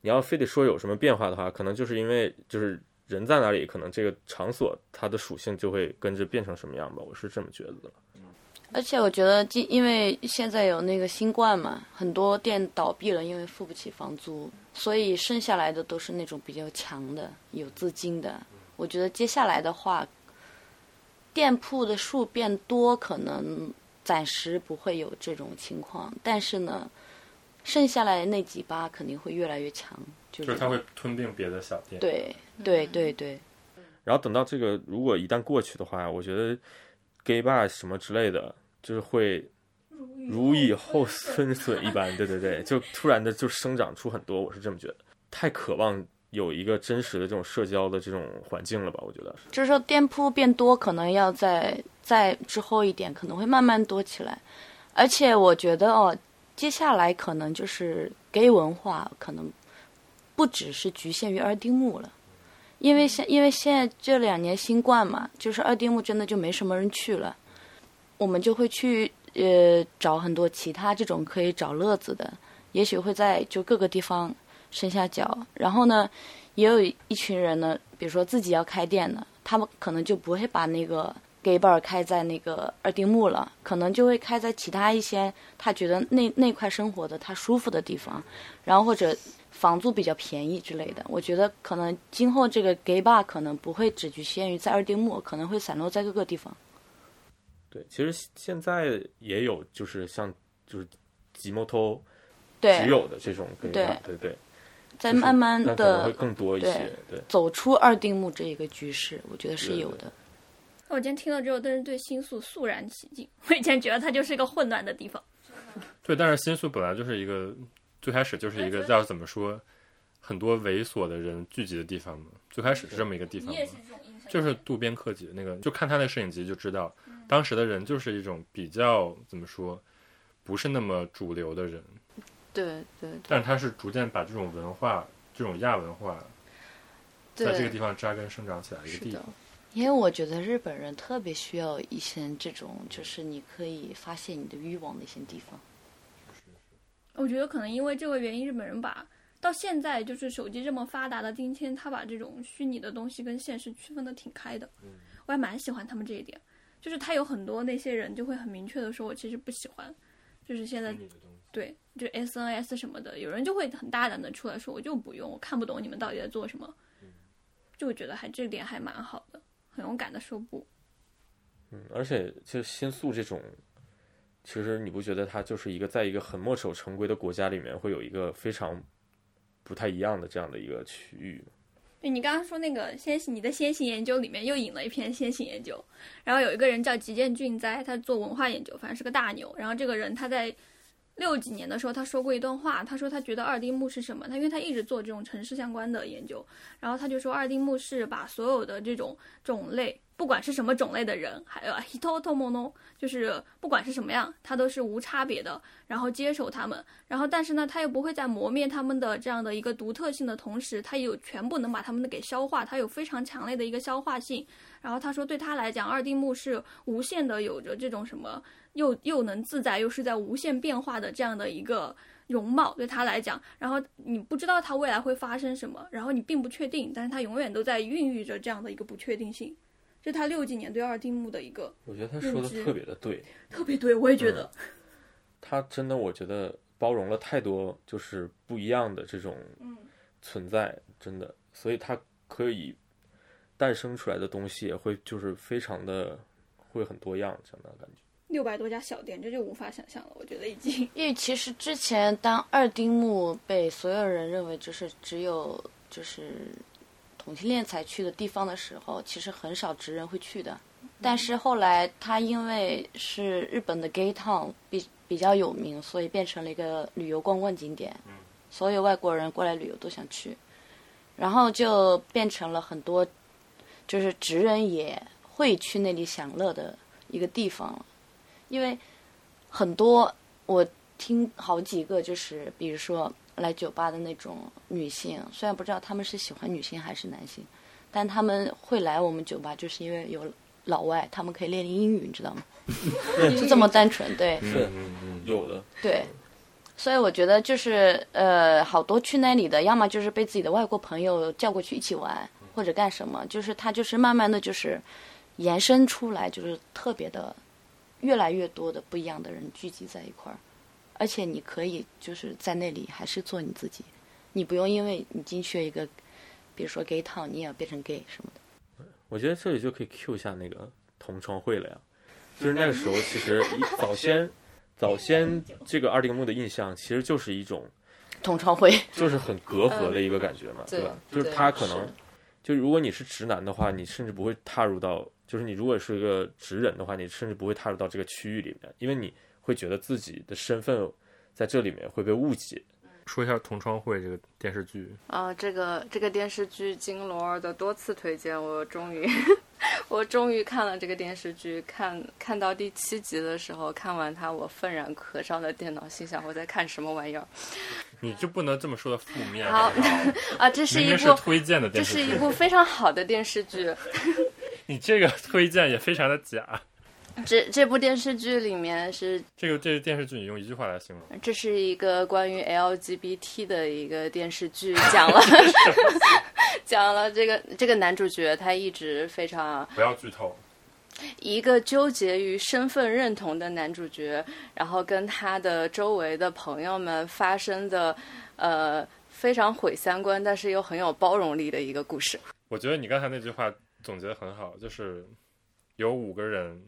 [SPEAKER 5] 你要非得说有什么变化的话，可能就是因为就是人在哪里，可能这个场所它的属性就会跟着变成什么样吧，我是这么觉得的。
[SPEAKER 6] 而且我觉得，今因为现在有那个新冠嘛，很多店倒闭了，因为付不起房租，所以剩下来的都是那种比较强的、有资金的。我觉得接下来的话，店铺的数变多，可能暂时不会有这种情况，但是呢，剩下来那几吧肯定会越来越强，就
[SPEAKER 3] 就是
[SPEAKER 6] 是
[SPEAKER 3] 它会吞并别的小店。，
[SPEAKER 6] 对对对对，
[SPEAKER 5] 然后等到这个如果一旦过去的话，我觉得 gay bar 什么之类的，就是会如雨后春笋一般，对对对，就突然的就生长出很多，我是这么觉得。太渴望有一个真实的这种社交的这种环境了吧？我觉得
[SPEAKER 6] 就是说店铺变多，可能要在在之后一点，可能会慢慢多起来。而且我觉得哦，接下来可能就是 gay 文化，可能不只是局限于二丁目了，因为现因为现在这两年新冠嘛，就是二丁目真的就没什么人去了，我们就会去呃找很多其他这种可以找乐子的，也许会在就各个地方伸下脚，然后呢，也有一群人呢，比如说自己要开店的，他们可能就不会把那个 gay bar 开在那个二丁目了，可能就会开在其他一些他觉得那那块生活的他舒服的地方，然后或者房租比较便宜之类的。我觉得可能今后这个 gay bar 可能不会只局限于在二丁目，可能会散落在各个地方。
[SPEAKER 5] 对，其实现现在也有就是像就是吉摩托
[SPEAKER 6] 对
[SPEAKER 5] 只有的这种 gay bar，对对。
[SPEAKER 6] 在慢慢
[SPEAKER 5] 但可能会
[SPEAKER 6] M，M 的
[SPEAKER 5] 更多一些，对，
[SPEAKER 6] 走出二定目这一个局势，我觉得是
[SPEAKER 5] 对
[SPEAKER 6] 有
[SPEAKER 5] 对
[SPEAKER 6] 的。
[SPEAKER 4] 我今天听了之后，真是对新宿肃然起敬。我以前觉得它就是个混乱的地方，
[SPEAKER 3] 对，但是新宿本来就是一个最开始就是一个叫怎么说，很多猥琐的人聚集的地方嘛，最开始是这么一个地方嘛，
[SPEAKER 4] 这种印象
[SPEAKER 3] 就是渡边克己那个，就看他那摄影集就知道，
[SPEAKER 7] 嗯
[SPEAKER 3] 当时的人就是一种比较怎么说，不是那么主流的人，
[SPEAKER 7] 对对
[SPEAKER 3] 但是他是逐渐把这种文化，这种亚文化，在这个
[SPEAKER 7] 对
[SPEAKER 3] 地，方扎根生长起来的一个
[SPEAKER 7] 是
[SPEAKER 3] 地
[SPEAKER 7] 的
[SPEAKER 3] 方。。
[SPEAKER 6] 因为我觉得日本人特别需要一些这种，就是你可以发泄你的欲望的一些地方。
[SPEAKER 4] 我觉得可能因为这个原因，日本人把到现在就是手机这么发达的今天，他把这种虚拟的东西跟现实区分的挺开的。我还蛮喜欢他们这一点，就是他有很多那些人就会很明确的说，我其实不喜欢，就是现在对，就 SNS 什么的，有人就会很大胆的出来说，我就不用，我看不懂你们到底在做什么，就我觉得还这点还蛮好的，很勇敢的说不。
[SPEAKER 5] 嗯，而且就新宿这种，其实你不觉得它就是一个在一个很墨守成规的国家里面，会有一个非常不太一样的这样的一个区域吗？
[SPEAKER 4] 对你刚刚说那个先行，你的先行研究里面又引了一篇先行研究，然后有一个人叫吉见俊哉，他做文化研究，反正是个大牛。然后这个人他在六几年的时候，他说过一段话，他说他觉得二丁目是什么？他因为他一直做这种城市相关的研究，然后他就说二丁目是把所有的这种种类，不管是什么种类的人，还有啊 hitotomono，就是不管是什么样，他都是无差别的，然后接受他们，然后但是呢，他又不会在磨灭他们的这样的一个独特性的同时，他也有全部能把他们的给消化，他有非常强烈的一个消化性。然后他说，对他来讲，二丁目是无限的，有着这种什么又又能自在，又是在无限变化的这样的一个容貌，对他来讲。然后你不知道他未来会发生什么，然后你并不确定，但是他永远都在孕育着这样的一个不确定性。这是他六几年对二丁目的一个
[SPEAKER 5] 我觉得他说的
[SPEAKER 4] 认知
[SPEAKER 5] 特别的对，
[SPEAKER 4] 特别对，我也觉得，
[SPEAKER 5] 他真的我觉得包容了太多就是不一样的这种存在，真的，所以他可以诞生出来的东西也会就是非常的会很多样这样的感觉。
[SPEAKER 4] 六百多家小店，这就无法想象了，我觉得已经。
[SPEAKER 6] 因为其实之前当二丁目被所有人认为就是只有就是同性恋才去的地方的时候，其实很少直人会去的。但是后来它因为是日本的 gay town 比比较有名，所以变成了一个旅游观光景点，所有外国人过来旅游都想去，然后就变成了很多就是直人也会去那里享乐的一个地方了，因为很多我听好几个，就是比如说来酒吧的那种女性，虽然不知道他们是喜欢女性还是男性，但他们会来我们酒吧，就是因为有老外，他们可以练练英语，你知道吗？就这么单纯，对
[SPEAKER 5] 是，有的，
[SPEAKER 6] 对。所以我觉得就是呃，好多去那里的，要么就是被自己的外国朋友叫过去一起玩，或者干什么，就是他就是慢慢的就是延伸出来，就是特别的越来越多的不一样的人聚集在一块儿。而且你可以就是在那里还是做你自己，你不用因为你进去一个，比如说 gay town，你也要变成 gay 什么的。
[SPEAKER 5] 我觉得这里就可以 Q 一下那个同窗会了呀，就是那个时候其 实一早先早先这个二丁目的印象其实就是一种
[SPEAKER 6] 同窗会，
[SPEAKER 5] 就是很隔阂的一个感觉嘛，
[SPEAKER 7] 对
[SPEAKER 5] 吧？就是
[SPEAKER 7] 嗯对
[SPEAKER 5] 他可能
[SPEAKER 7] 是
[SPEAKER 5] 就如果你是直男的话，你甚至不会踏入到，就是你如果是一个直人的话，你甚至不会踏入到这个区域里面，因为你会觉得自己的身份在这里面会被误解。
[SPEAKER 3] 说一下《同窗会》这个电视剧，
[SPEAKER 7] 啊，这个这个电视剧经罗儿的多次推荐，我终于 我终于看了这个电视剧，看看到第七集的时候，看完它，我愤然合上了电脑，心想我在看什么玩意儿
[SPEAKER 3] 你就不能这么说的负面，
[SPEAKER 7] 好
[SPEAKER 3] 不好
[SPEAKER 7] 啊！这 是
[SPEAKER 3] 明
[SPEAKER 7] 一
[SPEAKER 3] 明
[SPEAKER 7] 部
[SPEAKER 3] 是推荐的
[SPEAKER 7] 这
[SPEAKER 3] 电视
[SPEAKER 7] 是
[SPEAKER 3] 剧
[SPEAKER 7] 一，部非常好的电视剧，
[SPEAKER 3] 你这个推荐也非常的假。
[SPEAKER 7] 这这部电视剧里面是
[SPEAKER 3] 这个这个电视剧，你用一句话来形容，
[SPEAKER 7] 这是一个关于 LGBT 的一个电视剧，讲了 讲了这个这个男主角他一直非常
[SPEAKER 3] 不要剧透。
[SPEAKER 7] 一个纠结于身份认同的男主角，然后跟他的周围的朋友们发生的，呃，非常毁三观，但是又很有包容力的一个故事。
[SPEAKER 3] 我觉得你刚才那句话总结的很好，就是有五个人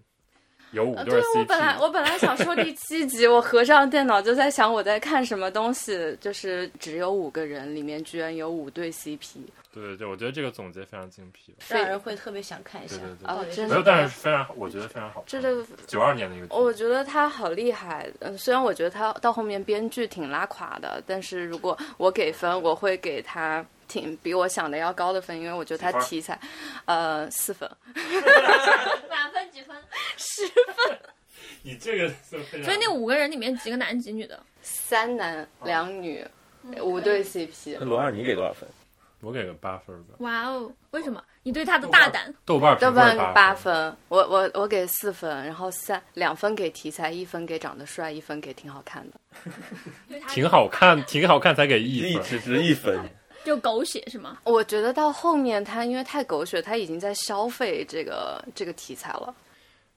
[SPEAKER 3] 有五
[SPEAKER 7] 呃
[SPEAKER 3] 对
[SPEAKER 7] 对
[SPEAKER 3] CP。
[SPEAKER 7] 我本来我本来想说第七 集，我合上电脑就在想我在看什么东西，就是只有五个人，里面居然有五对 CP，
[SPEAKER 3] 对对对，我觉得这个总结非常精辟了。
[SPEAKER 7] 非哦
[SPEAKER 8] 让人会特别想看一下
[SPEAKER 3] 对对对
[SPEAKER 8] 到底是
[SPEAKER 7] 真
[SPEAKER 3] 没
[SPEAKER 7] 的
[SPEAKER 3] 有，但是非常，我觉得非常好看。
[SPEAKER 7] 这个
[SPEAKER 3] 九二年的一个剧，
[SPEAKER 7] 我觉得他好厉害，嗯，虽然我觉得他到后面编剧挺拉垮的，但是如果我给分，我会给他挺比我想的要高的分，因为我觉得他
[SPEAKER 3] 几分
[SPEAKER 7] 题材，呃，四分。
[SPEAKER 8] 满分几分？
[SPEAKER 3] 你这个就非常
[SPEAKER 4] 所以那五个人里面几个男几女的？
[SPEAKER 7] 三男两女，五对 CP，
[SPEAKER 5] 那罗二你给多少分？
[SPEAKER 3] 我给个八分儿吧，
[SPEAKER 4] 哇哦，为什么？你对他的大胆，
[SPEAKER 3] 豆瓣
[SPEAKER 7] 豆
[SPEAKER 3] 评
[SPEAKER 7] 瓣
[SPEAKER 3] 分
[SPEAKER 7] 八
[SPEAKER 3] 八，
[SPEAKER 7] 分，我我我给四分，然后三两分给题材，一分给长得帅，一分给挺好看的。
[SPEAKER 3] 挺好看，挺好看才给一
[SPEAKER 5] 一
[SPEAKER 3] 分。
[SPEAKER 5] 只值一分，
[SPEAKER 4] 就狗血是吗？
[SPEAKER 7] 我觉得到后面他因为太狗血，他已经在消费这个这个题材了。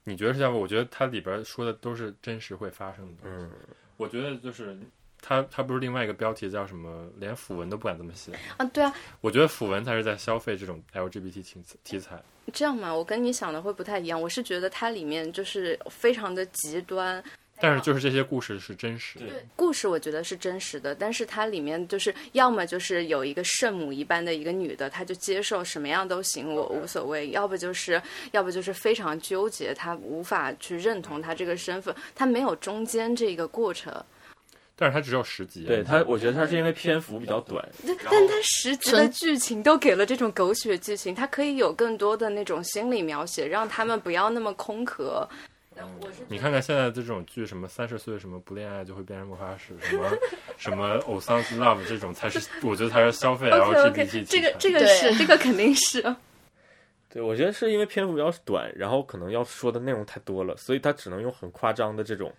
[SPEAKER 3] 你觉得是这样吗？我觉得它里边说的都是真实会发生的东西。我觉得就是它，它不是另外一个标题叫什么，连腐文都不敢这么写。
[SPEAKER 7] 啊，对啊，
[SPEAKER 3] 我觉得腐文才是在消费这种 LGBT 题题材。
[SPEAKER 7] 这样嘛，我跟你想的会不太一样。我是觉得它里面就是非常的极端，啊
[SPEAKER 3] 但是就是这些故事是真实的，
[SPEAKER 7] 故事我觉得是真实的，但是它里面就是要么就是有一个圣母一般的一个女的，她就接受什么样都行，我无所谓；要不就是要不就是非常纠结，她无法去认同她这个身份，她没有中间这个过程。
[SPEAKER 3] 但是它只有十集啊。
[SPEAKER 5] 对
[SPEAKER 3] 你
[SPEAKER 5] 他，
[SPEAKER 3] 看
[SPEAKER 5] 我觉得他是因为篇幅比较短，
[SPEAKER 7] 但但它十集的剧情都给了这种狗血剧情，它可以有更多的那种心理描写，让他们不要那么空壳。
[SPEAKER 8] 我是
[SPEAKER 3] 你看看现在这种剧，什么三十岁什么不恋爱就会变成魔法使， 什么什么偶像 love 这种才是，我觉得才是消 费
[SPEAKER 7] OK OK，
[SPEAKER 3] LGBT 题材。
[SPEAKER 7] 这个这个
[SPEAKER 8] 对
[SPEAKER 7] 是这个肯定是。
[SPEAKER 5] 对我觉得是因为篇幅比较短，然后可能要说的内容太多了，所以他只能用很夸张的这种，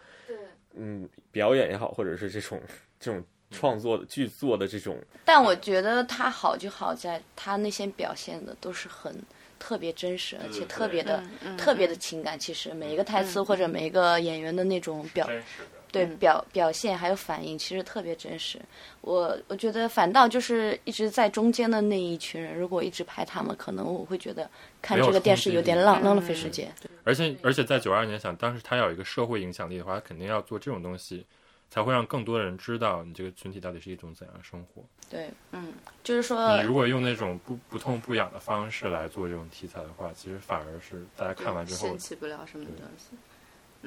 [SPEAKER 5] 嗯，表演也好，或者是这种这种创作的剧作的这种，
[SPEAKER 6] 但我觉得他好就好在他那些表现的都是很特别真实，而且
[SPEAKER 3] 嗯
[SPEAKER 6] 特别的、特别的情感。其实每一个台词或者每一个演员的那种表、
[SPEAKER 3] 真实的。
[SPEAKER 6] 对表表现还有反应，其实特别真实。我我觉得反倒就是一直在中间的那一群人，如果一直拍他们，可能我会觉得看
[SPEAKER 3] 没有
[SPEAKER 6] 这个电
[SPEAKER 3] 冲
[SPEAKER 6] 视
[SPEAKER 3] 击
[SPEAKER 6] 有
[SPEAKER 3] 力
[SPEAKER 6] 点浪浪费时间。
[SPEAKER 3] 而且而且在九二年想，当时他要有一个社会影响力的话，他肯定要做这种东西，才会让更多的人知道你这个群体到底是一种怎样的生活。
[SPEAKER 6] 对，
[SPEAKER 7] 嗯，
[SPEAKER 6] 就是说
[SPEAKER 3] 你如果用那种不不痛不痒的方式来做这种题材的话，其实反而是大家看完之后
[SPEAKER 7] 掀，起不了什么东西。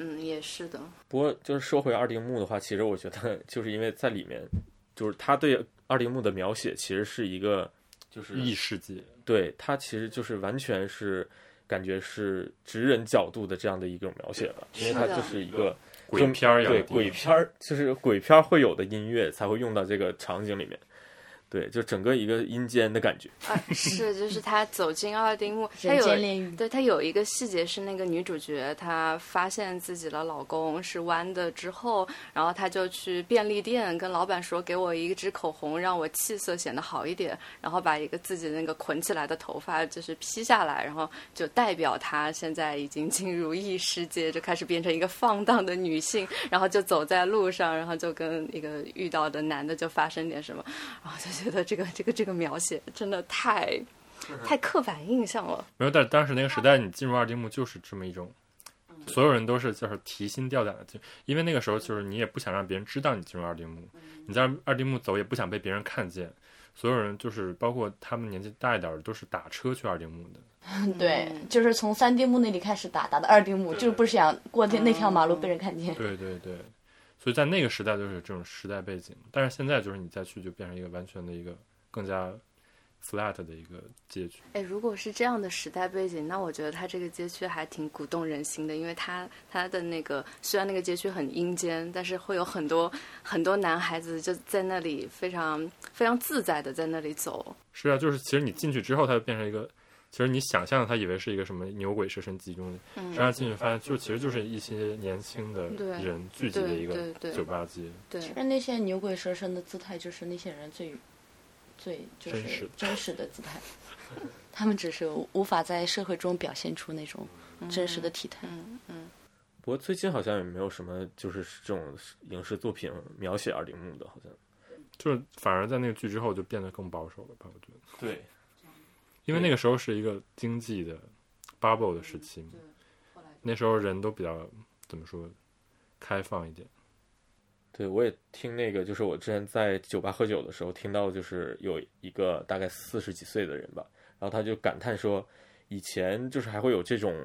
[SPEAKER 7] 嗯，也是的。
[SPEAKER 5] 不过就是说回二丁目的话，其实我觉得 就是因为在里面，就是他对二丁目的描写其实是一个，就是
[SPEAKER 3] 异世界
[SPEAKER 5] 对他其实就是完全是感觉是直人角度的这样的一种描写吧，因为他
[SPEAKER 7] 是的
[SPEAKER 5] 就是一个
[SPEAKER 3] 鬼片儿一样
[SPEAKER 5] 对
[SPEAKER 3] 的地方
[SPEAKER 5] 鬼片儿，就是鬼片儿会有的音乐才会用到这个场景里面，对，就整个一个阴间的感觉，
[SPEAKER 7] 啊，是，就是他走进奥丁目，他
[SPEAKER 6] 人
[SPEAKER 7] 有
[SPEAKER 6] 间炼狱
[SPEAKER 7] 对他有一个细节是那个女主角她发现自己的老公是弯的之后，然后她就去便利店跟老板说给我一支口红，让我气色显得好一点，然后把一个自己那个捆起来的头发就是披下来，然后就代表她现在已经进入异世界，就开始变成一个放荡的女性，然后就走在路上，然后就跟一个遇到的男的就发生点什么，然后啊就觉得这个这个这个描写真的太。太刻板印象了，
[SPEAKER 3] 没有。但当时那个时代，你进入二丁目就是这么一种。所有人都是就是提心吊胆的进，因为那个时候就是你也不想让别人知道你进入二丁目，你在二丁目走也不想被别人看见，所有人就是包括他们年纪大一点的都是打车去二丁目的，
[SPEAKER 6] 对，就是从三丁目那里开始打，打到二丁目，就是不想过那那条马路被人看见。
[SPEAKER 3] 对对对，所以在那个时代就是有这种时代背景，但是现在就是你再去就变成一个完全的一个更加 flat 的一个街区。
[SPEAKER 7] 哎，如果是这样的时代背景，那我觉得它这个街区还挺鼓动人心的，因为它它的那个虽然那个街区很阴间，但是会有很多很多男孩子就在那里非常非常自在的在那里走。
[SPEAKER 3] 是啊，就是其实你进去之后，它就变成一个，其实你想象的它以为是一个什么牛鬼蛇神集中，实际上进去发现就其实就是一些年轻的
[SPEAKER 7] 嗯对
[SPEAKER 3] 人聚集的一
[SPEAKER 7] 对
[SPEAKER 3] 个
[SPEAKER 7] 对对
[SPEAKER 3] 酒吧街。
[SPEAKER 7] 对，
[SPEAKER 6] 但那些牛鬼蛇神的姿态，就是那些人最最就
[SPEAKER 3] 真实
[SPEAKER 6] 是真实的姿态， 他们只是无法在社会中表现出那种真实的体态。
[SPEAKER 8] 嗯
[SPEAKER 5] 不过最近好像也没有什么就是这种影视作品描写二丁目的，好像
[SPEAKER 3] 就是反而在那个剧之后就变得更保守了吧？我觉得，
[SPEAKER 5] 对，
[SPEAKER 7] 嗯
[SPEAKER 3] 因为那个时候是一个经济的 bubble 的时期嘛，那时候人都比较怎么说开放一点。
[SPEAKER 5] 对，我也听那个，就是我之前在酒吧喝酒的时候听到，就是有一个大概四十几岁的人吧，然后他就感叹说，以前就是还会有这种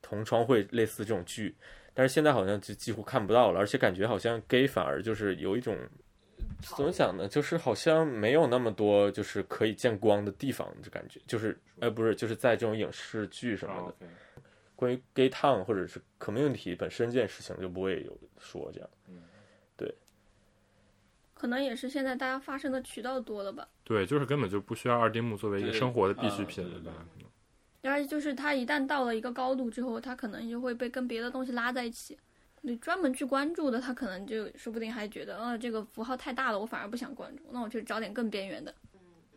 [SPEAKER 5] 同窗会类似这种剧，但是现在好像就几乎看不到了，而且感觉好像 gay 反而就是有一种怎么讲呢，就是好像没有那么多就是可以见光的地方，就感觉就是呃不是，就是在这种影视剧什
[SPEAKER 3] 啊哦
[SPEAKER 5] 么的，关于 gay town 或者是 community 本身这件事情就不会有说这样。
[SPEAKER 4] 可能也是现在大家发声的渠道多了吧。
[SPEAKER 3] 对，就是根本就不需要二丁目作为一个
[SPEAKER 5] 对
[SPEAKER 3] 生活的必需
[SPEAKER 5] 啊
[SPEAKER 3] 品
[SPEAKER 5] 对
[SPEAKER 3] 了吧？
[SPEAKER 4] 然而就是它一旦到了一个高度之后，它可能就会被跟别的东西拉在一起。你专门去关注的，他可能就说不定还觉得，呃，这个符号太大了，我反而不想关注，那我去找点更边缘的。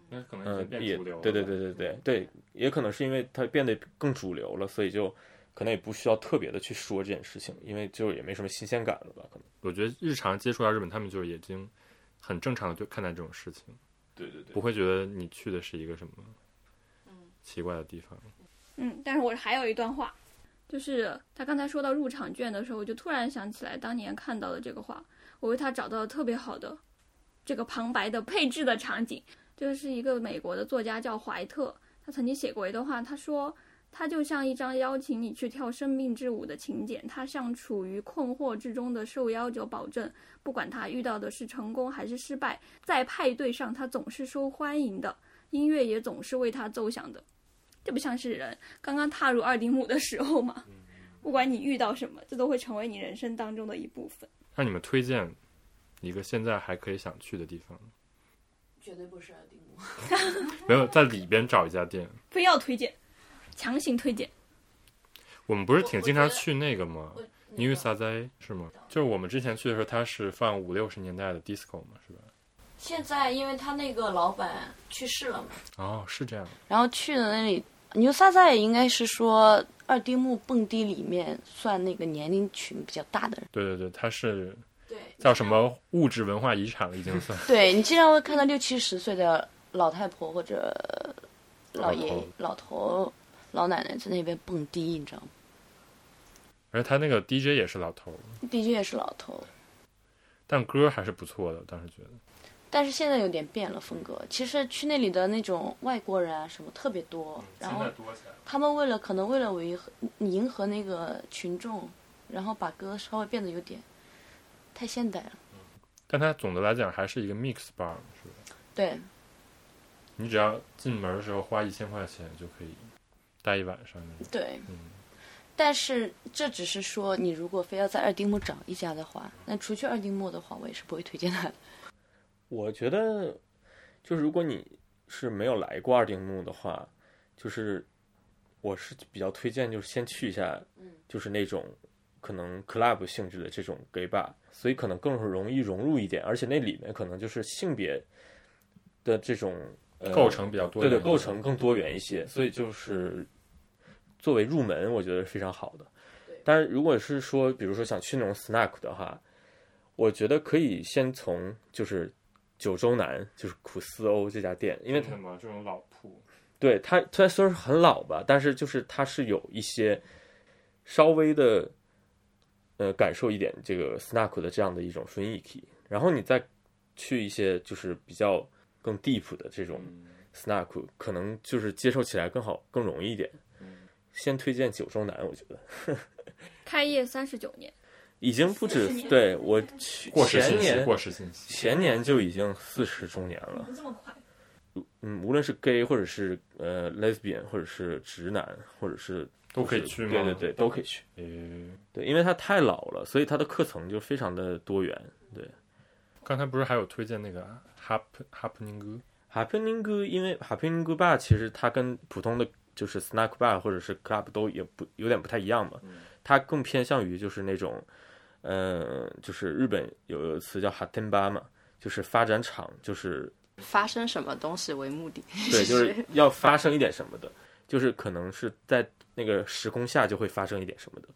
[SPEAKER 3] 那可能已
[SPEAKER 5] 嗯
[SPEAKER 3] 经，变
[SPEAKER 5] 也
[SPEAKER 3] 主流了。
[SPEAKER 5] 对对对对对对，也可能是因为它变得更主流了，所以就可能也不需要特别的去说这件事情，因为就也没什么新鲜感了吧？可能
[SPEAKER 3] 我觉得日常接触到日本，他们就已经很正常的就看待这种事情，
[SPEAKER 5] 对对对
[SPEAKER 3] 不会觉得你去的是一个什么奇怪的地方。
[SPEAKER 4] 嗯，但是我还有一段话，就是他刚才说到入场券的时候，我就突然想起来当年看到的这个话，我为他找到了特别好的这个旁白的配置的场景。这是一个美国的作家叫怀特，他曾经写过一段话，他说：“它就像一张邀请你去跳生命之舞的请柬，它向处于困惑之中的受邀者保证，不管他遇到的是成功还是失败，在派对上他总是受欢迎的，音乐也总是为他奏响的。”这不像是人，刚刚踏入二丁目的时候嘛， 不管你遇到什么，这都会成为你人生当中的一部分。
[SPEAKER 3] 让你们推荐一个现在还可以想去的地方，
[SPEAKER 8] 绝对不是二丁目。
[SPEAKER 3] 没有在里边找一家店。
[SPEAKER 4] 非要推荐，强行推荐，
[SPEAKER 3] 我们不是
[SPEAKER 8] 我
[SPEAKER 3] 挺
[SPEAKER 8] 我
[SPEAKER 3] 经
[SPEAKER 8] 觉
[SPEAKER 3] 常
[SPEAKER 8] 得
[SPEAKER 3] 去那个吗？
[SPEAKER 8] 我
[SPEAKER 3] 因为撒灾是吗？就是我们之前去的时候，它是放五六十年代的 disco 嘛，是吧？
[SPEAKER 8] 现在因为他那个老板去世了嘛，
[SPEAKER 3] 哦，是这样。
[SPEAKER 6] 然后去的那里，牛撒撒也应该是说二丁目蹦迪里面算那个年龄群比较大的人。
[SPEAKER 3] 对对对，它是
[SPEAKER 8] 对，
[SPEAKER 3] 叫什么物质文化遗产了，已经算。
[SPEAKER 6] 对你经常会看到六七十岁的老太婆或者老爷爷、老头、老奶奶在那边蹦迪，你知道吗
[SPEAKER 3] 而且它那个 DJ 也是老头儿，
[SPEAKER 6] ？DJ 也是老头，
[SPEAKER 3] 但歌还是不错的，我当时觉得。
[SPEAKER 6] 但是现在有点变了风格。其实去那里的那种外国人啊什么特别
[SPEAKER 3] 嗯
[SPEAKER 6] 多，然后
[SPEAKER 3] 多起来。
[SPEAKER 6] 他们为了可能为了维和嗯迎合那个群众，然后把歌稍微变得有点太现代了。
[SPEAKER 3] 但它总的来讲还是一个 mix bar，是吧？
[SPEAKER 6] 对，
[SPEAKER 3] 嗯你只要进门的时候花一千块钱就可以待一晚上那种。
[SPEAKER 6] 对，
[SPEAKER 3] 嗯
[SPEAKER 6] 但是这只是说，你如果非要在二丁目找一家的话，那除去二丁目的话，我也是不会推荐他的。
[SPEAKER 5] 我觉得就是如果你是没有来过二丁目的话，就是我是比较推荐就是先去一下，
[SPEAKER 3] 嗯
[SPEAKER 5] 就是那种可能 club 性质的这种 gay bar，所以可能更容易融入一点，而且那里面可能就是性别的这种。呃
[SPEAKER 3] 构成比较多
[SPEAKER 5] 对
[SPEAKER 3] 元
[SPEAKER 5] 对，
[SPEAKER 3] 一
[SPEAKER 5] 构
[SPEAKER 3] 点
[SPEAKER 5] 成更多元一些，所以就是作为入门，我觉得是非常好的。但是如果是说，比如说想去那种 snack 的话，我觉得可以先从就是九州南，就是苦思欧这家店，因为它
[SPEAKER 3] 么这种老铺，
[SPEAKER 5] 对它它虽然是很老吧，但是就是它是有一些稍微的呃感受一点这个 snack 的这样的一种雰囲気，然后你再去一些就是比较更 deep 的这种 snack，可能就是接受起来更好更容易一点。
[SPEAKER 3] 嗯
[SPEAKER 5] 先推荐九州南，我觉得
[SPEAKER 4] 开业三十九年，
[SPEAKER 5] 已经不止对我去
[SPEAKER 3] 过时
[SPEAKER 5] 前
[SPEAKER 3] 信息，
[SPEAKER 5] 年
[SPEAKER 3] 过时信息。
[SPEAKER 5] 前年就已经四十周年了。
[SPEAKER 4] 这么快？
[SPEAKER 5] 嗯，无论是 gay 或者是呃 lesbian 或者是直男，或者是
[SPEAKER 3] 都可以去吗
[SPEAKER 5] 对对对，都可以去。
[SPEAKER 3] 诶，
[SPEAKER 5] 对，因为它太老了，所以它的课程就非常的多元。对
[SPEAKER 3] 刚才不是还有推荐那个 Hap Happening Good？
[SPEAKER 5] ，Happening Good，因为 Happening Good Bar 其实它跟普通的就是 Snack Bar 或者是 Club 都也不有点不太一样嘛，
[SPEAKER 3] 嗯
[SPEAKER 5] 它更偏向于就是那种，呃，就是日本有有词叫 Haten Bar 嘛，就是发展场，就是
[SPEAKER 7] 发生什么东西为目的。
[SPEAKER 5] 对，就是要发生一点什么的，就是可能是在那个时空下就会发生一点什么的，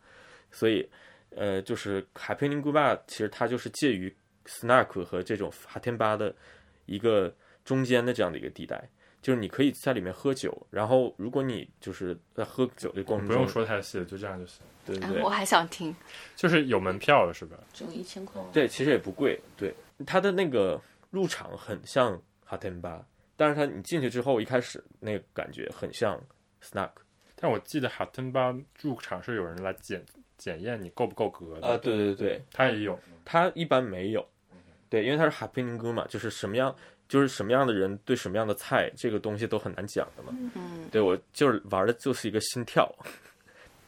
[SPEAKER 5] 所以，呃，就是《海佩宁古巴》其实它就是介于 snack 和这种哈天巴的一个中间的这样的一个地带，就是你可以在里面喝酒，然后如果你就是在喝酒的过程
[SPEAKER 3] 不
[SPEAKER 5] 中，
[SPEAKER 3] 用说太细了，就这样就行。
[SPEAKER 5] 对对
[SPEAKER 7] 啊
[SPEAKER 5] 对
[SPEAKER 7] 我，还想听，
[SPEAKER 3] 就是有门票了是吧？
[SPEAKER 6] 只有一千块。
[SPEAKER 5] 对，其实也不贵，对，它的那个入场很像哈天吧，但是它你进去之后一开始那个感觉很像 snack
[SPEAKER 3] 但我记得哈登巴入场是有人来检检验你够不够格的，
[SPEAKER 5] 啊，对对对，
[SPEAKER 3] 他也有。
[SPEAKER 5] 它一般没有，对，因为它是 happening good 嘛，就是什么样就是什么样的人对什么样的菜，这个东西都很难讲的嘛。
[SPEAKER 7] 嗯，
[SPEAKER 5] 对我就是玩的就是一个心跳，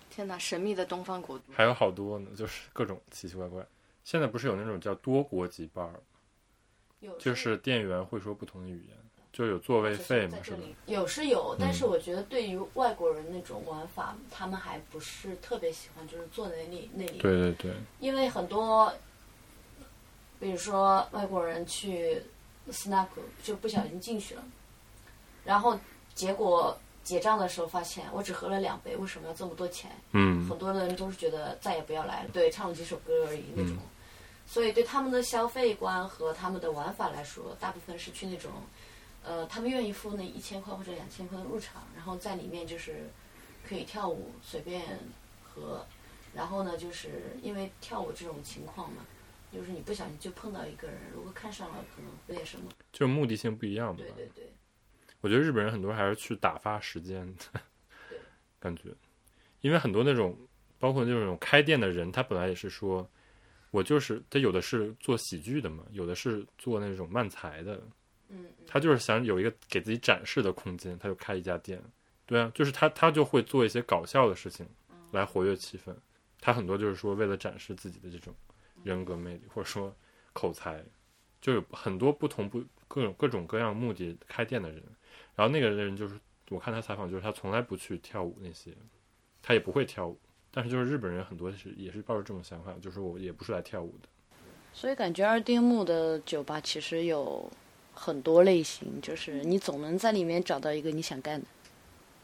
[SPEAKER 7] 天哪，神秘的东方国度，
[SPEAKER 3] 还有好多呢，就是各种奇奇怪怪。现在不是有那种叫多国籍班儿，
[SPEAKER 8] 有
[SPEAKER 3] 就是店员会说不同的语言，就有座位费嘛，是吧？
[SPEAKER 8] 有是有，
[SPEAKER 3] 嗯
[SPEAKER 8] 但是我觉得对于外国人那种玩法，他们还不是特别喜欢，就是坐那里那里，
[SPEAKER 3] 对对对，
[SPEAKER 8] 因为很多，比如说外国人去 snack 就不小心进去了，然后结果结账的时候发现我只喝了两杯，为什么要这么多钱？
[SPEAKER 3] 嗯
[SPEAKER 8] 很多人都是觉得再也不要来了，对，唱了几首歌而已那种。
[SPEAKER 3] 嗯
[SPEAKER 8] 所以对他们的消费观和他们的玩法来说，大部分是去那种，呃，他们愿意付那一千块或者两千块的入场，然后在里面就是可以跳舞，随便和，然后呢，就是因为跳舞这种情况嘛，就是你不小心就碰到一个人，如果看上了，可能会那什么。
[SPEAKER 3] 就目的性不一样吧
[SPEAKER 8] 对。对对，
[SPEAKER 3] 我觉得日本人很多还是去打发时间
[SPEAKER 8] 对，
[SPEAKER 3] 感觉，因为很多那种包括那种开店的人，他本来也是说，我就是他有的是做喜剧的嘛，有的是做那种漫才的，
[SPEAKER 8] 嗯嗯
[SPEAKER 3] 他就是想有一个给自己展示的空间，他就开一家店。对啊，就是他他就会做一些搞笑的事情
[SPEAKER 8] 嗯
[SPEAKER 3] 来活跃气氛。他很多就是说为了展示自己的这种人格魅力，或者说口才，就有很多不同不各种各种各样目的开店的人。然后那个人就是我看他采访，就是他从来不去跳舞那些，他也不会跳舞。但是就是日本人很多是也是抱着这种想法，就是我也不是来跳舞的。
[SPEAKER 6] 所以感觉二丁目的酒吧其实有很多类型，就是你总能在里面找到一个你想干的。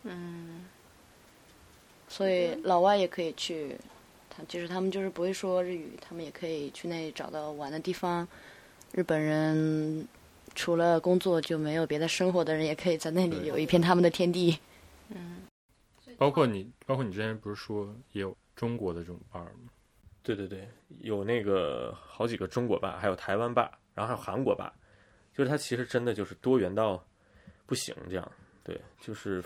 [SPEAKER 7] 嗯，
[SPEAKER 6] 所以老外也可以去，他就是他们就是不会说日语，他们也可以去那里找到玩的地方。日本人除了工作就没有别的生活的人，也可以在那里
[SPEAKER 3] 对
[SPEAKER 6] 有一片他们的天地。
[SPEAKER 3] 包括你，包括你之前不是说也有中国的这种 bar 吗？
[SPEAKER 5] 对对对，有那个好几个中国吧，还有台湾吧，然后还有韩国吧，就是它其实真的就是多元到不行这样。对，就是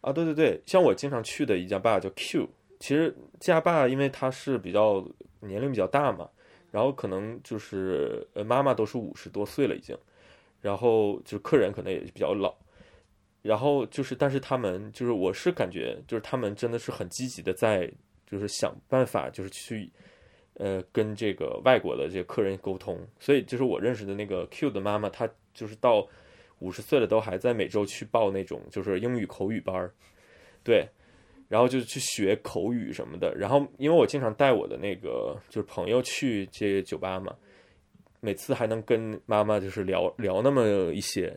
[SPEAKER 5] 啊，对对对，像我经常去的一家吧叫 Q，其实这家吧因为它是比较年龄比较大嘛，然后可能就是呃妈妈都是五十多岁了已经，然后就是客人可能也比较老。然后就是，但是他们就是，我是感觉就是他们真的是很积极的在就是想办法就是去，呃，跟这个外国的这个客人沟通。所以就是我认识的那个 Q 的妈妈，她就是到五十岁了都还在每周去报那种就是英语口语班儿，对，然后就去学口语什么的。然后因为我经常带我的那个就是朋友去这酒吧嘛，每次还能跟妈妈就是聊聊那么一些，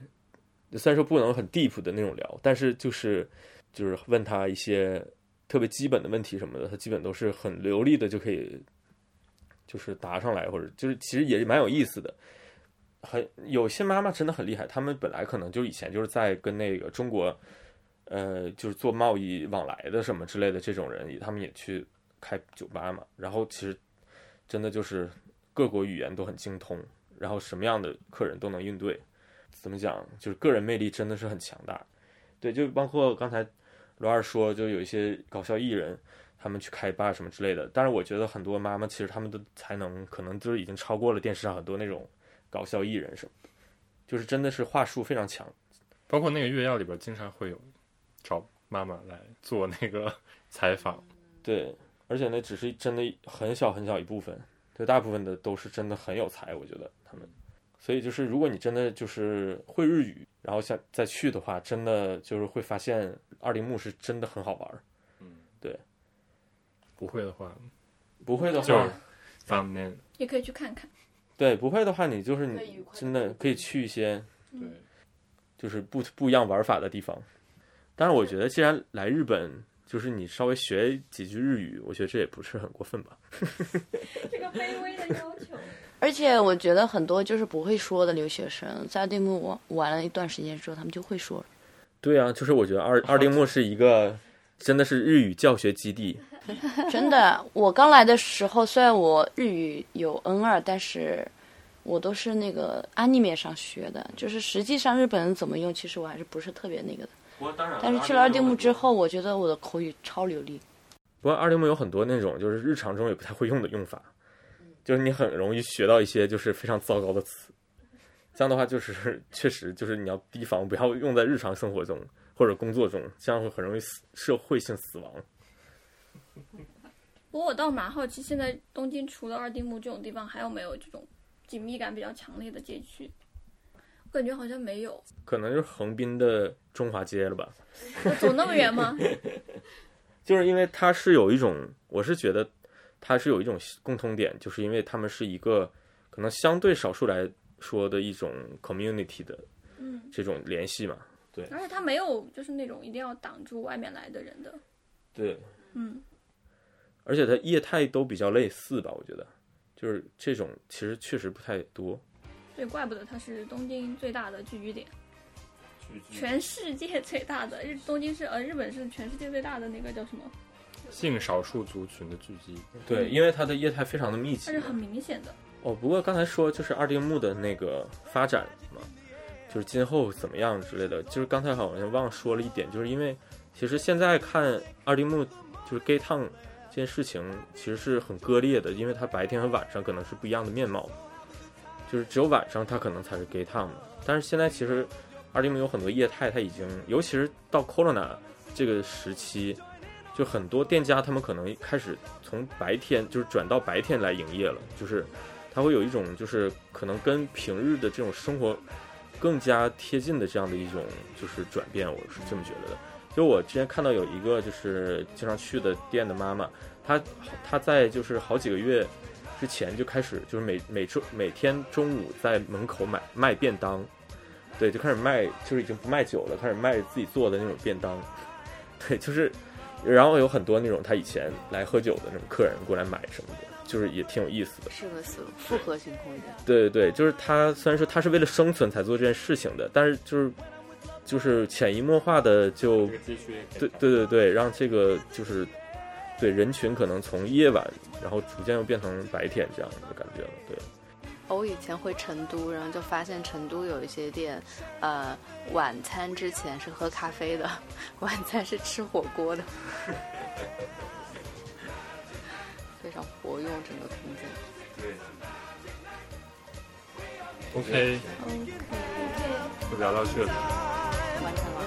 [SPEAKER 5] 虽然说不能很 deep 的那种聊，但是就是就是问她一些特别基本的问题什么的，他基本都是很流利的就可以，就是答上来，或者就是其实也蛮有意思的。很有些妈妈真的很厉害，她们本来可能就以前就是在跟那个中国，呃，就是做贸易往来的什么之类的这种人，也他们也去开酒吧嘛。然后其实真的就是各国语言都很精通，然后什么样的客人都能应对。怎么讲，就是个人魅力真的是很强大。对，就包括刚才罗二说，就有一些搞笑艺人，他们去开吧什么之类的。但是我觉得很多妈妈其实他们的才能，可能就是已经超过了电视上很多那种搞笑艺人什么的，就是真的是话术非常强。
[SPEAKER 3] 包括那个月曜里边经常会有找妈妈来做那个 采访，
[SPEAKER 5] 对，而且那只是真的很小很小一部分，对，大部分的都是真的很有才，我觉得他们。所以就是，如果你真的就是会日语，然后下再去的话，真的就是会发现二丁目是真的很好玩儿。
[SPEAKER 3] 不会的话
[SPEAKER 5] 不会的
[SPEAKER 3] 就
[SPEAKER 5] 话，
[SPEAKER 3] 当面
[SPEAKER 4] 也可以去看看。
[SPEAKER 5] 对，不会的话，你就是
[SPEAKER 8] 可以愉
[SPEAKER 5] 你
[SPEAKER 8] 快地
[SPEAKER 5] 真的可以去一些
[SPEAKER 3] 对
[SPEAKER 5] 就是不不一样玩法的地方。但是我觉得，既然来日本，就是你稍微学几句日语，我觉得这也不是很过分吧。
[SPEAKER 4] 这个卑微的要求，
[SPEAKER 6] 而且我觉得很多就是不会说的留学生，在二丁目玩玩了一段时间之后，他们就会说了。
[SPEAKER 5] 对啊，就是我觉得二二丁目是一个真的是日语教学基地，
[SPEAKER 6] 真的，我刚来的时候，虽然我日语有 N 二，但是我都是那个 anime 上学的，就是实际上日本人怎么用，其实我还是不是特别那个的。
[SPEAKER 5] 不过当然
[SPEAKER 6] 但是去了二丁目之后，我觉得我的口语超流利。
[SPEAKER 5] 不过二零木有很多那种就是日常中也不太会用的用法，就是你很容易学到一些就是非常糟糕的词。这样的话，就是 确实就是你要提防，不要用在日常生活中或者工作中，这样会很容易死社会性死亡。
[SPEAKER 4] 不过我倒蛮好奇，现在东京除了二丁目这种地方，还有没有这种紧密感比较强烈的街区？我感觉好像没有，
[SPEAKER 5] 可能就是横滨的中华街了吧，
[SPEAKER 4] 我走那么远吗？
[SPEAKER 5] 就是因为它是有一种，我是觉得它是有一种共通点，就是因为他们是一个可能相对少数来说的一种 community 的
[SPEAKER 4] 嗯，
[SPEAKER 5] 这种联系嘛。
[SPEAKER 4] 而且它没有就是那种一定要挡住外面来的人的，
[SPEAKER 5] 对，
[SPEAKER 4] 嗯，
[SPEAKER 5] 而且它业态都比较类似吧，我觉得，就是这种其实确实不太多。
[SPEAKER 4] 所以怪不得它是东京最大的聚居点，
[SPEAKER 3] 去
[SPEAKER 4] 全世界最大的日东京是呃日本是全世界最大的那个叫什么？
[SPEAKER 3] 性少数族群的聚集，
[SPEAKER 5] 对，因为它的业态非常的密集
[SPEAKER 4] 它是。很明显的，
[SPEAKER 5] 哦，不过刚才说就是二丁目的那个发展嘛，就是今后怎么样之类的，就是刚才好像忘说了一点，就是因为其实现在看二丁目就是 gay town 这件事情其实是很割裂的，因为它白天和晚上可能是不一样的面貌，就是只有晚上它可能才是 gay town 嘛。但是现在其实二丁目有很多业态，它已经尤其是到 corona 这个时期。就很多店家，他们可能开始从白天就是转到白天来营业了，就是它会有一种就是可能跟平日的这种生活更加贴近的这样的一种就是转变，我是这么觉得的。就我之前看到有一个就是经常去的店的妈妈，她她在就是好几个月之前就开始就是每每周每天中午在门口买卖便当，对，就开始卖，就是已经不卖酒了，开始卖自己做的那种便当， 对，就是。然后有很多那种他以前来喝酒的那种客人过来买什么的，就是也挺有意思的。
[SPEAKER 7] 是个思路，复合型空间。
[SPEAKER 5] 对对对，就是他虽然说他是为了生存才做这件事情的，但是就是就是潜移默化的就
[SPEAKER 3] 这个街区也可以
[SPEAKER 5] 对对对对，让这个就是对人群可能从夜晚，然后逐渐又变成白天这样的感觉了。对，
[SPEAKER 7] 我哦以前回成都，然后就发现成都有一些店，呃，晚餐之前是喝咖啡的，晚餐是吃火锅的， 非常活用整个空间。
[SPEAKER 3] OK，
[SPEAKER 4] 嗯，
[SPEAKER 3] 就聊到这里。
[SPEAKER 7] 完成了。